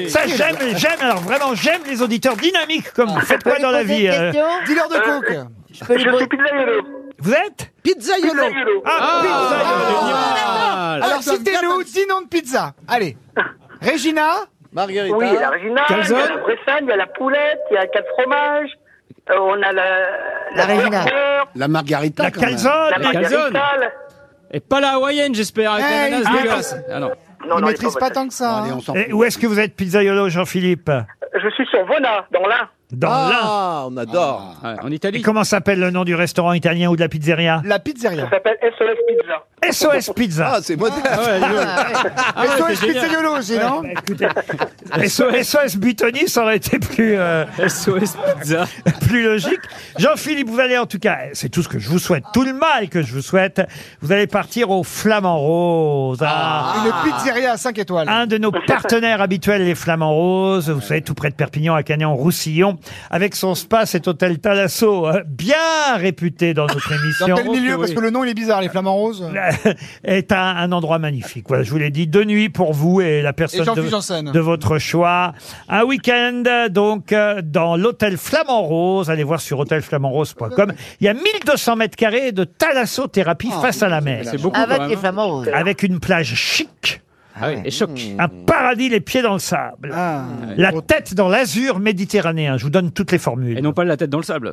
Speaker 2: Ça, j'aime, j'aime, alors vraiment, j'aime les auditeurs dynamiques comme vous. Faites quoi dans la vie euh,
Speaker 4: Dealer de coke.
Speaker 24: Euh, Je, suis pizzaïolo.
Speaker 2: Vous êtes
Speaker 4: Pizzaïolo.
Speaker 2: Ah, pizzaïolo.
Speaker 4: Ah, Alors citez-nous 10 noms de pizza. Allez. Regina.
Speaker 7: Marguerite.
Speaker 24: Oui, il y a la Regina, il y a la
Speaker 4: Calzone.
Speaker 24: Bressagne, il y a la poulette, il y a quatre fromages, euh, on a la...
Speaker 7: La Regina.
Speaker 24: burger,
Speaker 7: La margarita.
Speaker 24: La
Speaker 7: quand même.
Speaker 24: calzone. La
Speaker 12: La calzone.
Speaker 24: calzone.
Speaker 12: Et pas la hawaïenne, j'espère, avec
Speaker 4: Hey,
Speaker 12: l'ananas
Speaker 4: il est
Speaker 12: dégueulasse. Ah non.
Speaker 24: Non,
Speaker 4: Il
Speaker 24: non,
Speaker 4: maîtrise
Speaker 24: elle est
Speaker 4: pas
Speaker 24: bonne.
Speaker 4: tant que ça. hein.
Speaker 2: Et où est-ce que vous êtes pizzaïolo, Jean-Philippe
Speaker 24: Je suis sur Vona, dans l'Ain.
Speaker 2: Dans
Speaker 9: Ah, on adore.
Speaker 12: en
Speaker 2: l'Ain. Et
Speaker 12: Italie.
Speaker 2: comment s'appelle le nom du restaurant italien ou de la pizzeria
Speaker 4: La pizzeria.
Speaker 24: Ça s'appelle SOS Pizza.
Speaker 2: SOS Pizza.
Speaker 9: Ah, c'est moderne.
Speaker 2: Ah,
Speaker 4: Mais
Speaker 12: Ah, ouais,
Speaker 4: SOS
Speaker 12: c'est génial.
Speaker 4: Pizzaiolo aussi, non
Speaker 2: bah, SOS, SOS Butoni, ça aurait été plus, euh,
Speaker 12: SOS Pizza.
Speaker 2: plus logique. Jean-Philippe, vous allez en tout cas, c'est tout ce que je vous souhaite, tout le mal que je vous souhaite, vous allez partir au Flamand Rose. Ah.
Speaker 4: Une pizzeria à 5 étoiles.
Speaker 2: Un de nos partenaires habituels, les Flamands Roses, vous savez, tout près de Perpignan, à Cagnan-Roussillon. avec son spa, cet hôtel Talasso, hein, bien réputé dans notre émission. Oh,
Speaker 4: Dans quel milieu Parce que le nom, il est bizarre, les flamants roses.
Speaker 2: est un, un endroit magnifique. Voilà, je vous l'ai dit, deux nuits pour vous et la personne
Speaker 4: Et Jean-Philippe
Speaker 2: de,
Speaker 4: Janssen.
Speaker 2: de votre choix. Un week-end donc euh, dans l'hôtel Flamand Rose. Allez voir sur hôtelflamandrose.com. Il y a 1200 mètres carrés de thalassothérapie face à la mer.
Speaker 10: c'est beaucoup, Avec quand même, les hein. Flamands Roses.
Speaker 2: Avec une plage chic.
Speaker 10: Et choc.
Speaker 2: Un paradis les pieds dans le sable.
Speaker 7: Ah.
Speaker 2: La tête dans l'azur méditerranéen. Je vous donne toutes les formules. Et non pas la tête dans le sable.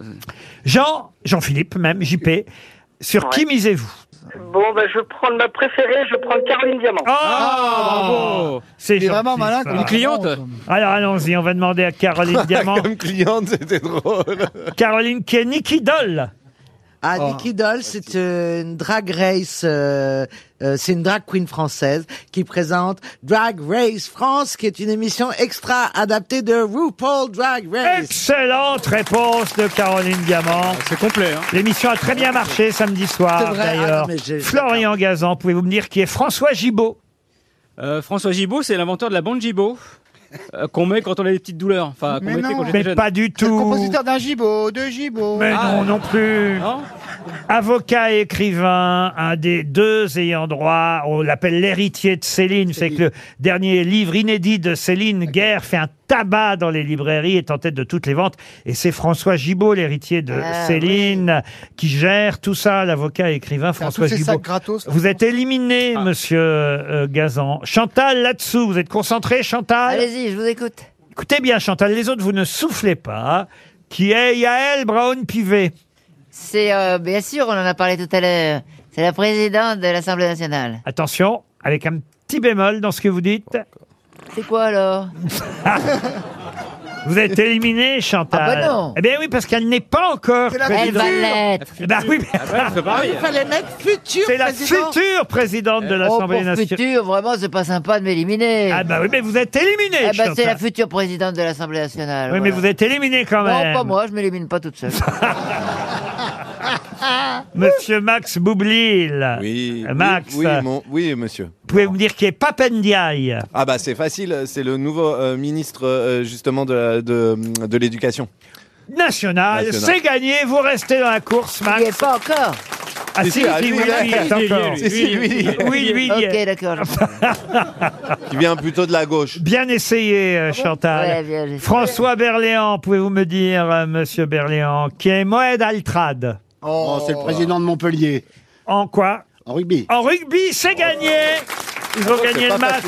Speaker 2: Jean, Jean-Philippe même, JP, sur qui misez-vous
Speaker 24: Bon, ben, je vais prendre ma préférée, je vais prendre Caroline
Speaker 8: Ah,
Speaker 24: Diamant.
Speaker 2: Ah, bravo C'est
Speaker 24: Il est vraiment
Speaker 2: gentil,
Speaker 24: malin,
Speaker 2: ça.
Speaker 24: comme Une cliente
Speaker 2: Alors allons-y, on va demander à Caroline Diamant.
Speaker 9: Comme cliente, c'était drôle.
Speaker 2: Caroline qui est Nikki Doll.
Speaker 11: Ah,
Speaker 2: Oh.
Speaker 11: Nikki Doll, c'est euh, une drag race, euh, euh, c'est une drag queen française qui présente Drag Race France, qui est une émission extra adaptée de RuPaul Drag Race.
Speaker 2: Excellente réponse de Caroline Diamant. Ah, C'est complet. hein. L'émission a très bien marché samedi soir
Speaker 12: C'est vrai, ah
Speaker 2: d'ailleurs.
Speaker 12: non, mais j'ai-
Speaker 2: Florian Gazan, pouvez-vous me dire qui est François Gibaud
Speaker 12: Euh, François Gibault, c'est l'inventeur de la bande Gibault. euh, qu'on met quand on a des petites douleurs, enfin qu'on
Speaker 4: Mais
Speaker 12: mettait
Speaker 4: non.
Speaker 12: quand j'étais
Speaker 2: Mais
Speaker 12: jeune.
Speaker 2: pas du tout.
Speaker 4: Compositeur d'un gibot, de gibot.
Speaker 2: Mais non, non plus. Avocat et écrivain, un des deux ayant droit, on l'appelle l'héritier de Céline. C'est que le dernier livre inédit de Céline Guerre fait un tabac dans les librairies, est en tête de toutes les ventes. Et c'est François Gibault, l'héritier de
Speaker 4: Ah,
Speaker 2: Céline, qui gère tout ça, l'avocat et écrivain
Speaker 4: T'as
Speaker 2: François
Speaker 4: tous ces sacs
Speaker 2: Gibault.
Speaker 4: gratos, là.
Speaker 2: Vous êtes éliminé, monsieur euh, Gazan. Chantal, là-dessous, vous êtes concentré, Chantal
Speaker 10: Allez-y, je vous écoute.
Speaker 2: Écoutez bien, Chantal, les autres, vous ne soufflez pas. Qui est Yael Brown-Pivet
Speaker 10: C'est, euh, bien sûr, on en a parlé tout à l'heure. C'est la présidente de l'Assemblée nationale.
Speaker 2: Attention, avec un petit bémol dans ce que vous dites.
Speaker 10: C'est quoi alors
Speaker 2: Vous êtes éliminé, Chantal.
Speaker 10: Ah bah non.
Speaker 2: Eh bien oui, parce qu'elle n'est pas encore
Speaker 10: C'est la
Speaker 2: présidente.
Speaker 10: future. Elle va l'être.
Speaker 2: Eh ben oui, mais-
Speaker 10: Il fallait mettre futur
Speaker 2: C'est la future présidente de l'Assemblée
Speaker 10: oh, pour
Speaker 2: nationale.
Speaker 10: futur, vraiment, c'est pas sympa de m'éliminer.
Speaker 2: Ah bah oui, mais vous êtes éliminé.
Speaker 10: Eh ben, c'est
Speaker 2: Chantal.
Speaker 10: la future présidente de l'Assemblée nationale.
Speaker 2: Oui, mais vous êtes éliminé quand même.
Speaker 10: Non, pas moi, je m'élimine pas toute seule.
Speaker 8: Ah.
Speaker 2: Monsieur Max Boublil.
Speaker 9: Oui,
Speaker 2: Max.
Speaker 9: Oui, mon- oui, monsieur.
Speaker 2: Pouvez-vous me dire qui est Papendiaï
Speaker 9: Ah bah c'est facile, c'est le nouveau euh, ministre euh, justement de, la- de, de l'éducation.
Speaker 2: National,
Speaker 9: National.
Speaker 2: c'est gagné, vous restez dans la course, Max. Il est
Speaker 10: pas encore.
Speaker 2: Ah
Speaker 9: Si,
Speaker 2: si,
Speaker 9: si, ah,
Speaker 2: si,
Speaker 9: lui,
Speaker 2: oui,
Speaker 9: il est-
Speaker 2: oui, attends
Speaker 9: lui, il est,
Speaker 2: encore.
Speaker 9: lui. Si, si, lui, il est.
Speaker 2: Oui, lui, il
Speaker 10: Ok,
Speaker 2: est.
Speaker 10: d'accord.
Speaker 9: Qui vient plutôt de la gauche.
Speaker 2: Bien essayé, euh, Chantal.
Speaker 10: Ah Ouais, bien essayé.
Speaker 2: François Berléand, pouvez-vous me dire, euh, monsieur Berléand, qui est Moed Altrad
Speaker 7: Oh, c'est le président de Montpellier.
Speaker 2: En quoi
Speaker 7: En rugby. Ah
Speaker 2: En rugby, c'est gagné Ils ont gagné le match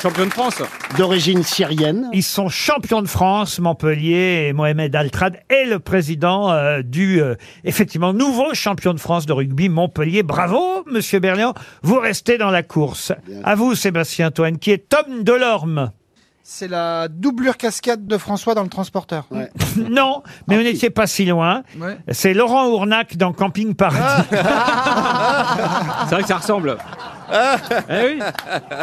Speaker 12: Champion de France.
Speaker 2: D'origine syrienne. Ils sont champions de France, Montpellier, et Mohamed Altrad est le président euh, du, euh, effectivement, nouveau champion de France de rugby, Montpellier. Bravo, monsieur Berléand, vous restez dans la course. À vous, Sébastien Toine, qui est Tom Delorme.
Speaker 4: C'est la doublure cascade de François dans le transporteur.
Speaker 2: non, mais on n'était pas si loin.
Speaker 4: Ouais.
Speaker 2: C'est Laurent Ournac dans Camping Paradis.
Speaker 12: C'est vrai que ça ressemble. eh oui.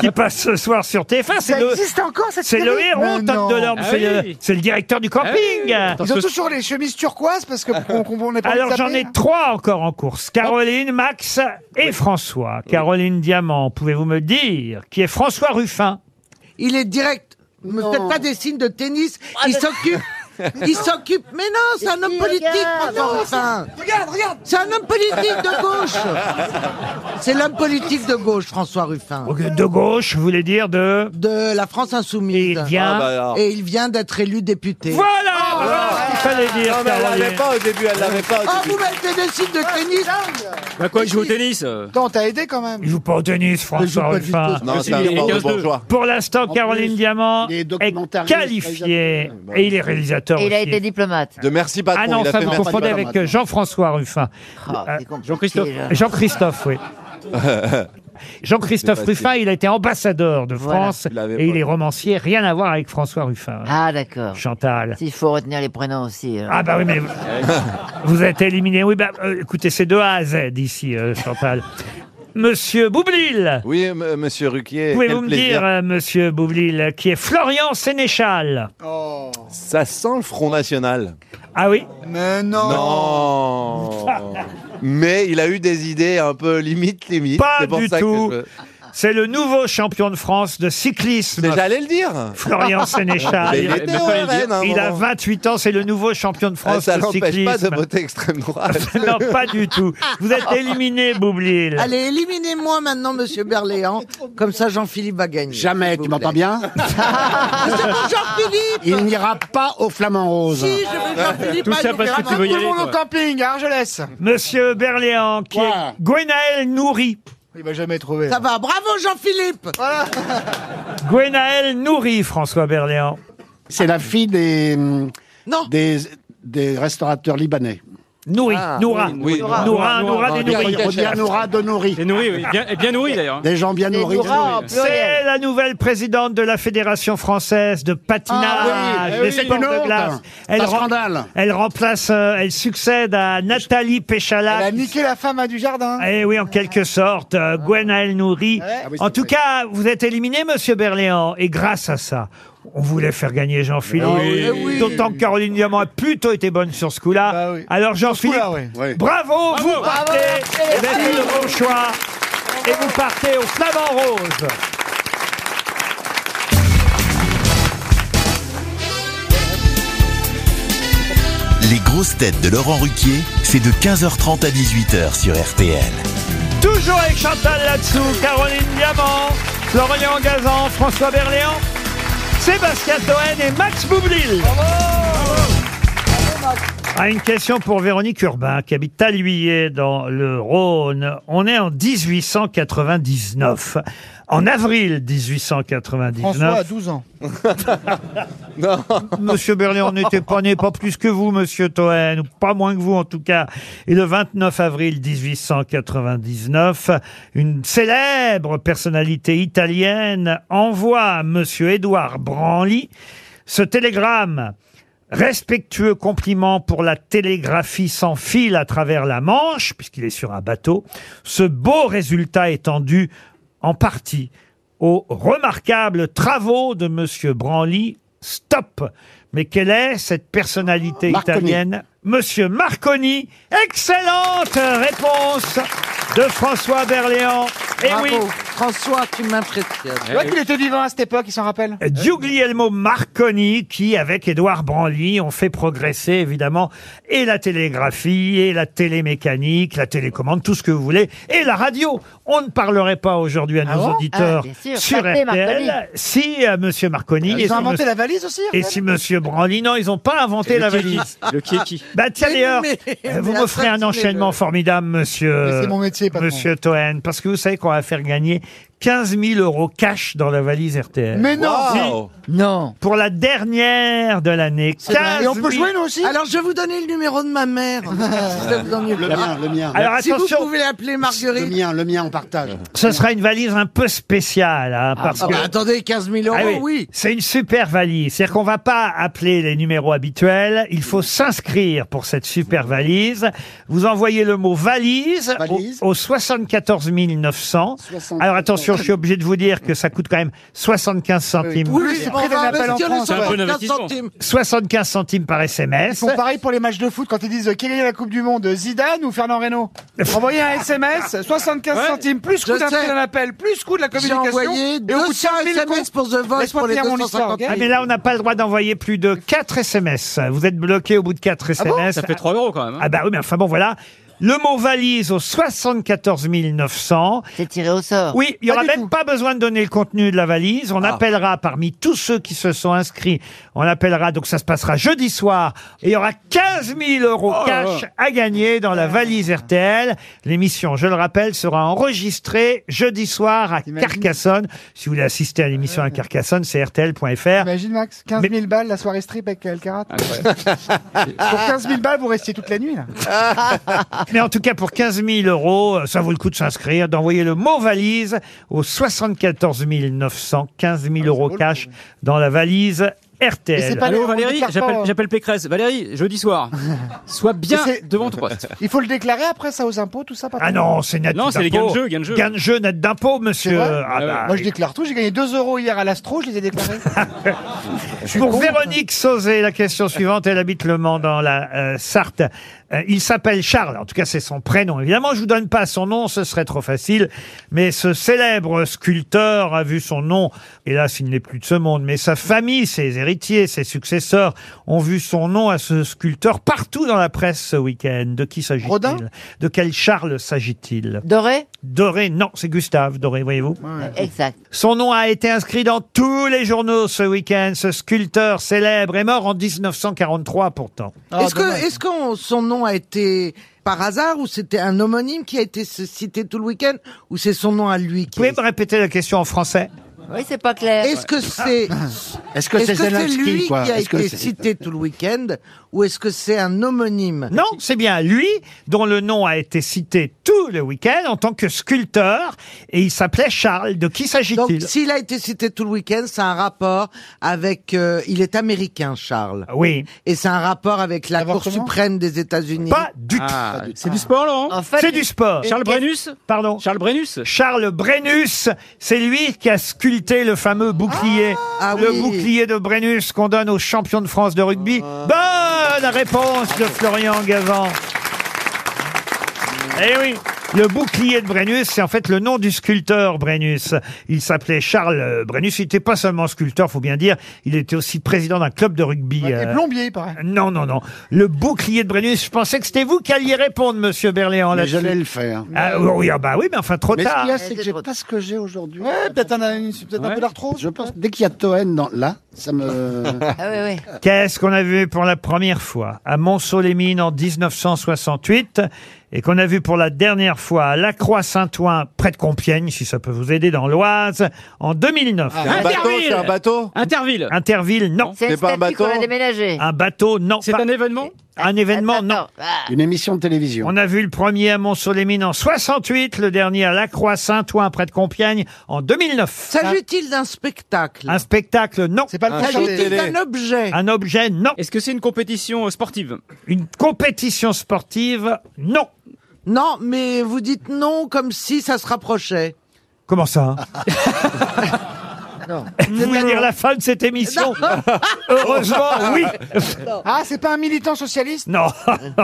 Speaker 2: qui passe ce soir sur TF1. C'est
Speaker 4: Ça
Speaker 2: le,
Speaker 4: existe hein, encore, cette
Speaker 2: C'est le
Speaker 4: série
Speaker 2: héros,
Speaker 4: Mais
Speaker 2: Tom
Speaker 4: non.
Speaker 2: Delorme.
Speaker 4: Ah
Speaker 2: c'est, le,
Speaker 4: oui.
Speaker 2: c'est le directeur du camping.
Speaker 4: Ils ont toujours les chemises turquoises parce que on, on n'est pas
Speaker 2: Alors j'en
Speaker 4: hein.
Speaker 2: ai trois encore en course. Caroline, Max et François. Caroline Diamant, pouvez-vous me dire qui est François Ruffin
Speaker 11: Il est direct. Ne me faites pas des signes de tennis. il s'occupe. Il s'occupe. Mais non, c'est un homme politique, François Ruffin. Regarde, regarde. C'est un homme politique de gauche. C'est l'homme politique de gauche, François Ruffin.
Speaker 2: De gauche, vous voulez dire de
Speaker 11: De la France insoumise. Et il
Speaker 2: vient- Ah, bah alors.
Speaker 11: Et il vient d'être élu député. Ah,
Speaker 2: Voilà. voilà ce qu'il fallait dire.
Speaker 9: Non mais elle
Speaker 2: Caroline.
Speaker 9: l'avait pas au début, elle l'avait pas au
Speaker 11: Oh,
Speaker 9: début.
Speaker 11: vous mettez des signes de tennis.
Speaker 12: Bah quoi, il joue au tennis. euh.
Speaker 4: Attends, t'as aidé quand même.
Speaker 2: Il joue pas au tennis, François
Speaker 12: pas du tout.
Speaker 2: Ruffin.
Speaker 12: Non, c'est un Il est sport de 15-2. bourgeois.
Speaker 2: Pour l'instant,
Speaker 12: En
Speaker 2: Caroline
Speaker 12: plus,
Speaker 2: Diamant
Speaker 12: il est
Speaker 2: est,
Speaker 12: documentariste,
Speaker 2: qualifiée
Speaker 12: réalisateur.
Speaker 2: et il est réalisateur
Speaker 10: Et il a
Speaker 2: aussi.
Speaker 10: été diplomate.
Speaker 9: De merci patron,
Speaker 2: Ah non,
Speaker 9: il a
Speaker 2: ça
Speaker 9: fait
Speaker 2: vous
Speaker 9: merci
Speaker 2: confondez
Speaker 9: patron.
Speaker 2: avec euh, Jean-François Ruffin. Euh,
Speaker 10: Jean-Christophe. là.
Speaker 2: Jean-Christophe, oui. Jean-Christophe
Speaker 10: C'est facile.
Speaker 2: Ruffin, il a été ambassadeur de
Speaker 10: Voilà.
Speaker 2: France
Speaker 10: Il l'avait
Speaker 2: et il
Speaker 10: pas.
Speaker 2: est romancier, rien à voir avec François Ruffin.
Speaker 10: Ah, d'accord.
Speaker 2: Chantal.
Speaker 10: S'il faut retenir les prénoms aussi. hein. alors.
Speaker 2: Ah bah oui, mais vous- vous êtes éliminé. Oui, bah euh, écoutez, c'est de A à Z ici, euh, Chantal. Monsieur Boublil,
Speaker 9: Oui, m- monsieur Ruquier.
Speaker 2: pouvez-vous
Speaker 9: quel
Speaker 2: me
Speaker 9: plaisir.
Speaker 2: dire, euh, monsieur Boublil, qui est Florian Sénéchal
Speaker 9: Ça sent le Front National.
Speaker 2: Ah oui
Speaker 4: Mais non.
Speaker 9: Non. Mais il a eu des idées un peu limite, limite.
Speaker 2: Pas
Speaker 9: c'est pour
Speaker 2: du
Speaker 9: ça que
Speaker 2: tout.
Speaker 9: je-
Speaker 2: C'est le nouveau champion de France de cyclisme.
Speaker 9: J'allais le dire.
Speaker 2: Florian Sénéchal.
Speaker 9: Mais il était au RN, à un
Speaker 2: Il a
Speaker 9: moment.
Speaker 2: 28 ans, c'est le nouveau champion de France
Speaker 9: ça
Speaker 2: de
Speaker 9: l'empêche pas
Speaker 2: cyclisme.
Speaker 9: de voter extrême droite.
Speaker 2: non, pas du tout. Vous êtes éliminé, Boublil.
Speaker 11: Allez, éliminez-moi maintenant, monsieur Berléand. Comme ça, Jean-Philippe va gagner.
Speaker 7: Jamais, tu m'entends bien
Speaker 11: C'est pas Jean-Philippe
Speaker 7: Il n'ira pas au Flamand Rose.
Speaker 11: Si, je veux Jean-Philippe Tout ça aller parce que faire tu un veux y tour aller, au hein, quoi.
Speaker 7: camping à Argelès.
Speaker 2: Monsieur Berléand, qui
Speaker 4: Quoi
Speaker 2: est Gwenaël Nourri.
Speaker 4: Il va jamais trouver.
Speaker 11: Ça va, Ah, bravo Jean-Philippe
Speaker 2: Gwenaël Nourri, François Berléand.
Speaker 7: C'est la fille des, hum, des, des restaurateurs libanais.
Speaker 2: Nourri,
Speaker 9: Ah,
Speaker 2: Noura.
Speaker 7: oui,
Speaker 2: Noura, Noura, des nourris.
Speaker 7: On dit Noura de nourri.
Speaker 12: Des nourris, oui. Bien, et bien nourris d'ailleurs.
Speaker 7: Des gens bien nourris.
Speaker 2: hein.
Speaker 4: Ah
Speaker 2: C'est la nouvelle présidente de la Fédération française de patinage
Speaker 7: Ah oui, eh
Speaker 2: des
Speaker 7: oui,
Speaker 2: sports
Speaker 7: une honte.
Speaker 2: de glace.
Speaker 7: C'est un
Speaker 2: rem-
Speaker 7: scandale.
Speaker 2: Elle remplace, euh, elle succède à Nathalie Péchala.
Speaker 4: Elle a niqué la femme à du jardin.
Speaker 2: Eh oui, en quelque sorte, euh, Gwenaël Nourri.
Speaker 4: Ah oui,
Speaker 2: en
Speaker 4: c'est
Speaker 2: tout cas, vous êtes éliminé, monsieur Berléand, et grâce à ça, on voulait faire gagner Jean-Philippe.
Speaker 4: Eh oui. Bah Eh oui.
Speaker 2: D'autant que Caroline Diamant a plutôt été bonne sur ce coup-là. Alors, Jean-Philippe, bravo, vous partez. Eh ben, Merci de vos choix. Et vous partez au Flamand Rose.
Speaker 1: Les grosses têtes de Laurent Ruquier, c'est de 15h30 à 18h sur RTL.
Speaker 2: Toujours avec Chantal là-dessous, Caroline Diamant, Florian Gazan, François Berléand, Sébastien Toen et Max Boublil. Ah, une question pour Véronique Urbain, qui habite Talhuillet, dans le Rhône. On est en 1899. En avril 1899.
Speaker 4: François a 12 ans.
Speaker 2: Monsieur Berléand n'était pas né, pas plus que vous, monsieur Toen, ou pas moins que vous en tout cas. Et le 29 avril 1899, une célèbre personnalité italienne envoie à monsieur Édouard Branly ce télégramme. Respectueux compliment pour la télégraphie sans fil à travers la Manche, puisqu'il est sur un bateau. Ce beau résultat étant dû en partie aux remarquables travaux de Monsieur Branly. Stop Mais quelle est cette personnalité
Speaker 7: Marconi.
Speaker 2: italienne Monsieur Marconi, excellente réponse de François Berléand. Et
Speaker 11: Bravo.
Speaker 2: oui,
Speaker 11: Eh François, tu m'impressionnes.
Speaker 2: Eh oui. Eh,
Speaker 4: était vivant à cette époque, il s'en rappelle.
Speaker 2: Euh, Giuglielmo Marconi, qui, avec Édouard Branly, ont fait progresser, évidemment, et la télégraphie, et la télémécanique, la télécommande, tout ce que vous voulez, et la radio. On ne parlerait pas aujourd'hui à
Speaker 4: Ah
Speaker 2: nos
Speaker 4: bon
Speaker 2: auditeurs
Speaker 4: Ah, bien sûr.
Speaker 2: sur
Speaker 4: Partez,
Speaker 2: RTL
Speaker 4: Marconi.
Speaker 2: si euh, Monsieur Marconi... et
Speaker 4: Ils ont
Speaker 2: si
Speaker 4: inventé
Speaker 2: monsieur-
Speaker 4: la valise aussi
Speaker 2: Et si Monsieur Branly, non, ils n'ont pas inventé
Speaker 4: Le
Speaker 2: la
Speaker 4: kéki.
Speaker 2: valise.
Speaker 4: Le kéki.
Speaker 2: Bah tiens
Speaker 4: Mais
Speaker 2: d'ailleurs,
Speaker 4: oui, mais-
Speaker 2: euh, vous
Speaker 4: mais
Speaker 2: m'offrez un
Speaker 4: assassiner
Speaker 2: enchaînement
Speaker 4: le-
Speaker 2: formidable, Monsieur.
Speaker 4: Mais c'est mon métier, patron.
Speaker 2: Monsieur Toen, parce que vous savez qu'on va faire gagner 15 000 euros cash dans la valise RTL.
Speaker 4: Mais non Wow.
Speaker 2: Non. Pour la dernière de l'année. 15 000.
Speaker 11: aussi Alors, je vais vous donner le numéro de ma mère. Si ça vous ennuie
Speaker 7: Le
Speaker 11: pas.
Speaker 7: mien, le mien.
Speaker 2: Alors,
Speaker 11: si
Speaker 2: attention.
Speaker 11: vous pouvez appeler Marguerite.
Speaker 7: Le mien, le mien, on partage.
Speaker 2: Ce sera une valise un peu spéciale, hein, parce
Speaker 11: Ah,
Speaker 2: que.
Speaker 11: bah, attendez, 15 000 euros,
Speaker 2: Ah
Speaker 11: oui.
Speaker 2: C'est une super valise. C'est-à-dire qu'on va pas appeler les numéros habituels. Il faut s'inscrire pour cette super valise. Vous envoyez le mot valise, Au, au 74 900.
Speaker 7: 74
Speaker 2: Alors attention, je suis obligé de vous dire que ça coûte quand même 75 centimes.
Speaker 4: Oui, c'est prix d'un appel en France.
Speaker 2: 75 centimes par
Speaker 4: Ils
Speaker 2: SMS.
Speaker 4: font pareil pour les matchs de foot quand ils disent euh, quelle est la Coupe du Monde, Zidane ou Fernand Reynaud. Envoyez un SMS, 75
Speaker 11: Ouais.
Speaker 4: centimes, plus
Speaker 11: Je
Speaker 4: coût d'un
Speaker 11: sais.
Speaker 4: prix d'un appel, plus coût de la communication.
Speaker 11: J'ai
Speaker 4: et
Speaker 11: envoyé
Speaker 4: au bout de
Speaker 11: 200
Speaker 4: 5 000
Speaker 11: SMS pour The Voice
Speaker 4: Laisse-moi
Speaker 11: pour les
Speaker 4: finir mon
Speaker 11: 250
Speaker 4: histoire, ok
Speaker 2: Ah, mais là, on n'a pas le droit d'envoyer plus de 4 SMS. Vous êtes bloqué au bout de 4
Speaker 12: Ah bon
Speaker 2: SMS.
Speaker 12: Ça fait 3 euros quand même. hein.
Speaker 2: Ah bah oui, mais enfin bon, voilà. Le mot valise au 74 900. C'est tiré au sort. Oui, il n'y aura même pas besoin de donner le contenu de la valise. On appellera parmi tous ceux qui se sont inscrits. On appellera, donc ça se passera jeudi soir. Et il y aura 15 000 euros
Speaker 12: Oh là là.
Speaker 2: cash à gagner dans la valise RTL. L'émission, je le rappelle, sera enregistrée jeudi soir à Carcassonne. Si vous voulez assister à l'émission à Carcassonne, c'est rtl.fr.
Speaker 4: Imagine Max, 15 000 balles la soirée strip avec Alcarat.
Speaker 2: Ah,
Speaker 4: pour 15 000 balles, vous restiez toute la nuit là.
Speaker 2: Mais en tout cas, pour 15 000 euros, euh, ça vaut le coup de s'inscrire, d'envoyer le mot valise au 74 900, 15 000 euros cash dans la valise RTL.
Speaker 4: Mais c'est pas
Speaker 12: Allô
Speaker 4: les- on
Speaker 12: Valérie,
Speaker 4: déclare pas,
Speaker 12: j'appelle-
Speaker 4: euh.
Speaker 12: j'appelle Pécresse. Valérie, jeudi soir, sois bien
Speaker 4: Mais c'est-
Speaker 12: devant ton poste.
Speaker 4: Il faut le déclarer après ça aux impôts, tout ça pas
Speaker 2: Ah
Speaker 4: trop.
Speaker 2: non, c'est net
Speaker 12: Non, c'est les gains de jeu, gains de jeu.
Speaker 2: Gain de jeu, net d'impôt, monsieur.
Speaker 4: C'est vrai
Speaker 2: Ah bah,
Speaker 4: Moi je déclare tout, j'ai gagné 2 euros hier à l'Astro, je les ai déclarés.
Speaker 2: Pour Véronique Sauzé, la question suivante, elle habite Le Mans dans la euh, Sarthe. Euh, il s'appelle Charles, en tout cas c'est son prénom. Évidemment, je vous donne pas son nom, ce serait trop facile, mais ce célèbre sculpteur a vu son nom, hélas il n'est plus de ce monde, mais sa famille, ses héritiers, ses successeurs ont vu son nom à ce sculpteur partout dans la presse ce week-end. De qui s'agit-il De quel Charles s'agit-il
Speaker 10: Doré
Speaker 2: Doré, non, c'est Gustave Doré, voyez-vous
Speaker 10: Exact.
Speaker 2: son nom a été inscrit dans tous les journaux ce week-end. Ce sculpteur célèbre est mort en 1943 pourtant.
Speaker 12: Ah,
Speaker 4: Ah,
Speaker 11: Est-ce que, est-ce que on- son nom a été par hasard ou c'était un homonyme qui a été c- cité tout le week-end ou c'est son nom à lui qui
Speaker 2: Vous pouvez me répéter la question en français
Speaker 10: Oui, c'est pas clair.
Speaker 11: Est-ce que c'est
Speaker 2: Est-ce que c'est Zelensky,
Speaker 11: lui
Speaker 2: quoi
Speaker 11: qui a
Speaker 2: Est-ce que
Speaker 11: été
Speaker 2: c'est-
Speaker 11: cité tout le week-end ou est-ce que c'est un homonyme
Speaker 2: Non, c'est bien lui dont le nom a été cité tout le week-end en tant que sculpteur et il s'appelait Charles. De qui
Speaker 11: Donc
Speaker 2: s'agit-il
Speaker 11: s'il a été cité tout le week-end, c'est un rapport avec. euh, il est américain, Charles.
Speaker 2: Oui.
Speaker 11: Et c'est un rapport avec la Cour suprême des États-Unis.
Speaker 2: Pas du tout.
Speaker 12: Ah,
Speaker 11: Ah,
Speaker 12: C'est du sport, Laurent
Speaker 2: C'est du sport.
Speaker 12: Charles Brennus
Speaker 2: Pardon
Speaker 12: Charles Brennus
Speaker 2: Charles Brennus, c'est lui qui a sculpté le fameux bouclier. le bouclier de Brennus qu'on donne aux champions de France de rugby. Bonne réponse de Florian Gavant. Eh oui le bouclier de Brennus, c'est en fait le nom du sculpteur Brennus. Il s'appelait Charles euh, Brennus. Il n'était pas seulement sculpteur, faut bien dire. Il était aussi président d'un club de rugby.
Speaker 4: Et
Speaker 2: euh,
Speaker 4: plombier, il paraît.
Speaker 2: non, non, non. Le bouclier de Brennus, je pensais que c'était vous qui alliez répondre, monsieur Berléand.
Speaker 7: Mais
Speaker 2: là-dessus.
Speaker 7: j'allais le faire.
Speaker 2: Ah, oui, ah bah oui, mais enfin, trop
Speaker 7: Mais ce
Speaker 2: tard.
Speaker 7: qu'il y a, c'est que j'ai pas ce que j'ai aujourd'hui.
Speaker 4: Ouais, peut-être un, peut un peu d'arthrose.
Speaker 7: Je pense. Dès qu'il y a Toen dans là, ça me.
Speaker 10: oui,
Speaker 2: Qu'est-ce qu'on a vu pour la première fois à Monceau-les-Mines en 1968 et qu'on a vu pour la dernière fois à La Croix-Saint-Ouen, près de Compiègne, si ça peut vous aider, dans l'Oise, en 2009.
Speaker 9: C'est un bateau, Interville c'est un bateau
Speaker 2: Interville Interville, non.
Speaker 10: C'est une statue qu'on a déménagée.
Speaker 2: Un bateau, non. C'est un événement Un événement,
Speaker 10: Ah,
Speaker 2: non.
Speaker 7: Une émission de télévision.
Speaker 2: On a vu le premier à Monceau-les-Mines en 68, le dernier à La Croix-Saint-Ouen, près de Compiègne, en 2009.
Speaker 11: S'agit-il d'un spectacle
Speaker 2: Un spectacle, non. C'est pas
Speaker 11: le Un concert show des- télé. d'un objet
Speaker 2: Un objet, non.
Speaker 12: Est-ce que c'est une compétition euh, sportive
Speaker 2: Une compétition sportive, non.
Speaker 11: Non, mais vous dites non comme si ça se rapprochait.
Speaker 2: Comment ça hein
Speaker 10: Ah,
Speaker 2: Vous voulez dire la fin de cette émission Heureusement, oui.
Speaker 4: Ah, c'est pas un militant socialiste
Speaker 2: Non.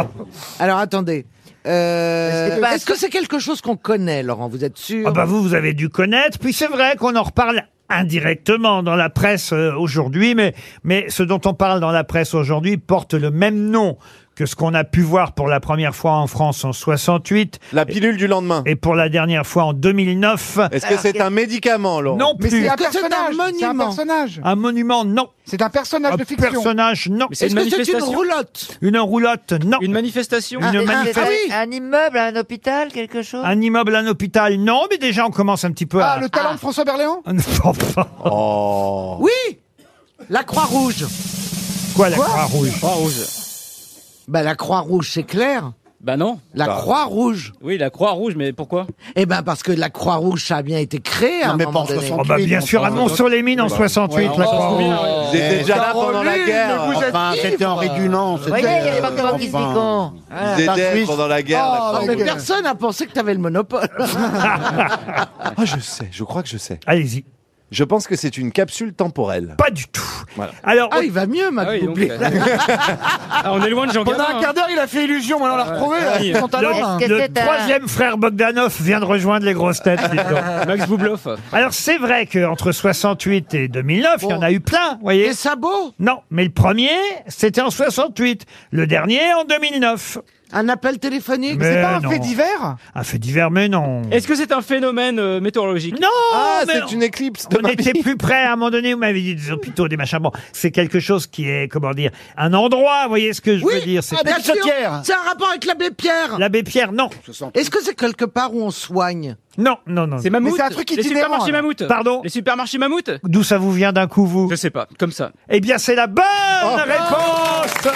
Speaker 11: Alors attendez. Euh,
Speaker 4: Est-ce que-
Speaker 11: Est-ce que c'est quelque chose qu'on connaît, Laurent Vous êtes sûr
Speaker 2: Ah bah vous, vous avez dû connaître. Puis c'est vrai qu'on en reparle indirectement dans la presse euh, aujourd'hui, mais, mais ce dont on parle dans la presse aujourd'hui porte le même nom que ce qu'on a pu voir pour la première fois en France en 68. La pilule du lendemain. Et pour la dernière fois en 2009.
Speaker 9: Est-ce que c'est un médicament, Laurent
Speaker 2: Non
Speaker 4: Mais
Speaker 2: plus.
Speaker 4: c'est un personnage. C'est un personnage.
Speaker 2: Un monument, non.
Speaker 4: C'est un personnage de
Speaker 2: Un
Speaker 4: fiction.
Speaker 2: personnage, non.
Speaker 4: Mais c'est Est-ce une que c'est une manifestation
Speaker 11: roulotte
Speaker 2: Une roulotte, non. Une manifestation
Speaker 4: Ah,
Speaker 10: Un-
Speaker 2: Une
Speaker 10: Ah, un-
Speaker 2: manifestation.
Speaker 10: un, un immeuble, un hôpital, quelque chose
Speaker 2: Un immeuble, un hôpital, non, mais déjà on commence un petit peu à...
Speaker 4: Ah, le talent de François Berléand
Speaker 2: oh.
Speaker 11: Oui La Croix-Rouge
Speaker 2: Quoi, la Croix-Rouge
Speaker 12: Croix-Rouge.
Speaker 11: Bah la Croix-Rouge, c'est clair.
Speaker 12: Bah non.
Speaker 11: La Croix-Rouge.
Speaker 12: Oui, la Croix-Rouge, mais pourquoi
Speaker 11: Eh ben parce que la Croix-Rouge, ça a bien été créé à un moment donné.
Speaker 2: Oh, bah, bien sûr, à Monceau-les-Mines en 68, la Croix-Rouge.
Speaker 9: Ils étaient déjà là pendant la
Speaker 7: Caroline,
Speaker 9: guerre.
Speaker 7: mais vous êtes Enfin, c'était ivre. Henri Dunant, c'était,
Speaker 10: Voyez, il y a les banques
Speaker 7: euh,
Speaker 10: qui Ah. se
Speaker 7: enfin,
Speaker 10: piquent. Voilà.
Speaker 9: Ils étaient pendant la guerre. la
Speaker 11: Ah, Oh, mais
Speaker 9: Croix-Rouge.
Speaker 11: personne n'a pensé que t'avais le monopole.
Speaker 9: Ah, je sais, je crois que je sais.
Speaker 2: Allez-y.
Speaker 9: Je pense que c'est une capsule temporelle.
Speaker 2: Pas du tout.
Speaker 9: Voilà.
Speaker 2: Alors,
Speaker 11: ah, il va mieux, ma
Speaker 4: euh,
Speaker 2: Ah,
Speaker 12: on est loin de Jean
Speaker 4: Pendant
Speaker 12: Gabin,
Speaker 4: un quart d'heure, il a fait illusion, maintenant on l'a retrouvé. euh, Son talent.
Speaker 2: Le, le
Speaker 11: euh,
Speaker 2: troisième frère Bogdanov vient de rejoindre les grosses têtes. dites donc.
Speaker 12: Max Boubloff.
Speaker 2: Alors c'est vrai qu'entre 68 et 2009, il y en
Speaker 4: Oh.
Speaker 2: a eu plein, vous voyez. Les
Speaker 11: sabots
Speaker 2: Non, mais le premier, c'était en 68. Le dernier, en 2009.
Speaker 11: Un appel téléphonique
Speaker 2: Mais
Speaker 4: C'est pas un
Speaker 2: non.
Speaker 4: fait divers
Speaker 2: Un fait divers, mais non.
Speaker 12: Est-ce que c'est un phénomène euh, météorologique
Speaker 2: Non,
Speaker 9: Ah,
Speaker 2: mais
Speaker 9: c'est une éclipse de
Speaker 2: on
Speaker 9: ma
Speaker 2: était
Speaker 9: vie.
Speaker 2: plus près à un moment donné. Vous m'avez dit des hôpitaux, des machins. Bon, c'est quelque chose qui est, comment dire, un endroit. Vous voyez ce que je veux dire C'est
Speaker 11: Ah, bien sûr. C'est un rapport avec l'abbé Pierre.
Speaker 2: L'abbé Pierre, non.
Speaker 11: Est-ce que c'est quelque part où on soigne
Speaker 2: Non, non, non.
Speaker 12: C'est Mammouth Les supermarchés Mammouth
Speaker 2: Pardon
Speaker 12: Les supermarchés Mammouth
Speaker 2: D'où ça vous vient d'un coup, vous
Speaker 12: Je sais pas, comme ça.
Speaker 2: Eh bien, c'est la bonne réponse de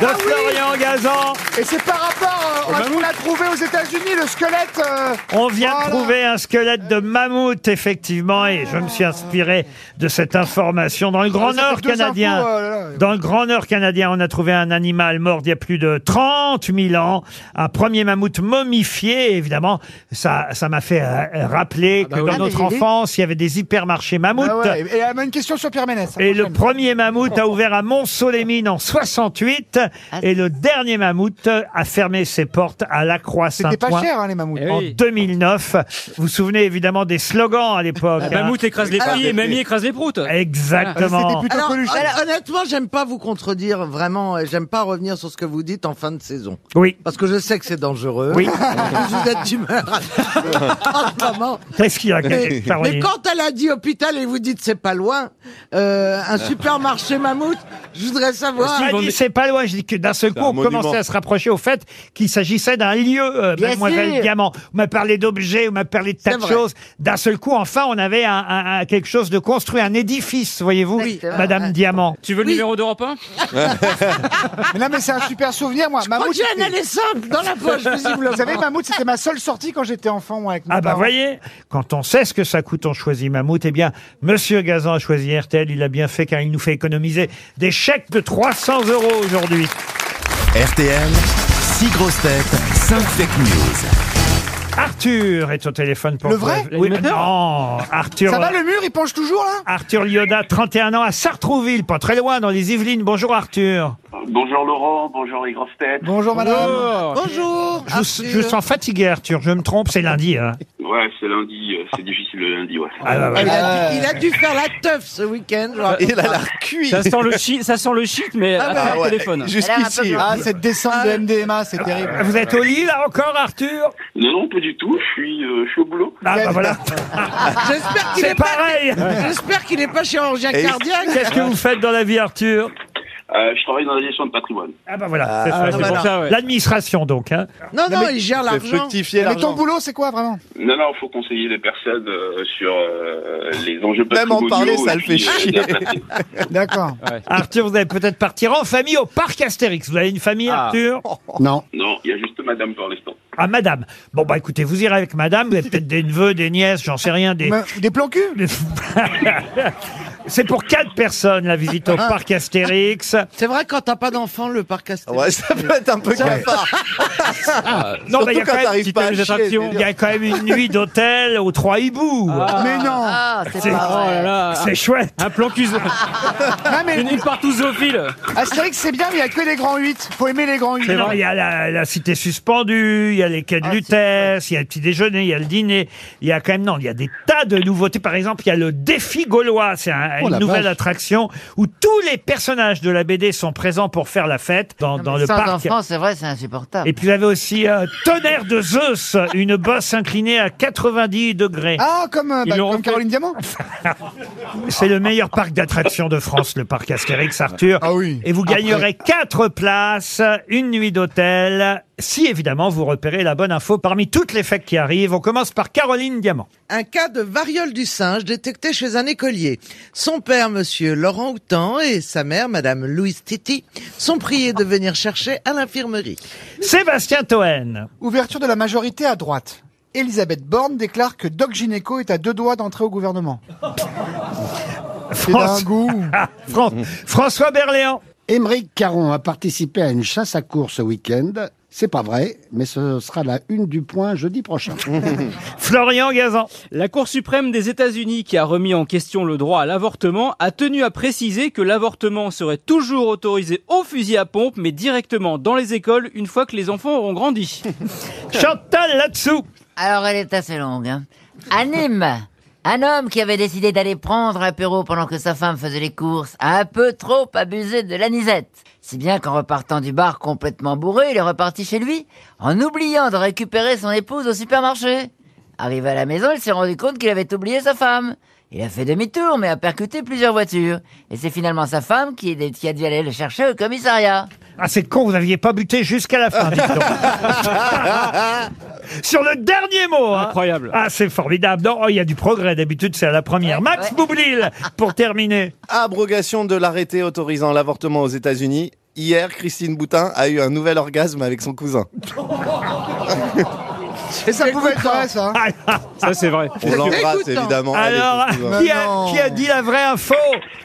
Speaker 4: Oh. Ah oui
Speaker 2: Florian Gazan.
Speaker 4: Et c'est par rapport on a trouvé aux États-Unis le squelette. euh,
Speaker 2: On vient de trouver un squelette de mammouth, effectivement, et je me suis inspiré de cette information. Dans le Grand
Speaker 4: ça fait
Speaker 2: Nord
Speaker 4: deux
Speaker 2: canadien,
Speaker 4: infos, euh, là, là.
Speaker 2: dans le Grand Nord canadien, on a trouvé un animal mort il y a plus de 30 000 ans, un premier mammouth momifié, évidemment. Ça, ça m'a fait euh, rappeler que dans
Speaker 4: oui.
Speaker 2: notre
Speaker 4: Ah, mais j'ai dit.
Speaker 2: enfance, il y avait des hypermarchés mammouths.
Speaker 4: Ah ouais, et- Et elle a une question sur Pierre Ménès.
Speaker 2: Et le premier mammouth a ouvert à Mont-Solémine en 68 et le dernier mammouth a fermé ses portes à la Croix-Saint-Ouen.
Speaker 4: C'était pas cher, hein, les mammouths. Eh
Speaker 2: En
Speaker 4: oui.
Speaker 2: 2009. Vous vous souvenez évidemment des slogans à l'époque. hein.
Speaker 12: Ah, mammouth écrase les filles et mamie écrase les proutes.
Speaker 4: Ah,
Speaker 2: Exactement.
Speaker 11: Alors, hon- honnêtement, j'aime pas vous contredire, vraiment, euh, j'aime pas revenir sur ce que vous dites en fin de saison.
Speaker 2: Oui.
Speaker 11: Parce que je sais que c'est dangereux.
Speaker 2: Oui.
Speaker 11: vous êtes d'humeur en ce moment.
Speaker 2: Qu'est-ce qu'il y a,
Speaker 11: mais,
Speaker 2: Caroline
Speaker 11: mais quand elle a dit hôpital et vous dites c'est pas loin, euh, un supermarché mammouth, je voudrais savoir.
Speaker 2: Ah, dis, c'est pas loin, je dis que d'un seul coup, on commençait à se rapprocher au fait qu'il s'agissait d'un lieu, euh,
Speaker 11: Bien
Speaker 2: mademoiselle
Speaker 11: sûr.
Speaker 2: Diamant. On m'a parlé d'objets, on m'a parlé de tas
Speaker 11: C'est
Speaker 2: de
Speaker 11: vrai.
Speaker 2: choses. D'un seul coup, enfin, on avait un, un- un- quelque chose de construit, un édifice, voyez-vous, Madame Diamant.
Speaker 12: Tu veux le numéro d'Europe 1
Speaker 4: Mais non, mais c'est un super souvenir, moi. Mammouth,
Speaker 11: j'ai un
Speaker 4: c'était-
Speaker 11: aller simple dans la poche, visiblement.
Speaker 4: Vous savez, Mammouth, c'était ma seule sortie quand j'étais enfant, moi, avec mes
Speaker 2: Ah bah
Speaker 4: parents.
Speaker 2: voyez, quand on sait ce que ça coûte, on choisit Mammouth. Eh bien, Monsieur Gazan a choisi RTL, il a bien fait car il nous fait économiser des chèques de 300 euros aujourd'hui.
Speaker 1: RTL, 6 grosses têtes, 5 fake news.
Speaker 2: Arthur est au téléphone pour
Speaker 4: Le vrai
Speaker 2: Oui, mais non, Arthur.
Speaker 4: Ça va, le mur, il penche toujours, là
Speaker 2: Arthur Lyoda, 31 ans, à Sartrouville, pas très loin, dans les Yvelines. Bonjour Arthur.
Speaker 20: Bonjour Laurent, bonjour les grosses têtes.
Speaker 4: Bonjour, madame.
Speaker 11: Bonjour.
Speaker 2: Je, vous- je sens fatigué Arthur, je me trompe, c'est lundi. hein.
Speaker 20: Ouais, c'est lundi, euh, c'est difficile le lundi, ouais.
Speaker 2: Ah, bah, ouais.
Speaker 11: Il a, dû, il a dû faire la teuf ce week-end. je raconte pas.
Speaker 12: cuit. Ça sent le shit, ça sent le shit, mais à
Speaker 11: Ah bah,
Speaker 12: travers le
Speaker 11: ouais.
Speaker 12: téléphone.
Speaker 4: Ah, cette descente de MDMA, c'est terrible.
Speaker 2: Ah, Vous êtes au lit, là, encore, Arthur
Speaker 20: Non, non, pas du tout, je suis, euh, je suis au boulot.
Speaker 2: Ah bah voilà.
Speaker 11: J'espère qu'il
Speaker 2: C'est
Speaker 11: est pas-
Speaker 2: pareil.
Speaker 11: J'espère qu'il n'est pas chirurgien
Speaker 20: Et-
Speaker 11: cardiaque.
Speaker 2: Qu'est-ce que vous faites dans la vie Arthur
Speaker 20: Euh, je travaille dans la gestion de patrimoine.
Speaker 2: Ah bah voilà,
Speaker 20: Ah,
Speaker 2: c'est ça,
Speaker 20: ah,
Speaker 2: c'est
Speaker 20: voilà.
Speaker 2: pour ça, ouais. L'administration donc. hein.
Speaker 11: Non, non, il gère l'argent.
Speaker 9: fructifier
Speaker 4: Mais
Speaker 9: l'argent.
Speaker 4: ton boulot, c'est quoi, vraiment
Speaker 20: Non, non, faut conseiller les personnes euh, sur euh, les enjeux
Speaker 9: Même en
Speaker 20: patrimoniaux.
Speaker 9: parler, ça
Speaker 20: et
Speaker 9: le fait
Speaker 20: puis, euh,
Speaker 9: chier.
Speaker 20: la patrie.
Speaker 4: D'accord.
Speaker 2: Arthur, vous allez peut-être partir en famille au parc Astérix. Vous avez une famille,
Speaker 20: Ah.
Speaker 2: Arthur
Speaker 4: Non.
Speaker 20: non, il y a juste madame pour l'instant.
Speaker 2: Ah, madame. Bon, bah écoutez, vous irez avec madame, vous avez peut-être des neveux, des nièces, j'en sais rien, des.
Speaker 4: Mais- Des plans cul
Speaker 2: C'est pour quatre personnes la visite au
Speaker 4: Ah.
Speaker 2: parc Astérix.
Speaker 11: C'est vrai, quand t'as pas d'enfant, le parc Astérix.
Speaker 9: Ouais, ça peut être un peu cafard.
Speaker 2: Non,
Speaker 9: Surtout
Speaker 2: mais il y a
Speaker 9: quand
Speaker 2: quand même-
Speaker 9: t'arrives pas à
Speaker 2: il y a
Speaker 9: chier, c'est dur.
Speaker 2: il y a quand même une nuit d'hôtel aux Trois Hiboux.
Speaker 4: Mais non
Speaker 10: Ah, c'est
Speaker 2: C'est-
Speaker 10: pas
Speaker 12: Oh là
Speaker 10: vrai.
Speaker 12: là.
Speaker 2: C'est chouette.
Speaker 12: Un plan cul.
Speaker 4: Non, mais
Speaker 12: Une île partout zoophile.
Speaker 4: Astérix, c'est bien, mais il y a que les grands 8. Faut aimer les grands 8.
Speaker 2: C'est vrai, il y a la, la cité suspendue, il y a les quais de Lutèce, il y a le petit déjeuner, il y a le dîner, il y a quand même, non, il y a des tas de nouveautés. Par exemple, il y a le défi gaulois, c'est un-
Speaker 16: Oh,
Speaker 2: une
Speaker 16: la
Speaker 2: nouvelle
Speaker 16: vache.
Speaker 2: attraction où tous les personnages de la BD sont présents pour faire la fête dans, dans le
Speaker 10: Sans
Speaker 2: parc.
Speaker 10: enfants, c'est vrai, c'est insupportable.
Speaker 2: Et puis vous avez aussi euh, Tonnerre de Zeus, une bosse inclinée à 90 degrés.
Speaker 4: Ah, comme, euh,
Speaker 2: Ils
Speaker 4: bah,
Speaker 2: l'ont
Speaker 4: comme Caroline Diamant
Speaker 2: C'est le meilleur parc d'attractions de France, le parc Astérix Arthur. Ah oui. Et vous gagnerez quatre places, une nuit d'hôtel,
Speaker 4: Eh
Speaker 2: si évidemment vous repérez la bonne info parmi toutes les fêtes qui arrivent. On commence par Caroline Diamant.
Speaker 11: Un cas de variole du singe détecté chez un écolier. Son père, monsieur Laurent Houtan, et sa mère, madame Louise Titi, sont priés de venir chercher à l'infirmerie.
Speaker 2: Sébastien Toen.
Speaker 4: Ouverture de la majorité à droite. Elisabeth Borne déclare que Doc Gynéco est à deux doigts d'entrer au gouvernement. C'est
Speaker 2: France-
Speaker 4: d'un goût.
Speaker 2: Ah, Fran- François Berléand.
Speaker 7: Émeric Caron a participé à une chasse à course ce week-end. C'est pas vrai, mais ce sera la une du point jeudi prochain.
Speaker 2: Florian Gazan.
Speaker 12: La Cour suprême des États-Unis, qui a remis en question le droit à l'avortement, a tenu à préciser que l'avortement serait toujours autorisé au fusil à pompe, mais directement dans les écoles une fois que les enfants auront grandi.
Speaker 2: Chantal là-dessous.
Speaker 10: Alors, elle est assez longue. Hein. À Nîmes, un homme qui avait décidé d'aller prendre un apéro pendant que sa femme faisait les courses a un peu trop abusé de l'anisette. Si bien qu'en repartant du bar complètement bourré, il est reparti chez lui en oubliant de récupérer son épouse au supermarché. Arrivé à la maison, il s'est rendu compte qu'il avait oublié sa femme. Il a fait demi-tour, mais a percuté plusieurs voitures. Et c'est finalement sa femme qui, est- qui a dû aller le chercher au commissariat.
Speaker 2: Ah, c'est con, vous n'aviez pas buté jusqu'à la fin, dites donc.
Speaker 4: ben,
Speaker 2: Sur le dernier mot. hein.
Speaker 12: Incroyable.
Speaker 2: Ah, c'est formidable. Non, oh, il y a du progrès. D'habitude, c'est à la première. Max Boublil, pour terminer.
Speaker 9: Abrogation de l'arrêté autorisant l'avortement aux États-Unis. Hier, Christine Boutin a eu un nouvel orgasme avec son cousin.
Speaker 4: Et ça pouvait être vrai, ça. hein.
Speaker 9: Ça, c'est vrai. On l'embrasse,
Speaker 4: Dégoûtant.
Speaker 9: évidemment. Elle est
Speaker 2: Alors,
Speaker 9: son cousin.
Speaker 2: qui a, qui a dit la vraie info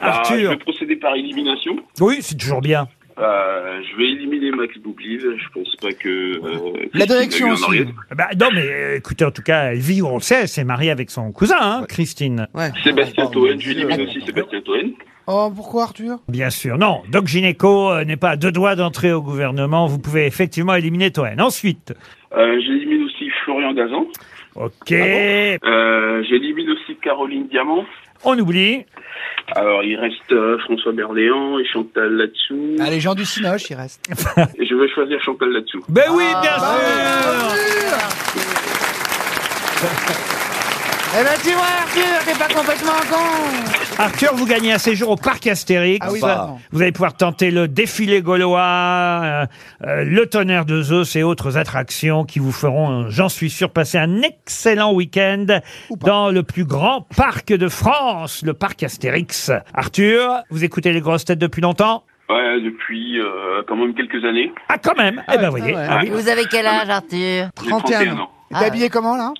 Speaker 20: Ah, je
Speaker 2: Arthur
Speaker 20: vais procéder par élimination.
Speaker 2: Oui, c'est toujours bien.
Speaker 20: Euh, je vais éliminer Max Boublil. Je pense pas que. euh, Christine a
Speaker 2: La
Speaker 20: eu
Speaker 2: direction
Speaker 20: un
Speaker 2: aussi.
Speaker 20: orgasme.
Speaker 2: Bah, non, mais euh, écoutez, en tout cas, elle vit où on le sait, elle s'est mariée avec son cousin, hein, Christine.
Speaker 20: Sébastien Toen, je vais éliminer aussi Sébastien Toen.
Speaker 4: Oh, pourquoi, Arthur
Speaker 2: Bien sûr, non. Doc Gynéco euh, n'est pas à deux doigts d'entrer au gouvernement. Vous pouvez effectivement éliminer Toen. Ensuite,
Speaker 20: Euh, J'élimine aussi Florian Gazan.
Speaker 2: Ok.
Speaker 20: euh, J'élimine aussi Caroline Diamant.
Speaker 2: on oublie.
Speaker 20: Alors, il reste euh, François Berléand et Chantal Latsou.
Speaker 4: Ah, les gens du Cinoche, ils restent.
Speaker 20: Et je vais choisir Chantal Latsou.
Speaker 2: Ben oui, bien
Speaker 4: Ah, bah Eh ben, tu vois, Arthur, t'es pas complètement con
Speaker 2: Arthur, vous gagnez un séjour au parc Astérix.
Speaker 4: Ah oui, vraiment.
Speaker 2: vous allez pouvoir tenter le défilé gaulois, euh, euh, le tonnerre de Zeus et autres attractions qui vous feront, euh, j'en suis sûr, passer un excellent week-end dans le plus grand parc de France, le parc Astérix. Arthur, vous écoutez les grosses têtes depuis longtemps
Speaker 20: Ouais, depuis euh, quand même quelques années.
Speaker 2: Ah, quand même Eh ben, voyez. ah oui.
Speaker 10: Vous avez quel âge, Arthur Ah.
Speaker 20: J'ai 31 ans.
Speaker 4: T'es habillé comment, là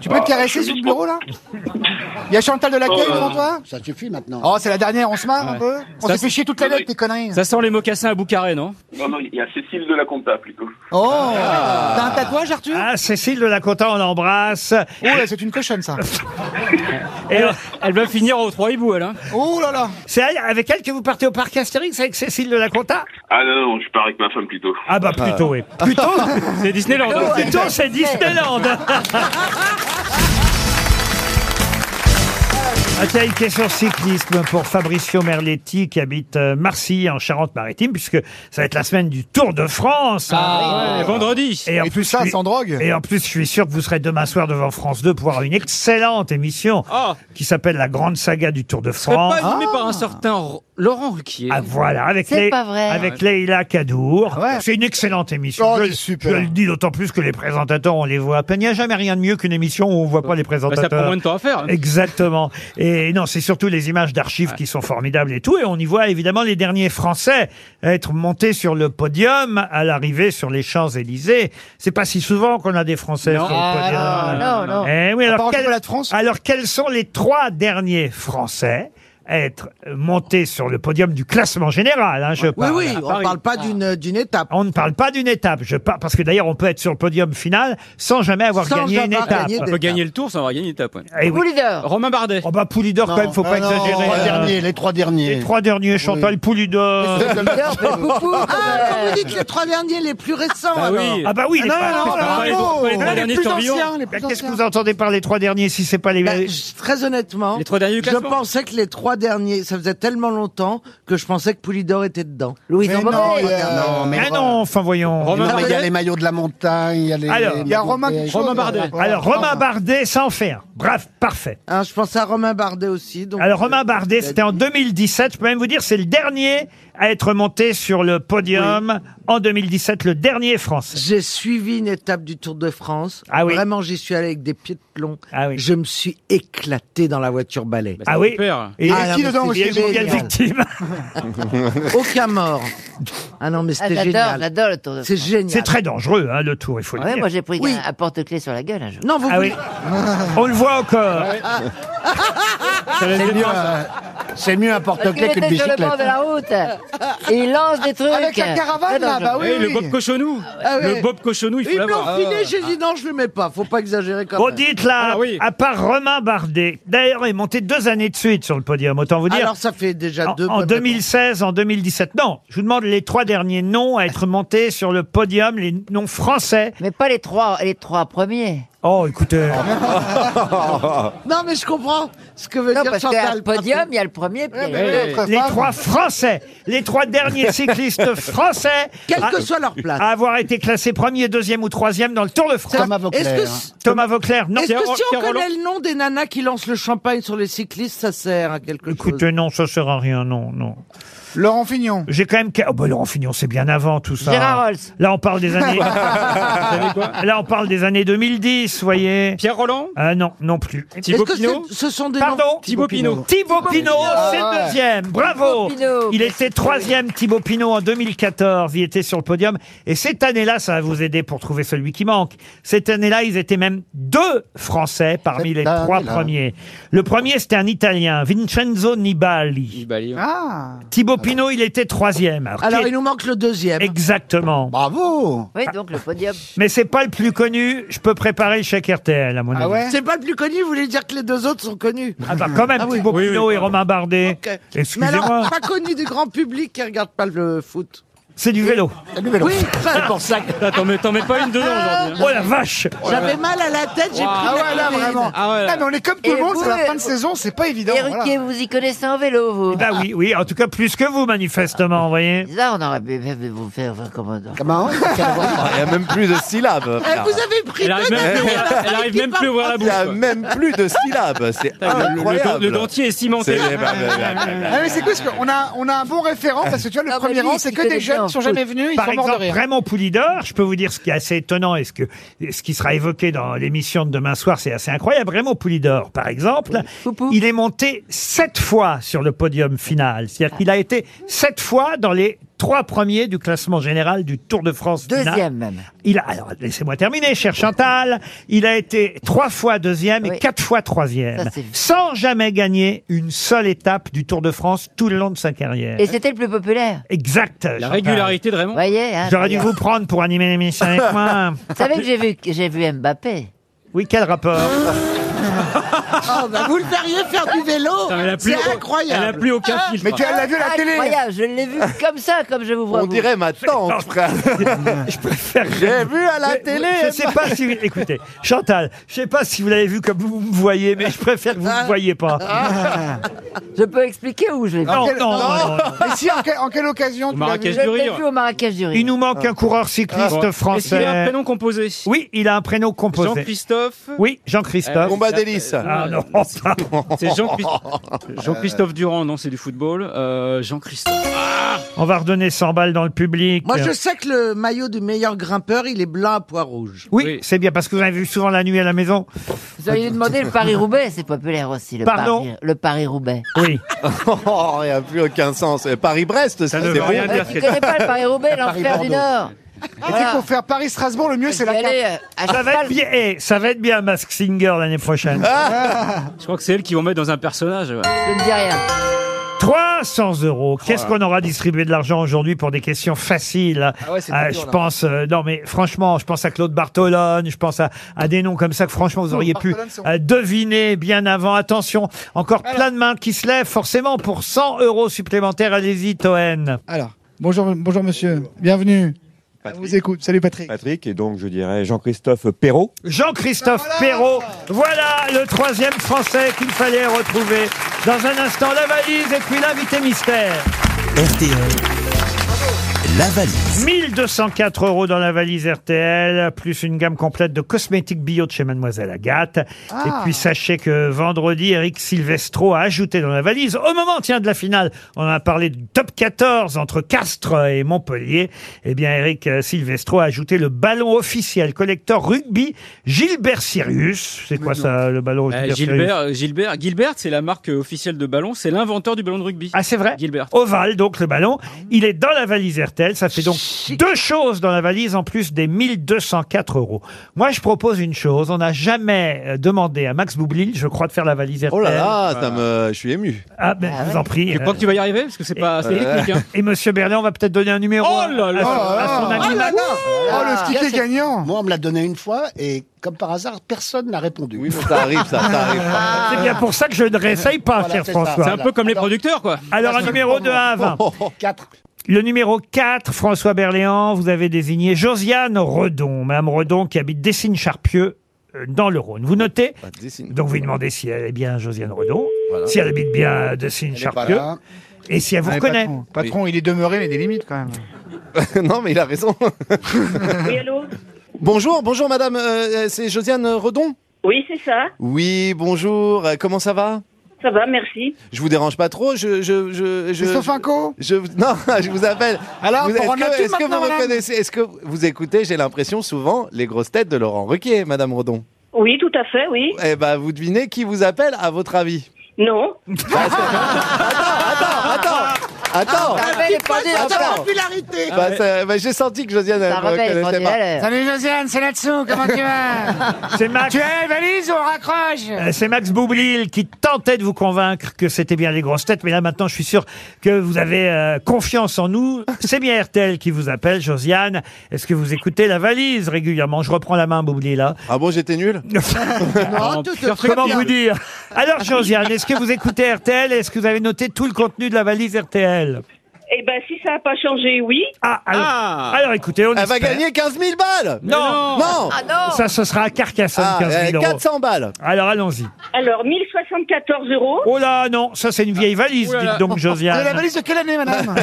Speaker 4: Tu
Speaker 2: Ah,
Speaker 4: peux te caresser sous le bureau, là Il y a Chantal de la
Speaker 7: Oh,
Speaker 4: Caille
Speaker 7: euh,
Speaker 4: devant toi
Speaker 7: Ça suffit maintenant.
Speaker 4: Oh, c'est la dernière, on se marre un
Speaker 12: Ouais.
Speaker 4: peu On
Speaker 12: Ça,
Speaker 4: s'est fait
Speaker 12: c'est-
Speaker 4: chier toute la note, tes conneries
Speaker 12: Ça sent les mocassins à Boucaré, non
Speaker 20: Non, non, il y a Cécile de la Compta plutôt.
Speaker 4: Oh T'as un tatouage, Arthur
Speaker 2: Ah, Cécile de la Cotta, on l'embrasse.
Speaker 4: Oh là, c'est une cochonne, ça
Speaker 2: Et euh,
Speaker 12: Elle va finir aux trois hiboux, elle. Hein.
Speaker 4: Oh là là
Speaker 2: c'est elle- avec elle que vous partez au parc Astérix, avec Cécile de la Cotta
Speaker 4: Euh.
Speaker 20: Ah non, non, je pars avec ma femme plutôt.
Speaker 2: Ah bah plutôt, oui. Plutôt,
Speaker 12: C'est Disneyland. hein.
Speaker 2: plutôt c'est Disneyland. Ah, tiens, une question cyclisme pour Fabricio Merletti qui habite euh, Marcilly en Charente-Maritime puisque ça va être la semaine du Tour de France. hein.
Speaker 12: Ah, ouais, vendredi.
Speaker 2: Et, en
Speaker 4: Et
Speaker 2: plus,
Speaker 4: tout ça,
Speaker 2: je suis-
Speaker 4: sans drogue
Speaker 2: Et en plus, je suis sûr que vous serez demain soir devant France 2 pour voir une excellente émission
Speaker 12: Ah.
Speaker 2: qui s'appelle La Grande Saga du Tour de
Speaker 12: serait
Speaker 2: France.
Speaker 12: pas animé par un certain R- Laurent Ruquier.
Speaker 2: Ah voilà, avec,
Speaker 10: C'est
Speaker 2: Lei-
Speaker 10: pas vrai. Ah
Speaker 2: avec Leïla Kadour. C'est une excellente émission.
Speaker 4: Oh,
Speaker 2: je,
Speaker 4: c'est super.
Speaker 2: je le dis d'autant plus que les présentateurs, on les voit à peine. Il n'y a jamais rien de mieux qu'une émission où on ne voit pas les
Speaker 12: Bah,
Speaker 2: présentateurs.
Speaker 12: ça prend moins de temps à faire. hein.
Speaker 2: Exactement. Et non, c'est surtout les images d'archives qui sont formidables et tout. Et on y voit évidemment les derniers Français être montés sur le podium à l'arrivée sur les Champs-Élysées. C'est pas si souvent qu'on a des Français sur le podium.
Speaker 10: Ah, non, non.
Speaker 2: Eh oui,
Speaker 4: À part
Speaker 2: alors,
Speaker 4: en
Speaker 2: quel-
Speaker 4: championnat de France
Speaker 2: alors quels sont les trois derniers Français à être euh, montés sur le podium du classement général hein, je
Speaker 11: Oui,
Speaker 2: parle.
Speaker 11: oui, on parle
Speaker 4: Ah.
Speaker 11: pas d'une d'une étape.
Speaker 2: On ne parle pas d'une étape, je par- parce que d'ailleurs on peut être sur le podium final sans jamais avoir
Speaker 11: Sans
Speaker 2: gagné une
Speaker 11: jamais
Speaker 2: étape.
Speaker 11: gagner
Speaker 12: On peut gagner le tour sans avoir gagné l'étape. ouais.
Speaker 2: Eh oui.
Speaker 10: Boulidor
Speaker 12: Romain Bardet.
Speaker 2: Oh bah Poulidor quand même, faut pas
Speaker 7: Non,
Speaker 2: exagérer.
Speaker 7: Les trois
Speaker 2: Euh,
Speaker 7: derniers, les trois derniers.
Speaker 2: les trois derniers, Chantal Euh, Poulidor.
Speaker 10: Boulidor, fait beaucoup, quand
Speaker 11: Ah,
Speaker 10: même.
Speaker 11: quand vous dites les trois derniers, les plus récents.
Speaker 12: Bah
Speaker 11: alors.
Speaker 12: oui.
Speaker 2: Ah bah oui,
Speaker 12: Ah
Speaker 2: les
Speaker 12: non,
Speaker 2: pas-
Speaker 12: non,
Speaker 2: c'est pas
Speaker 12: non,
Speaker 2: pareil.
Speaker 12: non.
Speaker 2: Pas les trois
Speaker 12: Les
Speaker 2: derniers
Speaker 12: plus
Speaker 2: tourbillons.
Speaker 12: anciens,
Speaker 11: les plus
Speaker 2: Qu'est-ce que
Speaker 11: anciens.
Speaker 2: vous entendez par les trois derniers si c'est pas les...
Speaker 11: Bah, je- très honnêtement,
Speaker 12: Les trois derniers du
Speaker 11: je
Speaker 12: classement.
Speaker 11: pensais que les trois derniers, ça faisait tellement longtemps que je pensais que Poulidor était dedans.
Speaker 10: Louis
Speaker 7: Mais non, il y a- Euh, non, mais
Speaker 2: Ah non, enfin voyons.
Speaker 12: Romain
Speaker 7: Non, mais il y a
Speaker 12: Bardet.
Speaker 7: les maillots de la montagne, il y a les.
Speaker 2: Alors,
Speaker 4: Il y a Romain
Speaker 7: qui
Speaker 4: quelque chose,
Speaker 12: Romain Bardet.
Speaker 4: là.
Speaker 2: Alors Romain Bardet sans faire. Bref, parfait.
Speaker 11: Hein, je pensais à Romain Bardet aussi. Donc euh,
Speaker 2: Alors Romain Bardet, c'était en 2017. Je peux même vous dire, c'est le dernier à être monté sur le podium en 2017, le dernier français.
Speaker 11: J'ai suivi une étape du Tour de France.
Speaker 2: Ah oui.
Speaker 11: Vraiment, j'y suis allé avec des pieds de plomb.
Speaker 2: Ah oui.
Speaker 11: Je me suis éclaté dans la voiture balai.
Speaker 2: Ah oui.
Speaker 12: Super.
Speaker 2: Et
Speaker 11: Ah, non,
Speaker 4: qui
Speaker 11: mais
Speaker 4: dedans
Speaker 2: il y a
Speaker 11: c'est
Speaker 2: eu combien de
Speaker 11: génial.
Speaker 2: victimes
Speaker 11: Aucun mort. Ah non, mais
Speaker 10: Ah,
Speaker 11: c'était
Speaker 10: J'adore,
Speaker 11: génial.
Speaker 10: j'adore le Tour de
Speaker 11: C'est
Speaker 10: France.
Speaker 11: génial.
Speaker 2: C'est très dangereux, hein, le tour, il faut le
Speaker 10: Ouais,
Speaker 2: dire.
Speaker 10: moi j'ai pris
Speaker 11: Oui.
Speaker 10: un- un porte-clés sur la gueule un jour.
Speaker 11: Non, vous
Speaker 2: Ah oui.
Speaker 11: voulez-
Speaker 2: On le voit encore.
Speaker 7: C'est mieux, euh, c'est mieux un
Speaker 10: Parce qu'il
Speaker 7: porte-clés qu'une
Speaker 10: était sur le
Speaker 7: bicyclette.
Speaker 10: bord de la route et il lance des trucs.
Speaker 4: Avec la
Speaker 10: Ah,
Speaker 4: caravane,
Speaker 10: non,
Speaker 4: là,
Speaker 10: je-
Speaker 4: bah oui
Speaker 12: Eh, le
Speaker 4: oui.
Speaker 12: Bob Cochonou.
Speaker 11: Ah ouais.
Speaker 12: Le Bob Cochonou, il faut
Speaker 11: Ils me l'ont
Speaker 12: l'avoir.
Speaker 7: Ah,
Speaker 11: filé, j'ai dit non, je le mets pas. Faut pas exagérer Ah, quand
Speaker 2: Bon,
Speaker 11: même.
Speaker 2: dites là,
Speaker 12: Ah oui.
Speaker 2: à part Romain Bardet, d'ailleurs, il est monté deux années de suite sur le podium, autant vous dire.
Speaker 11: Alors ça fait déjà
Speaker 2: en,
Speaker 11: deux.
Speaker 2: en
Speaker 11: bonnes
Speaker 2: 2016, en 2017. Non, je vous demande les trois derniers noms à être montés sur le podium, les noms français.
Speaker 10: Mais pas les trois, les trois premiers.
Speaker 2: Oh, écoutez.
Speaker 11: réponses. Non, mais je comprends ce que veut
Speaker 10: Non,
Speaker 11: dire
Speaker 10: parce qu'il y a
Speaker 11: Chantal.
Speaker 10: le podium, il y a le premier,
Speaker 11: Eh,
Speaker 10: puis il y a le deux.
Speaker 2: Les trois français, les trois derniers cyclistes français
Speaker 11: Quelle
Speaker 2: à,
Speaker 11: que soit leur place.
Speaker 2: à avoir été classés premier, deuxième ou troisième dans le Tour de France.
Speaker 7: Thomas Vauclair.
Speaker 11: Est-ce que,
Speaker 2: Thomas Vauclair, non.
Speaker 11: est-ce que
Speaker 12: Pierre-
Speaker 11: si on
Speaker 12: Pierre
Speaker 11: connaît le nom des nanas qui lancent le champagne sur les cyclistes, ça sert à quelque chose
Speaker 2: Écoutez, non, ça sert à rien, non, non.
Speaker 4: Laurent Fignon.
Speaker 2: J'ai quand même. Oh, bah, Laurent Fignon, c'est bien avant tout ça.
Speaker 10: Gérard euh, Rolls.
Speaker 2: Là, on parle des années. Là, on parle des années 2010. indice, voyez. Pierre Roland Ah non, non plus.
Speaker 11: Est-ce que
Speaker 2: Pinot
Speaker 11: c'est- ce sont des
Speaker 2: Pardon
Speaker 11: noms- Thibaut Pinot.
Speaker 2: Thibaut Pinot,
Speaker 11: Ah
Speaker 2: c'est
Speaker 11: ouais.
Speaker 2: deuxième. Bravo.
Speaker 11: Thibaut Pinot.
Speaker 2: Il était troisième, Thibaut Pinot, en 2014. Il était sur le podium. Et cette année-là, ça va vous aider pour trouver celui qui manque. Cette année-là, ils étaient même deux Français parmi les trois
Speaker 4: année-là.
Speaker 2: premiers. Le premier, c'était un Italien, Vincenzo Nibali.
Speaker 12: hein.
Speaker 4: Ah
Speaker 2: Thibaut Pinot, il était troisième.
Speaker 11: Alors,
Speaker 2: qui est-
Speaker 11: il nous manque le deuxième.
Speaker 2: Exactement. Bravo.
Speaker 10: Oui, donc le podium.
Speaker 2: Mais c'est pas le plus connu. Je peux préparer le chèque RTL, à mon avis.
Speaker 11: Ah, C'est pas le plus connu, vous voulez dire que les deux autres sont connus
Speaker 2: Ah bah quand même,
Speaker 11: Ah oui.
Speaker 2: Thibaut Pinot et Romain Bardet.
Speaker 11: Ok. Mais
Speaker 2: Excusez-moi.
Speaker 11: alors, pas connu du grand public qui regarde pas le foot.
Speaker 2: C'est du vélo.
Speaker 11: Oui, ça- C'est pour
Speaker 2: ça que... T'en mets, pas une dedans aujourd'hui. Oh la vache
Speaker 11: J'avais mal à la tête, j'ai pris
Speaker 4: Ah
Speaker 11: la
Speaker 4: ouais, là,
Speaker 11: Covid.
Speaker 4: vraiment. Ah ouais, là. Ah, mais on est comme tout
Speaker 10: Et
Speaker 4: le monde,
Speaker 10: vous,
Speaker 4: c'est la
Speaker 10: euh,
Speaker 4: fin de saison, c'est pas évident.
Speaker 10: Perruquier,
Speaker 4: voilà.
Speaker 10: vous y connaissez en vélo, vous
Speaker 2: Bah oui, oui, en tout cas plus que vous manifestement, vous voyez.
Speaker 10: Là, on aurait pu pu vous faire faire comment
Speaker 2: Comment
Speaker 9: Il y a même plus de syllabes.
Speaker 10: Eh, vous avez
Speaker 11: pris
Speaker 10: Elle arrive deux même plus à ouvrir la- elle arrive même plus à ouvrir la
Speaker 9: Il y a
Speaker 10: bouche,
Speaker 9: même plus de syllabes. C'est incroyable.
Speaker 12: le dentier est cimenté.
Speaker 9: C'est- bah, bah, bah, bah, bah.
Speaker 4: Ah mais c'est cool parce qu'on a, on a un bon référent parce que tu vois le
Speaker 10: Ah,
Speaker 4: premier
Speaker 10: mais lui,
Speaker 4: rang c'est
Speaker 10: il
Speaker 4: que
Speaker 10: connaît
Speaker 4: des jeunes
Speaker 10: bien.
Speaker 4: qui sont jamais venus, ils
Speaker 2: Par
Speaker 4: sont morts de
Speaker 2: exemple,
Speaker 4: rire.
Speaker 2: Raymond Poulidor, je peux vous dire ce qui est assez étonnant et ce, que, ce qui sera évoqué dans l'émission de demain soir, c'est assez incroyable. Raymond Poulidor, par exemple, il est monté sept fois sur le podium final. C'est-à-dire qu'il a été sept fois dans les trois premiers du classement général du Tour de France. final.
Speaker 10: Deuxième même.
Speaker 2: Il a, alors, laissez-moi terminer, cher Chantal. Il a été trois fois deuxième et quatre fois troisième.
Speaker 10: Ça, c'est-
Speaker 2: Sans jamais gagner une seule étape du Tour de France tout le long de sa carrière.
Speaker 10: Et c'était le plus populaire.
Speaker 2: Exact.
Speaker 12: La
Speaker 2: Chantal.
Speaker 12: régularité de Raymond.
Speaker 10: Voyez, hein,
Speaker 2: J'aurais dû
Speaker 10: d'ailleurs.
Speaker 2: vous prendre pour animer l'émission avec moi.
Speaker 10: Vous savez que j'ai vu, que j'ai vu Mbappé.
Speaker 2: Oui, quel rapport
Speaker 11: Oh, bah, vous le verriez faire du vélo
Speaker 2: elle a plus-
Speaker 11: C'est incroyable
Speaker 2: elle a plus aucun
Speaker 11: Ah,
Speaker 2: filtre. Mais tu- elle l'a vu à la
Speaker 10: Ah,
Speaker 2: télé.
Speaker 10: Incroyable, je l'ai vu comme ça, comme je vous vois.
Speaker 9: On
Speaker 10: vous.
Speaker 9: dirait ma tante, frère.
Speaker 2: Je préfère.
Speaker 9: J'ai vu à la télé.
Speaker 2: Je sais pas si. Écoutez, Chantal, je sais pas si vous l'avez vu comme vous me voyez, mais je préfère que vous ne me voyez pas.
Speaker 10: Je peux expliquer où je l'ai vu
Speaker 2: Non, non, non, non.
Speaker 4: Mais si en, que- en quelle occasion tu l'as vu
Speaker 10: Je l'ai vu au Marrakech du Rire.
Speaker 2: Il nous manque un coureur cycliste
Speaker 12: Ah, bon.
Speaker 2: français.
Speaker 12: Est-ce qu'il a un prénom composé
Speaker 2: Oui, il a un prénom composé.
Speaker 12: Jean-Christophe
Speaker 2: Oui, Jean-Christophe.
Speaker 12: Combat d'hélice.
Speaker 2: Ah non, pardon.
Speaker 12: C'est Jean-Christophe Jean-Christophe Durand, non, c'est du football. Euh, Jean-Christophe.
Speaker 2: On va redonner 100 balles dans le public.
Speaker 11: Moi, je sais que le maillot du meilleur grimpeur, il est blanc à pois rouge.
Speaker 2: Oui, c'est bien parce que vous avez vu souvent la nuit à la maison.
Speaker 10: Vous auriez demandé le Paris-Roubaix, c'est populaire aussi. Le
Speaker 2: Pardon
Speaker 10: Paris- Le Paris-Roubaix.
Speaker 2: Oui.
Speaker 9: Oh, Il n'y a plus aucun sens. Et Paris-Brest, ça
Speaker 2: ne
Speaker 9: c'est
Speaker 2: veut
Speaker 9: bon.
Speaker 2: rien
Speaker 10: Ouais, Ah, tu connais pas le Paris-Roubaix, l'enfer du
Speaker 9: Paris-Bordeaux.
Speaker 10: Nord
Speaker 4: Et tu sais, pour faire Paris-Strasbourg, le mieux c'est la
Speaker 10: vais aller,
Speaker 4: carte.
Speaker 10: euh, à
Speaker 2: Ça va être bien. eh, ça va être bien, Mask Singer l'année prochaine.
Speaker 12: Je crois que c'est elle qui vont mettre dans un personnage. ouais.
Speaker 10: Je ne dis rien.
Speaker 2: 300 euros. Qu'est-ce qu'on aura distribué de l'argent aujourd'hui pour des questions faciles
Speaker 6: Ah ouais, c'est
Speaker 2: Euh,
Speaker 6: dur,
Speaker 2: Je
Speaker 6: là.
Speaker 2: pense, euh, non mais franchement, je pense à Claude Bartolone, je pense à, à des noms comme ça que franchement vous auriez pu
Speaker 6: Bartolone, c'est
Speaker 2: euh, deviner bien avant. Attention, encore plein de mains qui se lèvent forcément pour 100 euros supplémentaires. Allez-y, Toen.
Speaker 4: Alors, bonjour, bonjour monsieur, bienvenue. On vous écoute, salut Patrick.
Speaker 25: Patrick, et donc je dirais Jean-Christophe Perrault.
Speaker 2: Jean-Christophe Perrault, voilà le troisième Français qu'il fallait retrouver. Dans un instant, la valise et puis l'invité mystère.
Speaker 1: RTL. La valise.
Speaker 2: 1204 euros dans la valise RTL, plus une gamme complète de cosmétiques bio de chez Mademoiselle Agathe.
Speaker 6: Ah.
Speaker 2: Et puis sachez que vendredi, Eric Silvestro a ajouté dans la valise, au moment tiens de la finale, on a parlé du top 14 entre Castres et Montpellier. Eh bien, Eric euh, Silvestro a ajouté le ballon officiel collector rugby Gilbert Sirius. C'est quoi ça, le ballon
Speaker 12: Euh,
Speaker 2: Sirius
Speaker 12: Gilbert, euh, Gilbert, Gilbert, c'est la marque euh, officielle de ballon. C'est l'inventeur du ballon de rugby.
Speaker 2: Ah, c'est vrai
Speaker 12: Gilbert.
Speaker 2: Ovale, donc le ballon. Il est dans la valise RTL. Ça fait donc deux choses dans la valise en plus des 1204 euros. Moi, je propose une chose. On n'a jamais euh, demandé à Max Boublil, je crois, de faire la valise RTL.
Speaker 9: Oh là là, ça me... je suis ému.
Speaker 2: Ah, ben, je vous en prie.
Speaker 12: Je crois que tu vas y arriver parce que c'est pas c'est
Speaker 2: Euh,
Speaker 12: technique. hein.
Speaker 2: Et monsieur Berlet, on va peut-être donner un numéro.
Speaker 12: Oh là Ah là.
Speaker 2: à son- à son ami
Speaker 7: Ah
Speaker 2: Max.
Speaker 4: Oh, le ski est gagnant
Speaker 7: Moi, on me l'a donné une fois et comme par hasard, personne n'a répondu. Oui,
Speaker 9: Ça arrive, ça, ça arrive.
Speaker 2: C'est bien pour ça que je ne réessaye pas,
Speaker 7: Voilà,
Speaker 2: cher
Speaker 7: c'est ça. Oh,
Speaker 2: François.
Speaker 12: C'est un peu comme les producteurs, quoi.
Speaker 2: Alors, un numéro de 1 à 20. Le numéro 4, François Berléand, vous avez désigné Josiane Redon, Madame Redon qui habite Dessines-Charpieu euh, dans le Rhône. Vous notez Donc vous lui demandez si elle est bien Josiane Redon, si elle habite bien Dessines-Charpieu,
Speaker 4: là.
Speaker 2: et si elle vous
Speaker 4: Ouais,
Speaker 2: reconnaît.
Speaker 4: Ah, Patron, patron, il est demeuré, mais des limites quand même.
Speaker 9: non, mais il a raison.
Speaker 24: Oui, allô
Speaker 9: Bonjour, bonjour madame, euh, euh, c'est Josiane Redon
Speaker 24: Oui, c'est ça.
Speaker 9: Oui, bonjour, euh, comment ça va
Speaker 24: Ça va, merci.
Speaker 9: Je vous dérange pas trop, je... je, je, je
Speaker 4: Christophe Inco
Speaker 9: je vous- non, je vous appelle.
Speaker 4: Alors,
Speaker 9: Vous-
Speaker 4: pour
Speaker 9: est-ce
Speaker 4: en as-tu
Speaker 9: que, est-ce que
Speaker 4: maintenant,
Speaker 9: vous
Speaker 4: madame
Speaker 9: reconnaissez, est-ce que vous écoutez, j'ai l'impression souvent, les grosses têtes de Laurent Ruquier, Madame Redon
Speaker 24: Oui, tout à fait, oui.
Speaker 9: Eh ben, vous devinez qui vous appelle, à votre avis Bah,
Speaker 24: Non.
Speaker 9: Attends
Speaker 8: Ah, bah, elle est pas née, attends.
Speaker 9: Attends. Bah, ça- bah, J'ai senti que Josiane, elle
Speaker 8: Ça
Speaker 9: me
Speaker 8: rappelle,
Speaker 9: connaissait pas.
Speaker 4: Salut Josiane, c'est là-dessous, comment tu vas
Speaker 2: C'est Max.
Speaker 4: Tu as une valise ou on raccroche
Speaker 2: Euh, C'est Max Boublil qui tentait de vous convaincre que c'était bien les grosses têtes, mais là maintenant je suis sûr que vous avez euh, confiance en nous. C'est bien RTL qui vous appelle, Josiane. Est-ce que vous écoutez la valise régulièrement Je reprends la main, Boublil hein. là.
Speaker 9: Ah bon, j'étais nul
Speaker 2: Non, Comment vous dire Alors Josiane, est-ce que vous écoutez RTL Est-ce que vous avez noté tout le contenu de la valise RTL
Speaker 24: Eh ben, si ça n'a pas changé, oui.
Speaker 2: Ah, alors, alors, écoutez, on
Speaker 9: Elle va
Speaker 2: espère.
Speaker 9: gagner 15 000 balles
Speaker 2: Non, Ah,
Speaker 9: Non
Speaker 8: Ah,
Speaker 2: Ça, ce sera à Carcassonne,
Speaker 9: Ah,
Speaker 2: 15
Speaker 9: euh,
Speaker 2: 000 euros.
Speaker 9: 400 balles
Speaker 2: Alors, allons-y.
Speaker 24: Alors, 1074 euros.
Speaker 2: Oh là, non, ça, c'est une vieille
Speaker 12: Oh
Speaker 2: valise, dites donc, Josiane.
Speaker 24: de quelle année, madame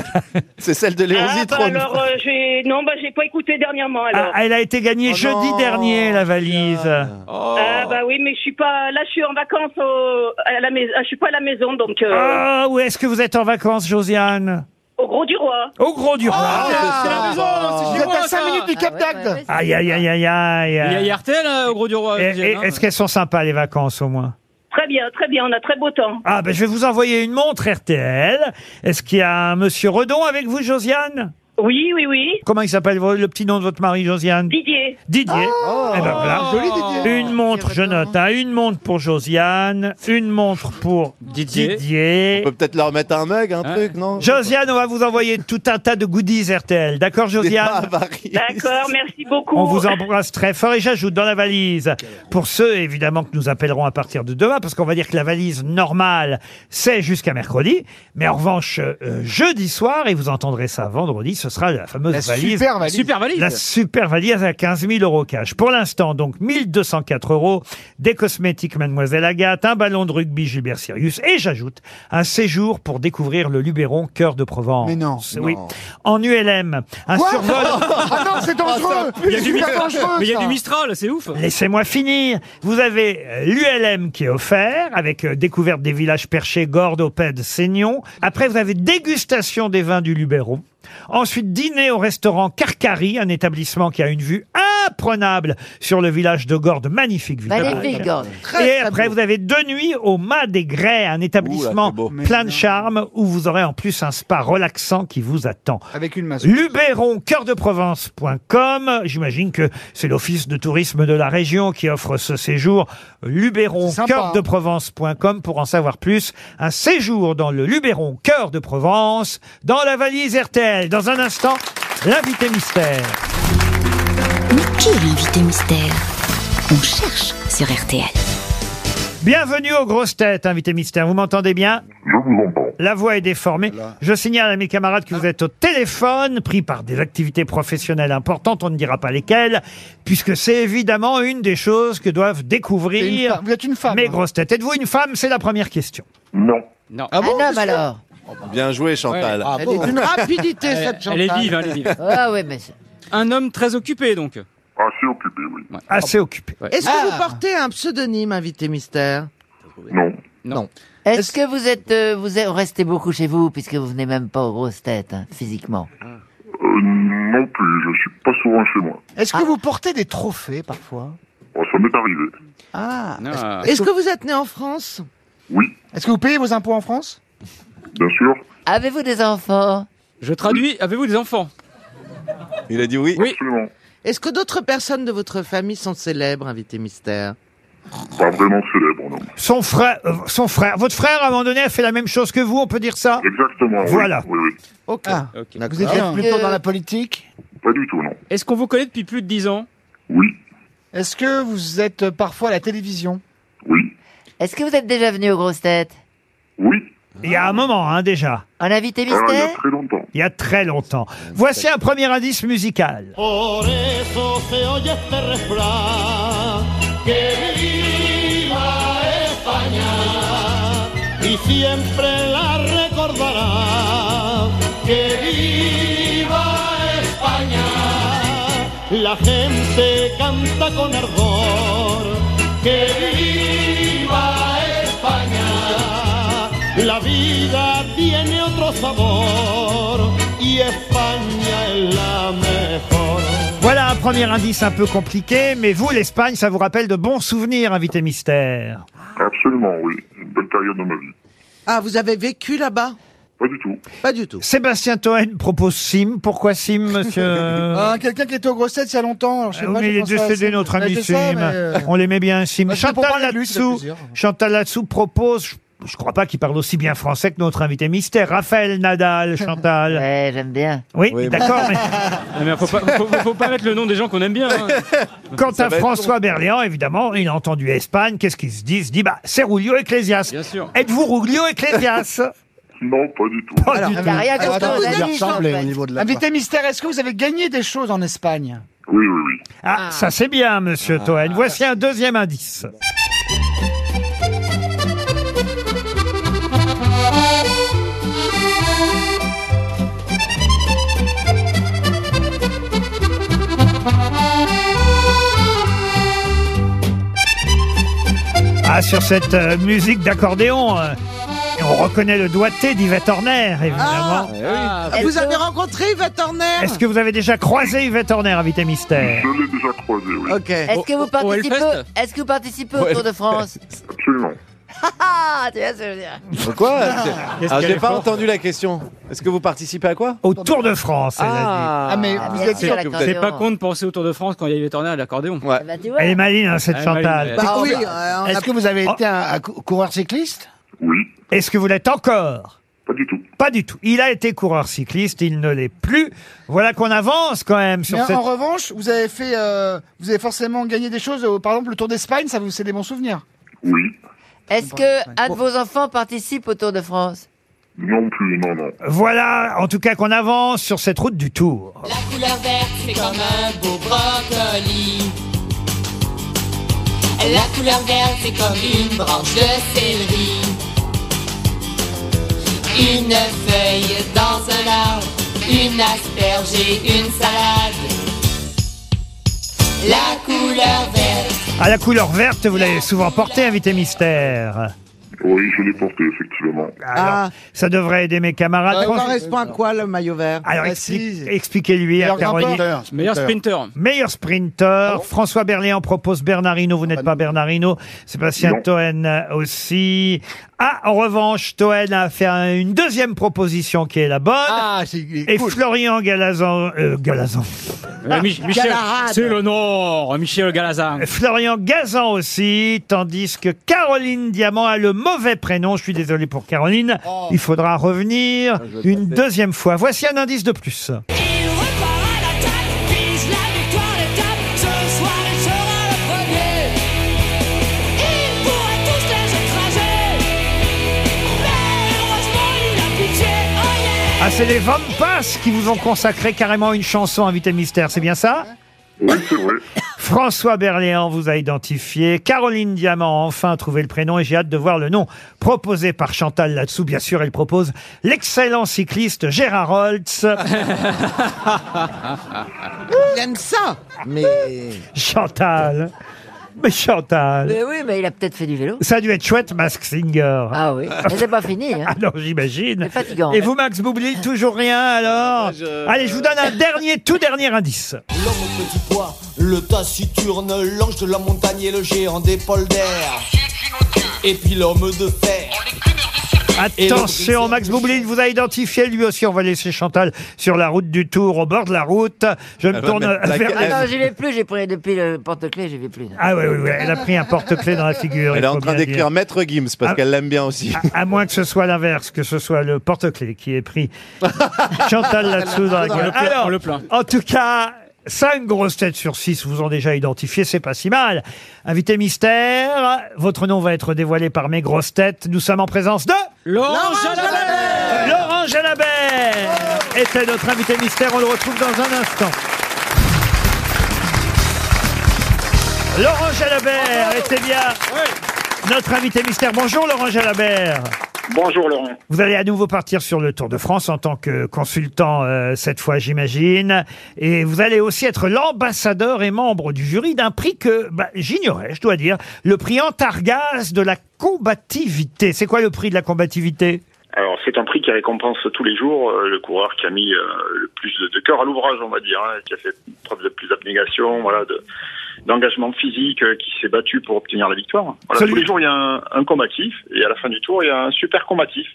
Speaker 9: C'est celle de Léon
Speaker 24: Ah, bah
Speaker 9: Zitrone.
Speaker 24: alors, euh, j'ai... non, bah, j'ai pas écouté dernièrement, alors.
Speaker 2: Ah, elle a été gagnée
Speaker 9: Oh
Speaker 2: jeudi dernier, la valise.
Speaker 24: Ah, bah oui, mais je suis pas... Là, je suis en vacances au... à la maison. Ah, Je suis pas à la maison, donc... euh,
Speaker 2: Ah, où est-ce que vous êtes en vacances, Josiane
Speaker 24: Au Gros du Roi.
Speaker 2: Au Gros du Roi.
Speaker 9: Ah, Oh.
Speaker 2: Ah,
Speaker 4: Vous êtes à 5 minutes du Cap d'Agde
Speaker 2: Aïe, aïe, aïe, aïe, aïe.
Speaker 12: Il y a Yartel euh, au Gros du Roi.
Speaker 2: Et-
Speaker 12: Josiane,
Speaker 2: et-
Speaker 12: hein.
Speaker 2: Est-ce qu'elles sont sympas, les vacances, au moins
Speaker 24: Très bien, très bien, on a très beau temps.
Speaker 2: Ah, ben, je vais vous envoyer une montre RTL. Est-ce qu'il y a un monsieur Redon avec vous, Josiane
Speaker 24: Oui, oui, oui.
Speaker 2: Comment il s'appelle vo- le petit nom de votre mari, Josiane
Speaker 24: Didier.
Speaker 2: Didier.
Speaker 9: Oh
Speaker 2: Eh ben, voilà. Une montre, je note. hein. Une montre pour Josiane, une montre pour Didier.
Speaker 9: On peut peut-être leur mettre un mug, un truc, non
Speaker 2: Josiane, on va vous envoyer tout un tas de goodies RTL.
Speaker 9: Ah,
Speaker 2: D'accord,
Speaker 9: bah,
Speaker 2: Josiane
Speaker 24: D'accord, merci beaucoup.
Speaker 2: On vous embrasse très fort et j'ajoute dans la valise, pour ceux évidemment que nous appellerons à partir de demain, parce qu'on va dire que la valise normale, c'est jusqu'à mercredi, mais en revanche, euh, jeudi soir, et vous entendrez ça vendredi, ce sera la fameuse
Speaker 4: La
Speaker 2: valise.
Speaker 4: super valise. Super valise.
Speaker 2: La super valise à 15 000 euros cash. Pour l'instant, donc 1204 euros, des cosmétiques Mademoiselle Agathe, un ballon de rugby Gilbert Sirius, et j'ajoute un séjour pour découvrir le Luberon Cœur de Provence.
Speaker 4: Mais non.
Speaker 2: Oui.
Speaker 4: Non.
Speaker 2: En ULM. Un
Speaker 4: Quoi
Speaker 2: survol.
Speaker 4: Ah non, c'est dangereux
Speaker 12: Il y a du,
Speaker 4: C'est
Speaker 12: Mist-
Speaker 4: super dangereux,
Speaker 12: mais il y a
Speaker 4: ça.
Speaker 12: du Mistral, c'est ouf.
Speaker 2: Laissez-moi finir. Vous avez euh, l'ULM qui est offert, avec euh, découverte des villages perchés, Gordes, Opède, Seignon. Après, vous avez dégustation des vins du Luberon. Ensuite, dîner au restaurant Carcari, un établissement qui a une vue imprenable sur le village de Gordes. Magnifique village.
Speaker 10: Magnifique, Gordes.
Speaker 2: Et après, vous avez deux nuits au Mas des Grès, un établissement
Speaker 4: beau.
Speaker 2: plein de charme où vous aurez en plus un spa relaxant qui vous attend.
Speaker 4: Avec une masse.
Speaker 2: Luberon, cœurdeprovence.com. J'imagine que c'est l'office de tourisme de la région qui offre ce séjour. Luberon,
Speaker 4: C'est sympa,
Speaker 2: cœurdeprovence.com pour en savoir plus. Un séjour dans le Luberon, cœur de Provence, dans la valise RTL. Dans un instant, l'invité mystère.
Speaker 14: Mais qui est l'invité mystère On cherche sur RTL.
Speaker 2: Bienvenue aux grosses têtes, invité mystère. Vous m'entendez bien Je vous entends. La voix est déformée. Je signale à mes camarades que vous êtes au téléphone, pris par des activités professionnelles importantes, on ne dira pas lesquelles, puisque c'est évidemment une des choses que doivent
Speaker 4: C'est une
Speaker 2: découvrir
Speaker 4: femme. Vous êtes une femme. hein.
Speaker 2: mes grosses têtes. Êtes-vous une femme C'est la première question. Non.
Speaker 12: Non.
Speaker 2: Ah bon,
Speaker 10: Un homme
Speaker 2: monsieur
Speaker 10: alors
Speaker 9: Bien joué, Chantal.
Speaker 10: Ouais. Ah Elle bon est d'une rapidité,
Speaker 12: Elle-
Speaker 10: cette
Speaker 12: Elle est
Speaker 10: Chantal.
Speaker 12: vive, hein, elle est vive.
Speaker 10: Ah ouais, mais... c'est-
Speaker 12: Un homme très occupé, donc. Ah.
Speaker 20: Assez occupé, oui.
Speaker 2: Assez occupé.
Speaker 11: Est-ce
Speaker 10: Ah.
Speaker 11: que vous portez un pseudonyme, invité mystère
Speaker 20: Non.
Speaker 11: Non.
Speaker 10: Est-ce que vous êtes, euh, vous êtes- restez beaucoup chez vous puisque vous venez même pas aux grosses têtes hein, physiquement
Speaker 8: Ah,
Speaker 20: Euh, non plus, je suis pas souvent chez moi.
Speaker 4: Est-ce que vous portez des trophées parfois
Speaker 20: Bon, ça m'est arrivé.
Speaker 4: Ah
Speaker 20: Ah.
Speaker 4: Est-ce que vous êtes né en France
Speaker 20: Oui.
Speaker 4: Est-ce que vous payez vos impôts en France
Speaker 20: Bien sûr.
Speaker 10: Avez-vous des enfants
Speaker 12: Je traduis. Avez-vous des enfants
Speaker 9: Il a dit oui.
Speaker 12: Oui.
Speaker 11: Est-ce que d'autres personnes de votre famille sont célèbres, invité mystère
Speaker 20: Pas vraiment célèbre, non.
Speaker 2: Son frère, euh, son frère, votre frère à un moment donné a fait la même chose que vous, on peut dire ça
Speaker 20: Exactement. oui,
Speaker 2: Voilà.
Speaker 20: Oui, oui.
Speaker 11: Ok.
Speaker 12: Ah.
Speaker 4: Vous êtes plutôt dans la
Speaker 7: politique
Speaker 20: Pas du tout, non.
Speaker 12: Est-ce qu'on vous connaît depuis plus de 10 ans
Speaker 4: Est-ce que vous êtes parfois à la télévision
Speaker 10: Est-ce que vous êtes déjà venu aux grosses têtes
Speaker 2: Il y a un moment, hein, déjà.
Speaker 10: En
Speaker 26: Ah,
Speaker 10: invité mystère
Speaker 20: Très longtemps.
Speaker 2: Il y a très longtemps. Voici un premier indice musical.
Speaker 8: Por eso se oye este refrán que viva España y siempre la recordará que viva España. La gente canta con ardor que viva España. La vida tiene otro sabor y España es la mejor.
Speaker 2: Voilà un premier indice un peu compliqué, mais vous, l'Espagne, ça vous rappelle de bons souvenirs, invité mystère.
Speaker 26: Absolument, oui. Une bonne période de ma vie.
Speaker 11: Ah, vous avez vécu là-bas
Speaker 26: Pas du tout.
Speaker 11: Pas du tout.
Speaker 2: Sébastien Toen propose Sim. Pourquoi Sim,
Speaker 12: Euh.
Speaker 2: monsieur
Speaker 4: Ah, Quelqu'un qui était aux grossettes il y a longtemps. alors je sais
Speaker 2: Euh,
Speaker 4: pas,
Speaker 2: mais
Speaker 4: j'ai
Speaker 2: il est
Speaker 4: pensé à
Speaker 2: décédé
Speaker 4: Sim.
Speaker 2: notre
Speaker 4: Ouais,
Speaker 2: ami
Speaker 4: c'est
Speaker 2: Sim.
Speaker 4: ça, mais, euh,
Speaker 2: On l'aimait bien Sim.
Speaker 4: Bah, c'est pour
Speaker 2: Chantal
Speaker 4: parler de lui, c'est le
Speaker 2: Latsou.
Speaker 4: plaisir.
Speaker 2: Chantal Latsou propose. je- Je crois pas qu'il parle aussi bien français que notre invité mystère, Raphaël Nadal, Chantal.
Speaker 10: Ouais, j'aime bien.
Speaker 2: Oui, d'accord, mais
Speaker 12: Non, mais faut pas, faut- faut pas mettre le nom des gens qu'on aime bien. hein.
Speaker 2: quant
Speaker 12: Ça
Speaker 2: à
Speaker 12: va être
Speaker 2: François Berléand, évidemment, il a entendu Espagne, qu'est-ce qu'il se dit Il se dit, bah, c'est Rulio Ecclesias. Bien sûr. Êtes-vous Rulio Ecclesias
Speaker 26: Non, pas du tout.
Speaker 2: Pas du tout.
Speaker 4: attends,
Speaker 26: vous
Speaker 4: vous
Speaker 26: avez
Speaker 4: avez-
Speaker 26: dit, en fait.
Speaker 4: Invité mystère, est-ce que vous avez gagné des choses en Espagne
Speaker 26: Oui, oui, oui.
Speaker 2: Ah, ça c'est bien,
Speaker 10: Ah.
Speaker 2: monsieur Toen. Voici un deuxième indice. Ah, sur cette euh, musique d'accordéon, euh, et on reconnaît le doigté d'Yvette Horner, évidemment.
Speaker 11: Ah, vous avez rencontré Yvette Horner
Speaker 2: Est-ce que vous avez déjà croisé Yvette Horner, invité mystère
Speaker 26: Je l'ai déjà croisé, oui.
Speaker 11: Ok.
Speaker 10: Est-ce que vous participez,
Speaker 2: Hellfest
Speaker 10: Euh, est-ce que vous participez au Tour de France
Speaker 26: Absolument.
Speaker 10: Ah, tu vois ce que je veux dire
Speaker 9: Quoi
Speaker 10: Qu'est-ce
Speaker 9: Ah,
Speaker 10: qu'elle
Speaker 9: J'ai
Speaker 10: est
Speaker 9: pas
Speaker 10: forte.
Speaker 9: entendu la question. Est-ce que vous participez à quoi
Speaker 2: Au Tour de France,
Speaker 9: elle a dit.
Speaker 10: Ah, mais vous êtes sûr que vous êtes-
Speaker 12: C'est pas con de penser au Tour de France quand il y a Yvette Horner à l'accordéon.
Speaker 10: tu
Speaker 2: Elle est maligne, hein, cette
Speaker 12: Elle est
Speaker 2: Chantal.
Speaker 12: maligne, Ah,
Speaker 2: Bah,
Speaker 12: elle.
Speaker 2: oui,
Speaker 7: Est-ce que vous
Speaker 2: Ah.
Speaker 7: avez été un, un cou- coureur cycliste
Speaker 2: Est-ce que vous l'êtes encore Pas du tout. Pas du tout. Il a été coureur cycliste, il ne l'est plus. Voilà qu'on avance quand même sur
Speaker 4: Mais en-
Speaker 2: cette...
Speaker 4: en revanche, vous avez fait, euh, vous avez forcément gagné des choses. euh, par exemple, le Tour d'Espagne, ça vous c'est des bons souvenirs.
Speaker 10: Est-ce que un de vos enfants participe au Tour de France
Speaker 26: Non plus, non, non.
Speaker 2: Voilà, en tout cas qu'on avance sur cette route du Tour.
Speaker 8: couleur verte, c'est comme un beau brocoli. La couleur verte, c'est comme une branche de céleri. Une feuille dans un arbre, une asperge et une salade. La couleur verte.
Speaker 2: À la couleur verte, vous l'avez souvent porté, invité mystère.
Speaker 26: Oui, je l'ai porté, effectivement.
Speaker 11: Ah.
Speaker 2: Alors, ça devrait aider mes camarades.
Speaker 11: Ça
Speaker 2: Pense-
Speaker 11: correspond à Bah, quoi le maillot vert Ah,
Speaker 2: Alors, explique- expliquez-lui à
Speaker 11: Meilleur
Speaker 2: Caroline.
Speaker 11: grimpeur. Meilleur sprinter. Ah
Speaker 2: Meilleur sprinter. François Berléand propose Bernardino. Vous n'êtes pas Bernardino. Sébastien
Speaker 25: Non.
Speaker 2: Toen aussi. Ah, en revanche, Toen a fait un- une deuxième proposition qui est la bonne.
Speaker 11: Ah,
Speaker 2: Et Florian Galazan, euh, Galazan.
Speaker 12: Euh, Mich-
Speaker 2: Ah,
Speaker 12: Michel,
Speaker 2: Galahad.
Speaker 12: c'est l'honneur, Michel Galazan.
Speaker 2: Florian Gazan aussi, tandis que Caroline Diamant a le mauvais prénom. Je suis désolé pour Caroline. Il faudra revenir une deuxième fois. Voici un indice de plus.
Speaker 8: Vise la victoire des tables, ce soir il sera le premier. Il pourrait tous les écraser. Mais heureusement il a pitié, oh yeah!
Speaker 2: Ah, c'est les Vampas qui vous ont consacré carrément une chanson, Invité Mystère, c'est bien ça
Speaker 26: Oui, c'est vrai.
Speaker 2: François Berléand vous a identifié. Caroline Diamant a enfin trouvé le prénom et j'ai hâte de voir le nom proposé par Chantal là-dessous. Bien sûr, elle propose l'excellent cycliste Gérard Holtz.
Speaker 11: Il aime ça Mais.
Speaker 2: Chantal. Mais Chantal.
Speaker 10: Mais Ben oui, mais il a peut-être fait du vélo.
Speaker 2: Ça a dû être chouette, Mask Singer.
Speaker 10: Ah oui, mais c'est pas fini. Hein.
Speaker 2: Alors j'imagine.
Speaker 10: C'est fatigant.
Speaker 2: Et vous, Max Boublil, toujours rien
Speaker 9: Ah,
Speaker 2: alors Allez, je vous donne un dernier, tout dernier indice.
Speaker 27: L'homme au petit pois, le taciturne, l'ange de la montagne et le géant des polders. Et puis l'homme de fer.
Speaker 2: Attention, Max Boublil vous a identifié lui aussi. On va laisser Chantal sur la route du Tour, au bord de la route. Je me
Speaker 10: Ah
Speaker 2: tourne vers.
Speaker 10: non, j'y vais plus, j'ai pris depuis le porte-clés, j'y vais plus.
Speaker 2: Ah oui, oui, oui, elle a pris un porte-clés dans la figure.
Speaker 9: Elle
Speaker 2: il
Speaker 9: est en
Speaker 2: faut
Speaker 9: train
Speaker 2: bien dire.
Speaker 9: d'écrire Maître Gims parce
Speaker 2: Ah.
Speaker 9: qu'elle l'aime bien aussi.
Speaker 2: À, à moins que ce soit l'inverse, que ce soit le porte-clés qui est pris. Chantal là-dessous dans la
Speaker 12: On le
Speaker 2: gueule.
Speaker 12: plaint,
Speaker 2: Alors,
Speaker 12: on le plaint.
Speaker 2: en tout cas, 5 grosses têtes sur 6 vous ont déjà identifié, c'est pas si mal. Invité mystère, votre nom va être dévoilé par mes grosses têtes. Nous sommes en présence de...
Speaker 12: Laurent Jalabert
Speaker 2: Laurent Jalabert était notre invité mystère, on le retrouve dans un instant. Laurent Jalabert était bien notre invité mystère. Bonjour Laurent Jalabert.
Speaker 28: Bonjour Laurent.
Speaker 2: Vous allez à nouveau partir sur le Tour de France en tant que consultant euh, cette fois, j'imagine. Et vous allez aussi être l'ambassadeur et membre du jury d'un prix que bah, j'ignorais, je dois dire, le prix Antargaz de la combativité. C'est quoi le prix de la combativité
Speaker 28: Alors
Speaker 29: C'est un prix qui récompense tous les jours euh, le coureur qui a mis euh, le plus de, de cœur à l'ouvrage, on va dire, hein, qui a fait preuve de plus d'abnégation, voilà, de- d'engagement physique, euh, qui s'est battu pour obtenir la victoire. Voilà,
Speaker 3: Salut.
Speaker 29: tous les jours, il y a un, un combatif, et à la fin du tour, il y a un super combatif.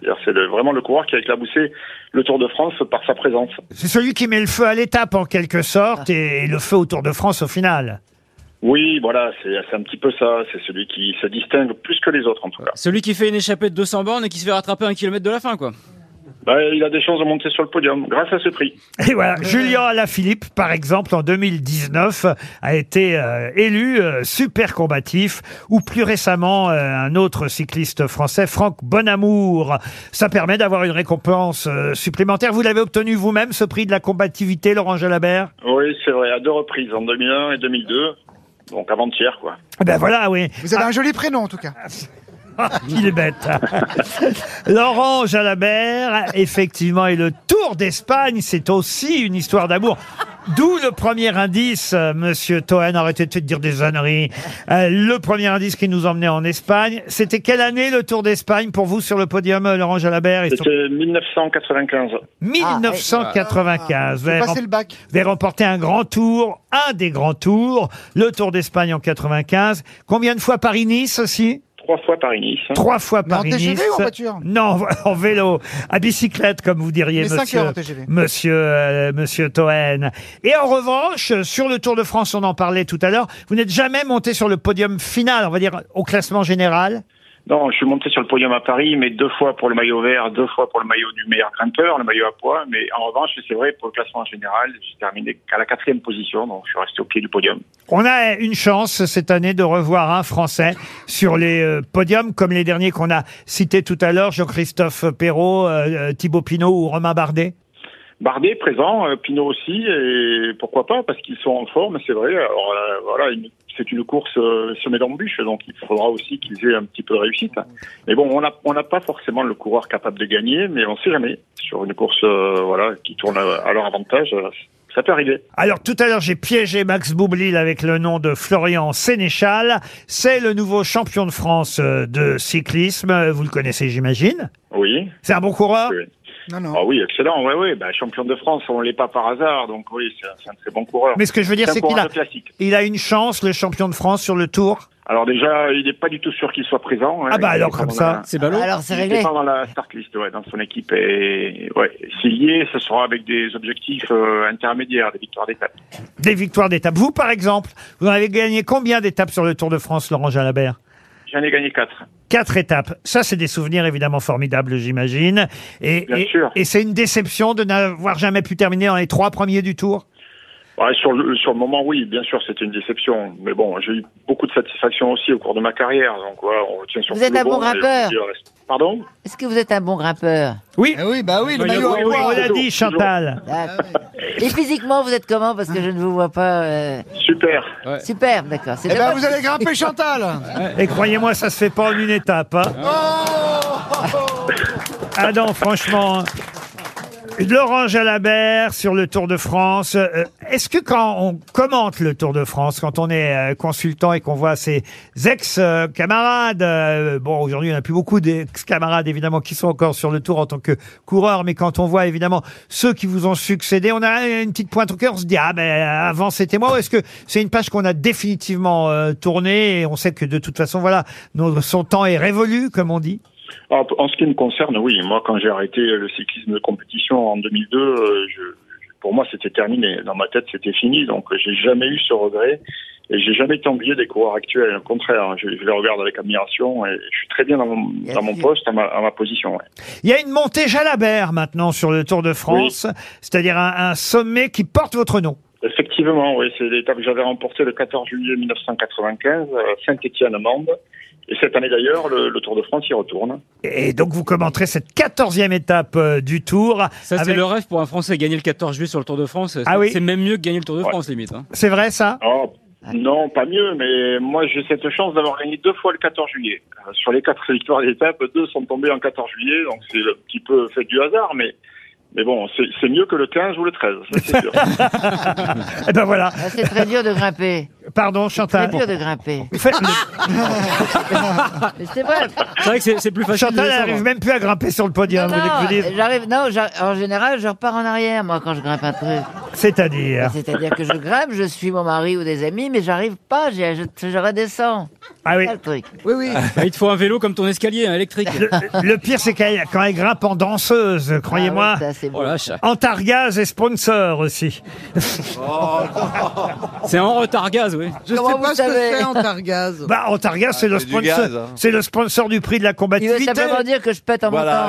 Speaker 29: C'est-à-dire, C'est le- vraiment le coureur qui a éclaboussé le Tour de France par sa présence.
Speaker 2: C'est celui qui met le feu à l'étape en quelque sorte et le feu au Tour de France au final.
Speaker 29: Oui, voilà, c'est c'est un petit peu ça. C'est celui qui se distingue plus que les autres, en tout cas.
Speaker 12: Celui qui fait une échappée de 200 bornes et qui se fait rattraper un kilomètre de la fin, quoi.
Speaker 29: Bah, il a des chances de monter sur le podium grâce à ce prix.
Speaker 2: Et voilà,
Speaker 12: Euh,
Speaker 2: Julien Alaphilippe, par exemple, en 2019, a été euh, élu euh, super combatif, ou plus récemment, euh, un autre cycliste français, Franck Bonamour. Ça permet d'avoir une récompense euh, supplémentaire. Vous l'avez obtenu vous-même, ce prix de la combativité, Laurent Jalabert
Speaker 29: Oui, c'est vrai, à deux reprises, en 2001 et 2002. Donc avant-hier, quoi.
Speaker 2: Eh Ben voilà, oui.
Speaker 4: Vous avez un joli prénom, en tout cas.
Speaker 12: Ah,
Speaker 2: Il est bête. Laurent Jalabert, effectivement, et le Tour d'Espagne, c'est aussi une histoire d'amour. D'où le premier indice, euh, monsieur Toen, arrêtez de dire des âneries. Euh, le premier indice qui nous emmenait en Espagne, c'était quelle année le Tour d'Espagne pour vous sur le podium, euh, Laurent Jalabert et son-
Speaker 29: C'était 1995.
Speaker 4: Ah,
Speaker 2: 1995. Vous avez
Speaker 29: Faut passer
Speaker 2: rem-
Speaker 29: le
Speaker 2: vous avez remporté un grand tour, un des grands tours, le Tour d'Espagne en 95. Combien de fois Paris-Nice aussi
Speaker 29: Trois fois Paris-Nice.
Speaker 2: Trois fois Paris-Nice.
Speaker 4: TGV ou en voiture
Speaker 2: Non, en vélo, à bicyclette comme vous diriez,
Speaker 4: Mais cinq
Speaker 2: monsieur,
Speaker 4: heures en TGV.
Speaker 2: monsieur, euh, monsieur Toen. Et en revanche, sur le Tour de France, on en parlait tout à l'heure, vous n'êtes jamais monté sur le podium final, on va dire au classement général.
Speaker 29: Non, je suis monté sur le podium à Paris, mais deux fois pour le maillot vert, deux fois pour le maillot du meilleur grimpeur, le maillot à poids. Mais en revanche, c'est vrai, pour le classement général, j'ai terminé à la quatrième position, donc je suis resté au pied du podium.
Speaker 2: On a une chance cette année de revoir un Français sur les euh, podiums, comme les derniers qu'on a cités tout à l'heure, Jean-Christophe Perrault, euh, Thibaut Pinot ou Romain Bardet.
Speaker 29: Bardet présent, euh, Pinot aussi, et pourquoi pas, parce qu'ils sont en forme, c'est vrai. Alors euh, voilà, une- c'est une course euh, semée d'embûches, donc il faudra aussi qu'ils aient un petit peu de réussite. Mais bon, on n'a on n'a pas forcément le coureur capable de gagner, mais on sait jamais. Sur une course euh, voilà, qui tourne à à leur avantage, euh, ça peut arriver.
Speaker 2: Alors tout à l'heure, j'ai piégé Max Boublil avec le nom de Florian Sénéchal. C'est le nouveau champion de France euh, de cyclisme. Vous le connaissez, j'imagine.
Speaker 29: Oui.
Speaker 2: C'est un bon coureur
Speaker 29: Oui. Ah oui, excellent. Ouais, ouais. Bah, champion de France, on l'est pas par hasard, donc oui, c'est un- c'est un très bon coureur.
Speaker 2: Mais ce que je veux dire,
Speaker 29: un
Speaker 2: c'est qu'il
Speaker 29: coureur
Speaker 2: a,
Speaker 29: de classique.
Speaker 2: il a une chance, le champion de France sur le Tour.
Speaker 29: Alors déjà, il n'est pas du tout sûr qu'il soit présent. hein.
Speaker 2: Ah bah
Speaker 29: Il
Speaker 2: alors,
Speaker 29: est pas
Speaker 2: comme
Speaker 29: dans
Speaker 2: ça,
Speaker 29: la-
Speaker 2: c'est ballot. Alors, c'est réglé.
Speaker 29: Il est pas dans la start list, ouais, dans son équipe. Et ouais, s'il y est, ce sera avec des objectifs euh, intermédiaires, des victoires d'étape.
Speaker 2: Des victoires d'étape. Vous, par exemple, vous en avez gagné combien d'étapes sur le Tour de France, Laurent Jalabert
Speaker 29: J'en ai gagné quatre.
Speaker 2: Quatre étapes. Ça, c'est des souvenirs évidemment formidables, j'imagine. Et,
Speaker 29: Bien
Speaker 2: et-
Speaker 29: sûr.
Speaker 2: et c'est une déception de n'avoir jamais pu terminer dans les trois premiers du Tour.
Speaker 29: Ouais, sur, le, sur le moment, oui, bien sûr, c'était une déception. Mais bon, j'ai eu beaucoup de satisfaction aussi au cours de ma carrière. Donc voilà, on retient sur
Speaker 10: Vous
Speaker 29: tout
Speaker 10: êtes
Speaker 29: le
Speaker 10: un bon
Speaker 29: et on
Speaker 10: grimpeur.
Speaker 29: dit le reste. Pardon
Speaker 10: Est-ce que vous êtes un bon grimpeur
Speaker 2: Eh Oui.
Speaker 10: oui,
Speaker 8: Ah
Speaker 10: bah
Speaker 2: oui, le Oui, maillot à oui, oui, poids. on l'a
Speaker 10: l'a
Speaker 2: dit, Chantal.
Speaker 10: Ah, Et physiquement, vous êtes comment Parce que je ne vous vois pas. euh,
Speaker 29: Super.
Speaker 10: Superbe, d'accord. C'est
Speaker 4: Eh ben,
Speaker 10: dommage.
Speaker 4: vous allez grimper, Chantal
Speaker 2: Et croyez-moi, ça se fait pas en une étape. hein. Ah non, franchement. Laurent Jalabert sur le Tour de France. Euh, Est-ce que quand on commente le Tour de France, quand on est euh, consultant et qu'on voit ses ex-camarades, euh, bon aujourd'hui il n'y en a plus beaucoup d'ex-camarades évidemment qui sont encore sur le Tour en tant que coureurs, mais quand on voit évidemment ceux qui vous ont succédé, on a une petite pointe au cœur, on se dit ah ben avant c'était moi. Ou Est-ce que c'est une page qu'on a définitivement euh, tournée et on sait que de toute façon voilà nos- son temps est révolu comme on dit.
Speaker 29: Ah, En ce qui me concerne, oui. Moi, quand j'ai arrêté le cyclisme de compétition en 2002, euh, je, je- pour moi, c'était terminé. Dans ma tête, c'était fini. Donc, euh, j'ai jamais eu ce regret. Et j'ai jamais été ennuyé des coureurs actuels. Au contraire, je, je les regarde avec admiration et je suis très bien dans mon, dans mon poste, à ma, à ma position. ouais.
Speaker 2: Il y a une montée Jalabert maintenant sur le Tour de France, c'est-à-dire un, un sommet qui porte votre nom.
Speaker 29: Effectivement, oui, c'est l'étape que j'avais remportée le 14 juillet 1995 à euh, Saint-Étienne-Mende. Et cette année d'ailleurs, le, le Tour de France y retourne.
Speaker 2: Et donc vous commenterez cette quatorzième étape euh, du Tour.
Speaker 12: Ça, c'est
Speaker 2: avec-
Speaker 12: le rêve pour un Français, gagner le 14 juillet sur le Tour de France. C'est-
Speaker 2: Ah oui.
Speaker 12: C'est même mieux que gagner le Tour de France, limite. hein.
Speaker 2: C'est vrai ça
Speaker 29: Oh, non, pas mieux, mais moi j'ai cette chance d'avoir gagné deux fois le 14 juillet. Euh, Sur les quatre victoires d'étape, deux sont tombées en 14 juillet, donc c'est un petit peu fait du hasard, mais, mais Mais bon, c'est c'est mieux que le 15 ou le 13, ça c'est sûr.
Speaker 2: Eh ben voilà.
Speaker 10: Ah, C'est très dur de grimper.
Speaker 2: Pardon, Chantal.
Speaker 10: C'est très dur de grimper. Mais c'est vrai.
Speaker 2: C'est vrai que c'est plus facile.
Speaker 10: de
Speaker 2: Chantal
Speaker 10: descendre.
Speaker 2: n'arrive même plus à grimper sur le podium. vous voulez que je
Speaker 10: Non,
Speaker 2: vous dise
Speaker 10: j'arrive. Non, j'a- en général, je repars en arrière moi quand je grimpe un truc.
Speaker 2: C'est-à-dire.
Speaker 10: C'est-à-dire que je grimpe, je suis mon mari ou des amis, mais j'arrive pas, j'ai- je, je, redescends.
Speaker 2: Ah oui.
Speaker 10: Oui, oui.
Speaker 12: Bah, il te faut un vélo comme ton escalier, un électrique.
Speaker 2: Le pire, c'est qu'elle- quand elle grimpe en danseuse, croyez-moi.
Speaker 12: oui, ça, c'est beau. Oh la vache.
Speaker 2: Antargaz est sponsor aussi. Oh. c'est en retargaz, oui.
Speaker 11: Je sais pas ce que c'est en Targaz.
Speaker 2: Bah, Antargaz, c'est le
Speaker 11: c'est du
Speaker 2: sponsor.
Speaker 11: gaz, hein.
Speaker 2: C'est le sponsor du prix de la
Speaker 10: Il veut
Speaker 2: combativité.
Speaker 10: simplement dire que je pète en montant.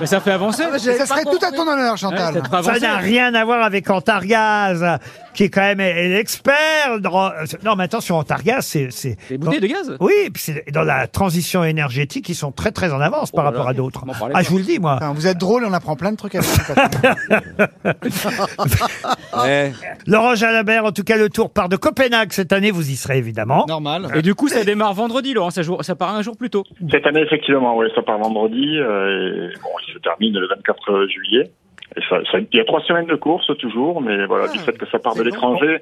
Speaker 2: Mais ça fait avancer.
Speaker 4: Ah, Mais ça serait tout à ton honneur, Chantal.
Speaker 2: Ça n'a rien à voir avec Antargaz, qui est quand même est- est l'expert. dans- euh, Non, mais attention, Antargaz, c'est. c'est
Speaker 12: bouteilles de gaz
Speaker 2: Oui, et puis c'est dans la transition énergétique, ils sont très très en avance
Speaker 12: Oh
Speaker 2: par rapport à d'autres. Ah, je vous le dis, moi.
Speaker 4: Enfin, vous êtes drôle, on apprend plein de trucs à vous.
Speaker 2: Laurent Jalabert, en tout cas, le tour part de Copenhague cette année, vous y serez évidemment.
Speaker 12: Normal. Et du coup, ça démarre vendredi, Laurent. Ça, jour- ça part un jour plus tôt.
Speaker 29: Cette année, effectivement, oui, ça part vendredi, euh, et bon, il se termine le 24 juillet. Et ça, ça- il y a trois semaines de course toujours, mais voilà,
Speaker 2: Ah.
Speaker 29: du fait que ça part de l'étranger,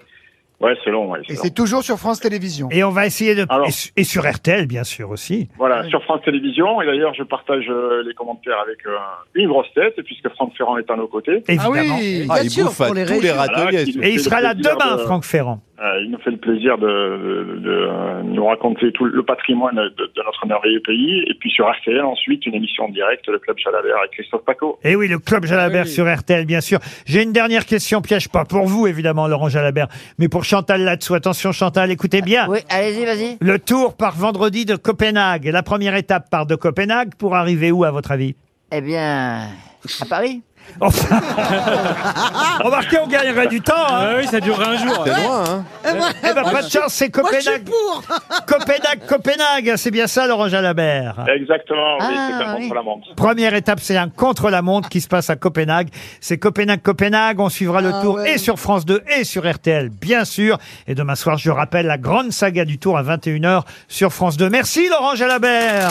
Speaker 29: ouais, c'est long. ouais, c'est
Speaker 4: Et
Speaker 29: long.
Speaker 4: c'est toujours sur France Télévisions.
Speaker 2: Et on va essayer de. et su- Et sur RTL, bien sûr aussi.
Speaker 29: Voilà, sur France Télévisions, et d'ailleurs, je partage euh, les commentaires avec euh, une grosse tête, et puisque Franck Ferrand est à nos
Speaker 2: Ah
Speaker 29: côtés.
Speaker 4: Ah
Speaker 2: Évidemment.
Speaker 29: Ah, Voilà, qui nous
Speaker 2: Et il
Speaker 29: fait
Speaker 2: sera
Speaker 29: le
Speaker 2: là
Speaker 29: plaisir
Speaker 2: demain,
Speaker 29: de-
Speaker 2: Franck Ferrand.
Speaker 29: Euh, il nous fait le plaisir de, de- de nous raconter tout le patrimoine de, de notre merveilleux pays. Et puis sur RTL, ensuite, une émission en direct, le Club Chalabert avec Christophe Paco.
Speaker 2: Et Eh oui, le club Jalabert sur RTL, bien sûr. J'ai une dernière question piège, pas pour vous, évidemment, Laurent Jalabert, mais pour Chantal là-dessous. Attention, Chantal, écoutez bien.
Speaker 10: Oui, allez-y, vas-y.
Speaker 2: Le tour part vendredi de Copenhague. La première étape part de Copenhague pour arriver où, à votre avis
Speaker 10: Eh bien, à Paris.
Speaker 2: Enfin, Remarquez, on gagnerait du temps. hein.
Speaker 12: Ah oui, ça durerait un jour.
Speaker 2: C'est loin,
Speaker 12: hein.
Speaker 2: Eh ben, pas de chance, c'est Copenhague. Copenhague, Copenhague, hein, c'est bien ça, Laurent Jalabert.
Speaker 29: Exactement, oui,
Speaker 2: Ah,
Speaker 29: c'est un
Speaker 2: oui.
Speaker 29: contre-la-montre.
Speaker 2: Première étape, c'est un contre-la-montre qui se passe à Copenhague. C'est Copenhague-Copenhague. On suivra le
Speaker 29: Ah
Speaker 2: tour
Speaker 29: ouais.
Speaker 2: et sur France 2 et sur RTL, bien sûr. Et demain soir, je rappelle la grande saga du tour à 21h sur France 2. Merci Laurent Jalabert.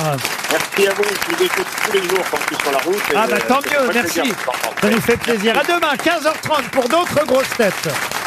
Speaker 29: Merci à vous, je vous écoute tous les jours quand je suis sur la route.
Speaker 2: Ah
Speaker 29: et,
Speaker 2: bah
Speaker 29: euh,
Speaker 2: tant
Speaker 29: ça me
Speaker 2: mieux,
Speaker 29: fait plaisir
Speaker 2: merci.
Speaker 29: de vous entendre.
Speaker 2: Ça nous fait plaisir. À demain, 15h30 pour d'autres grosses têtes.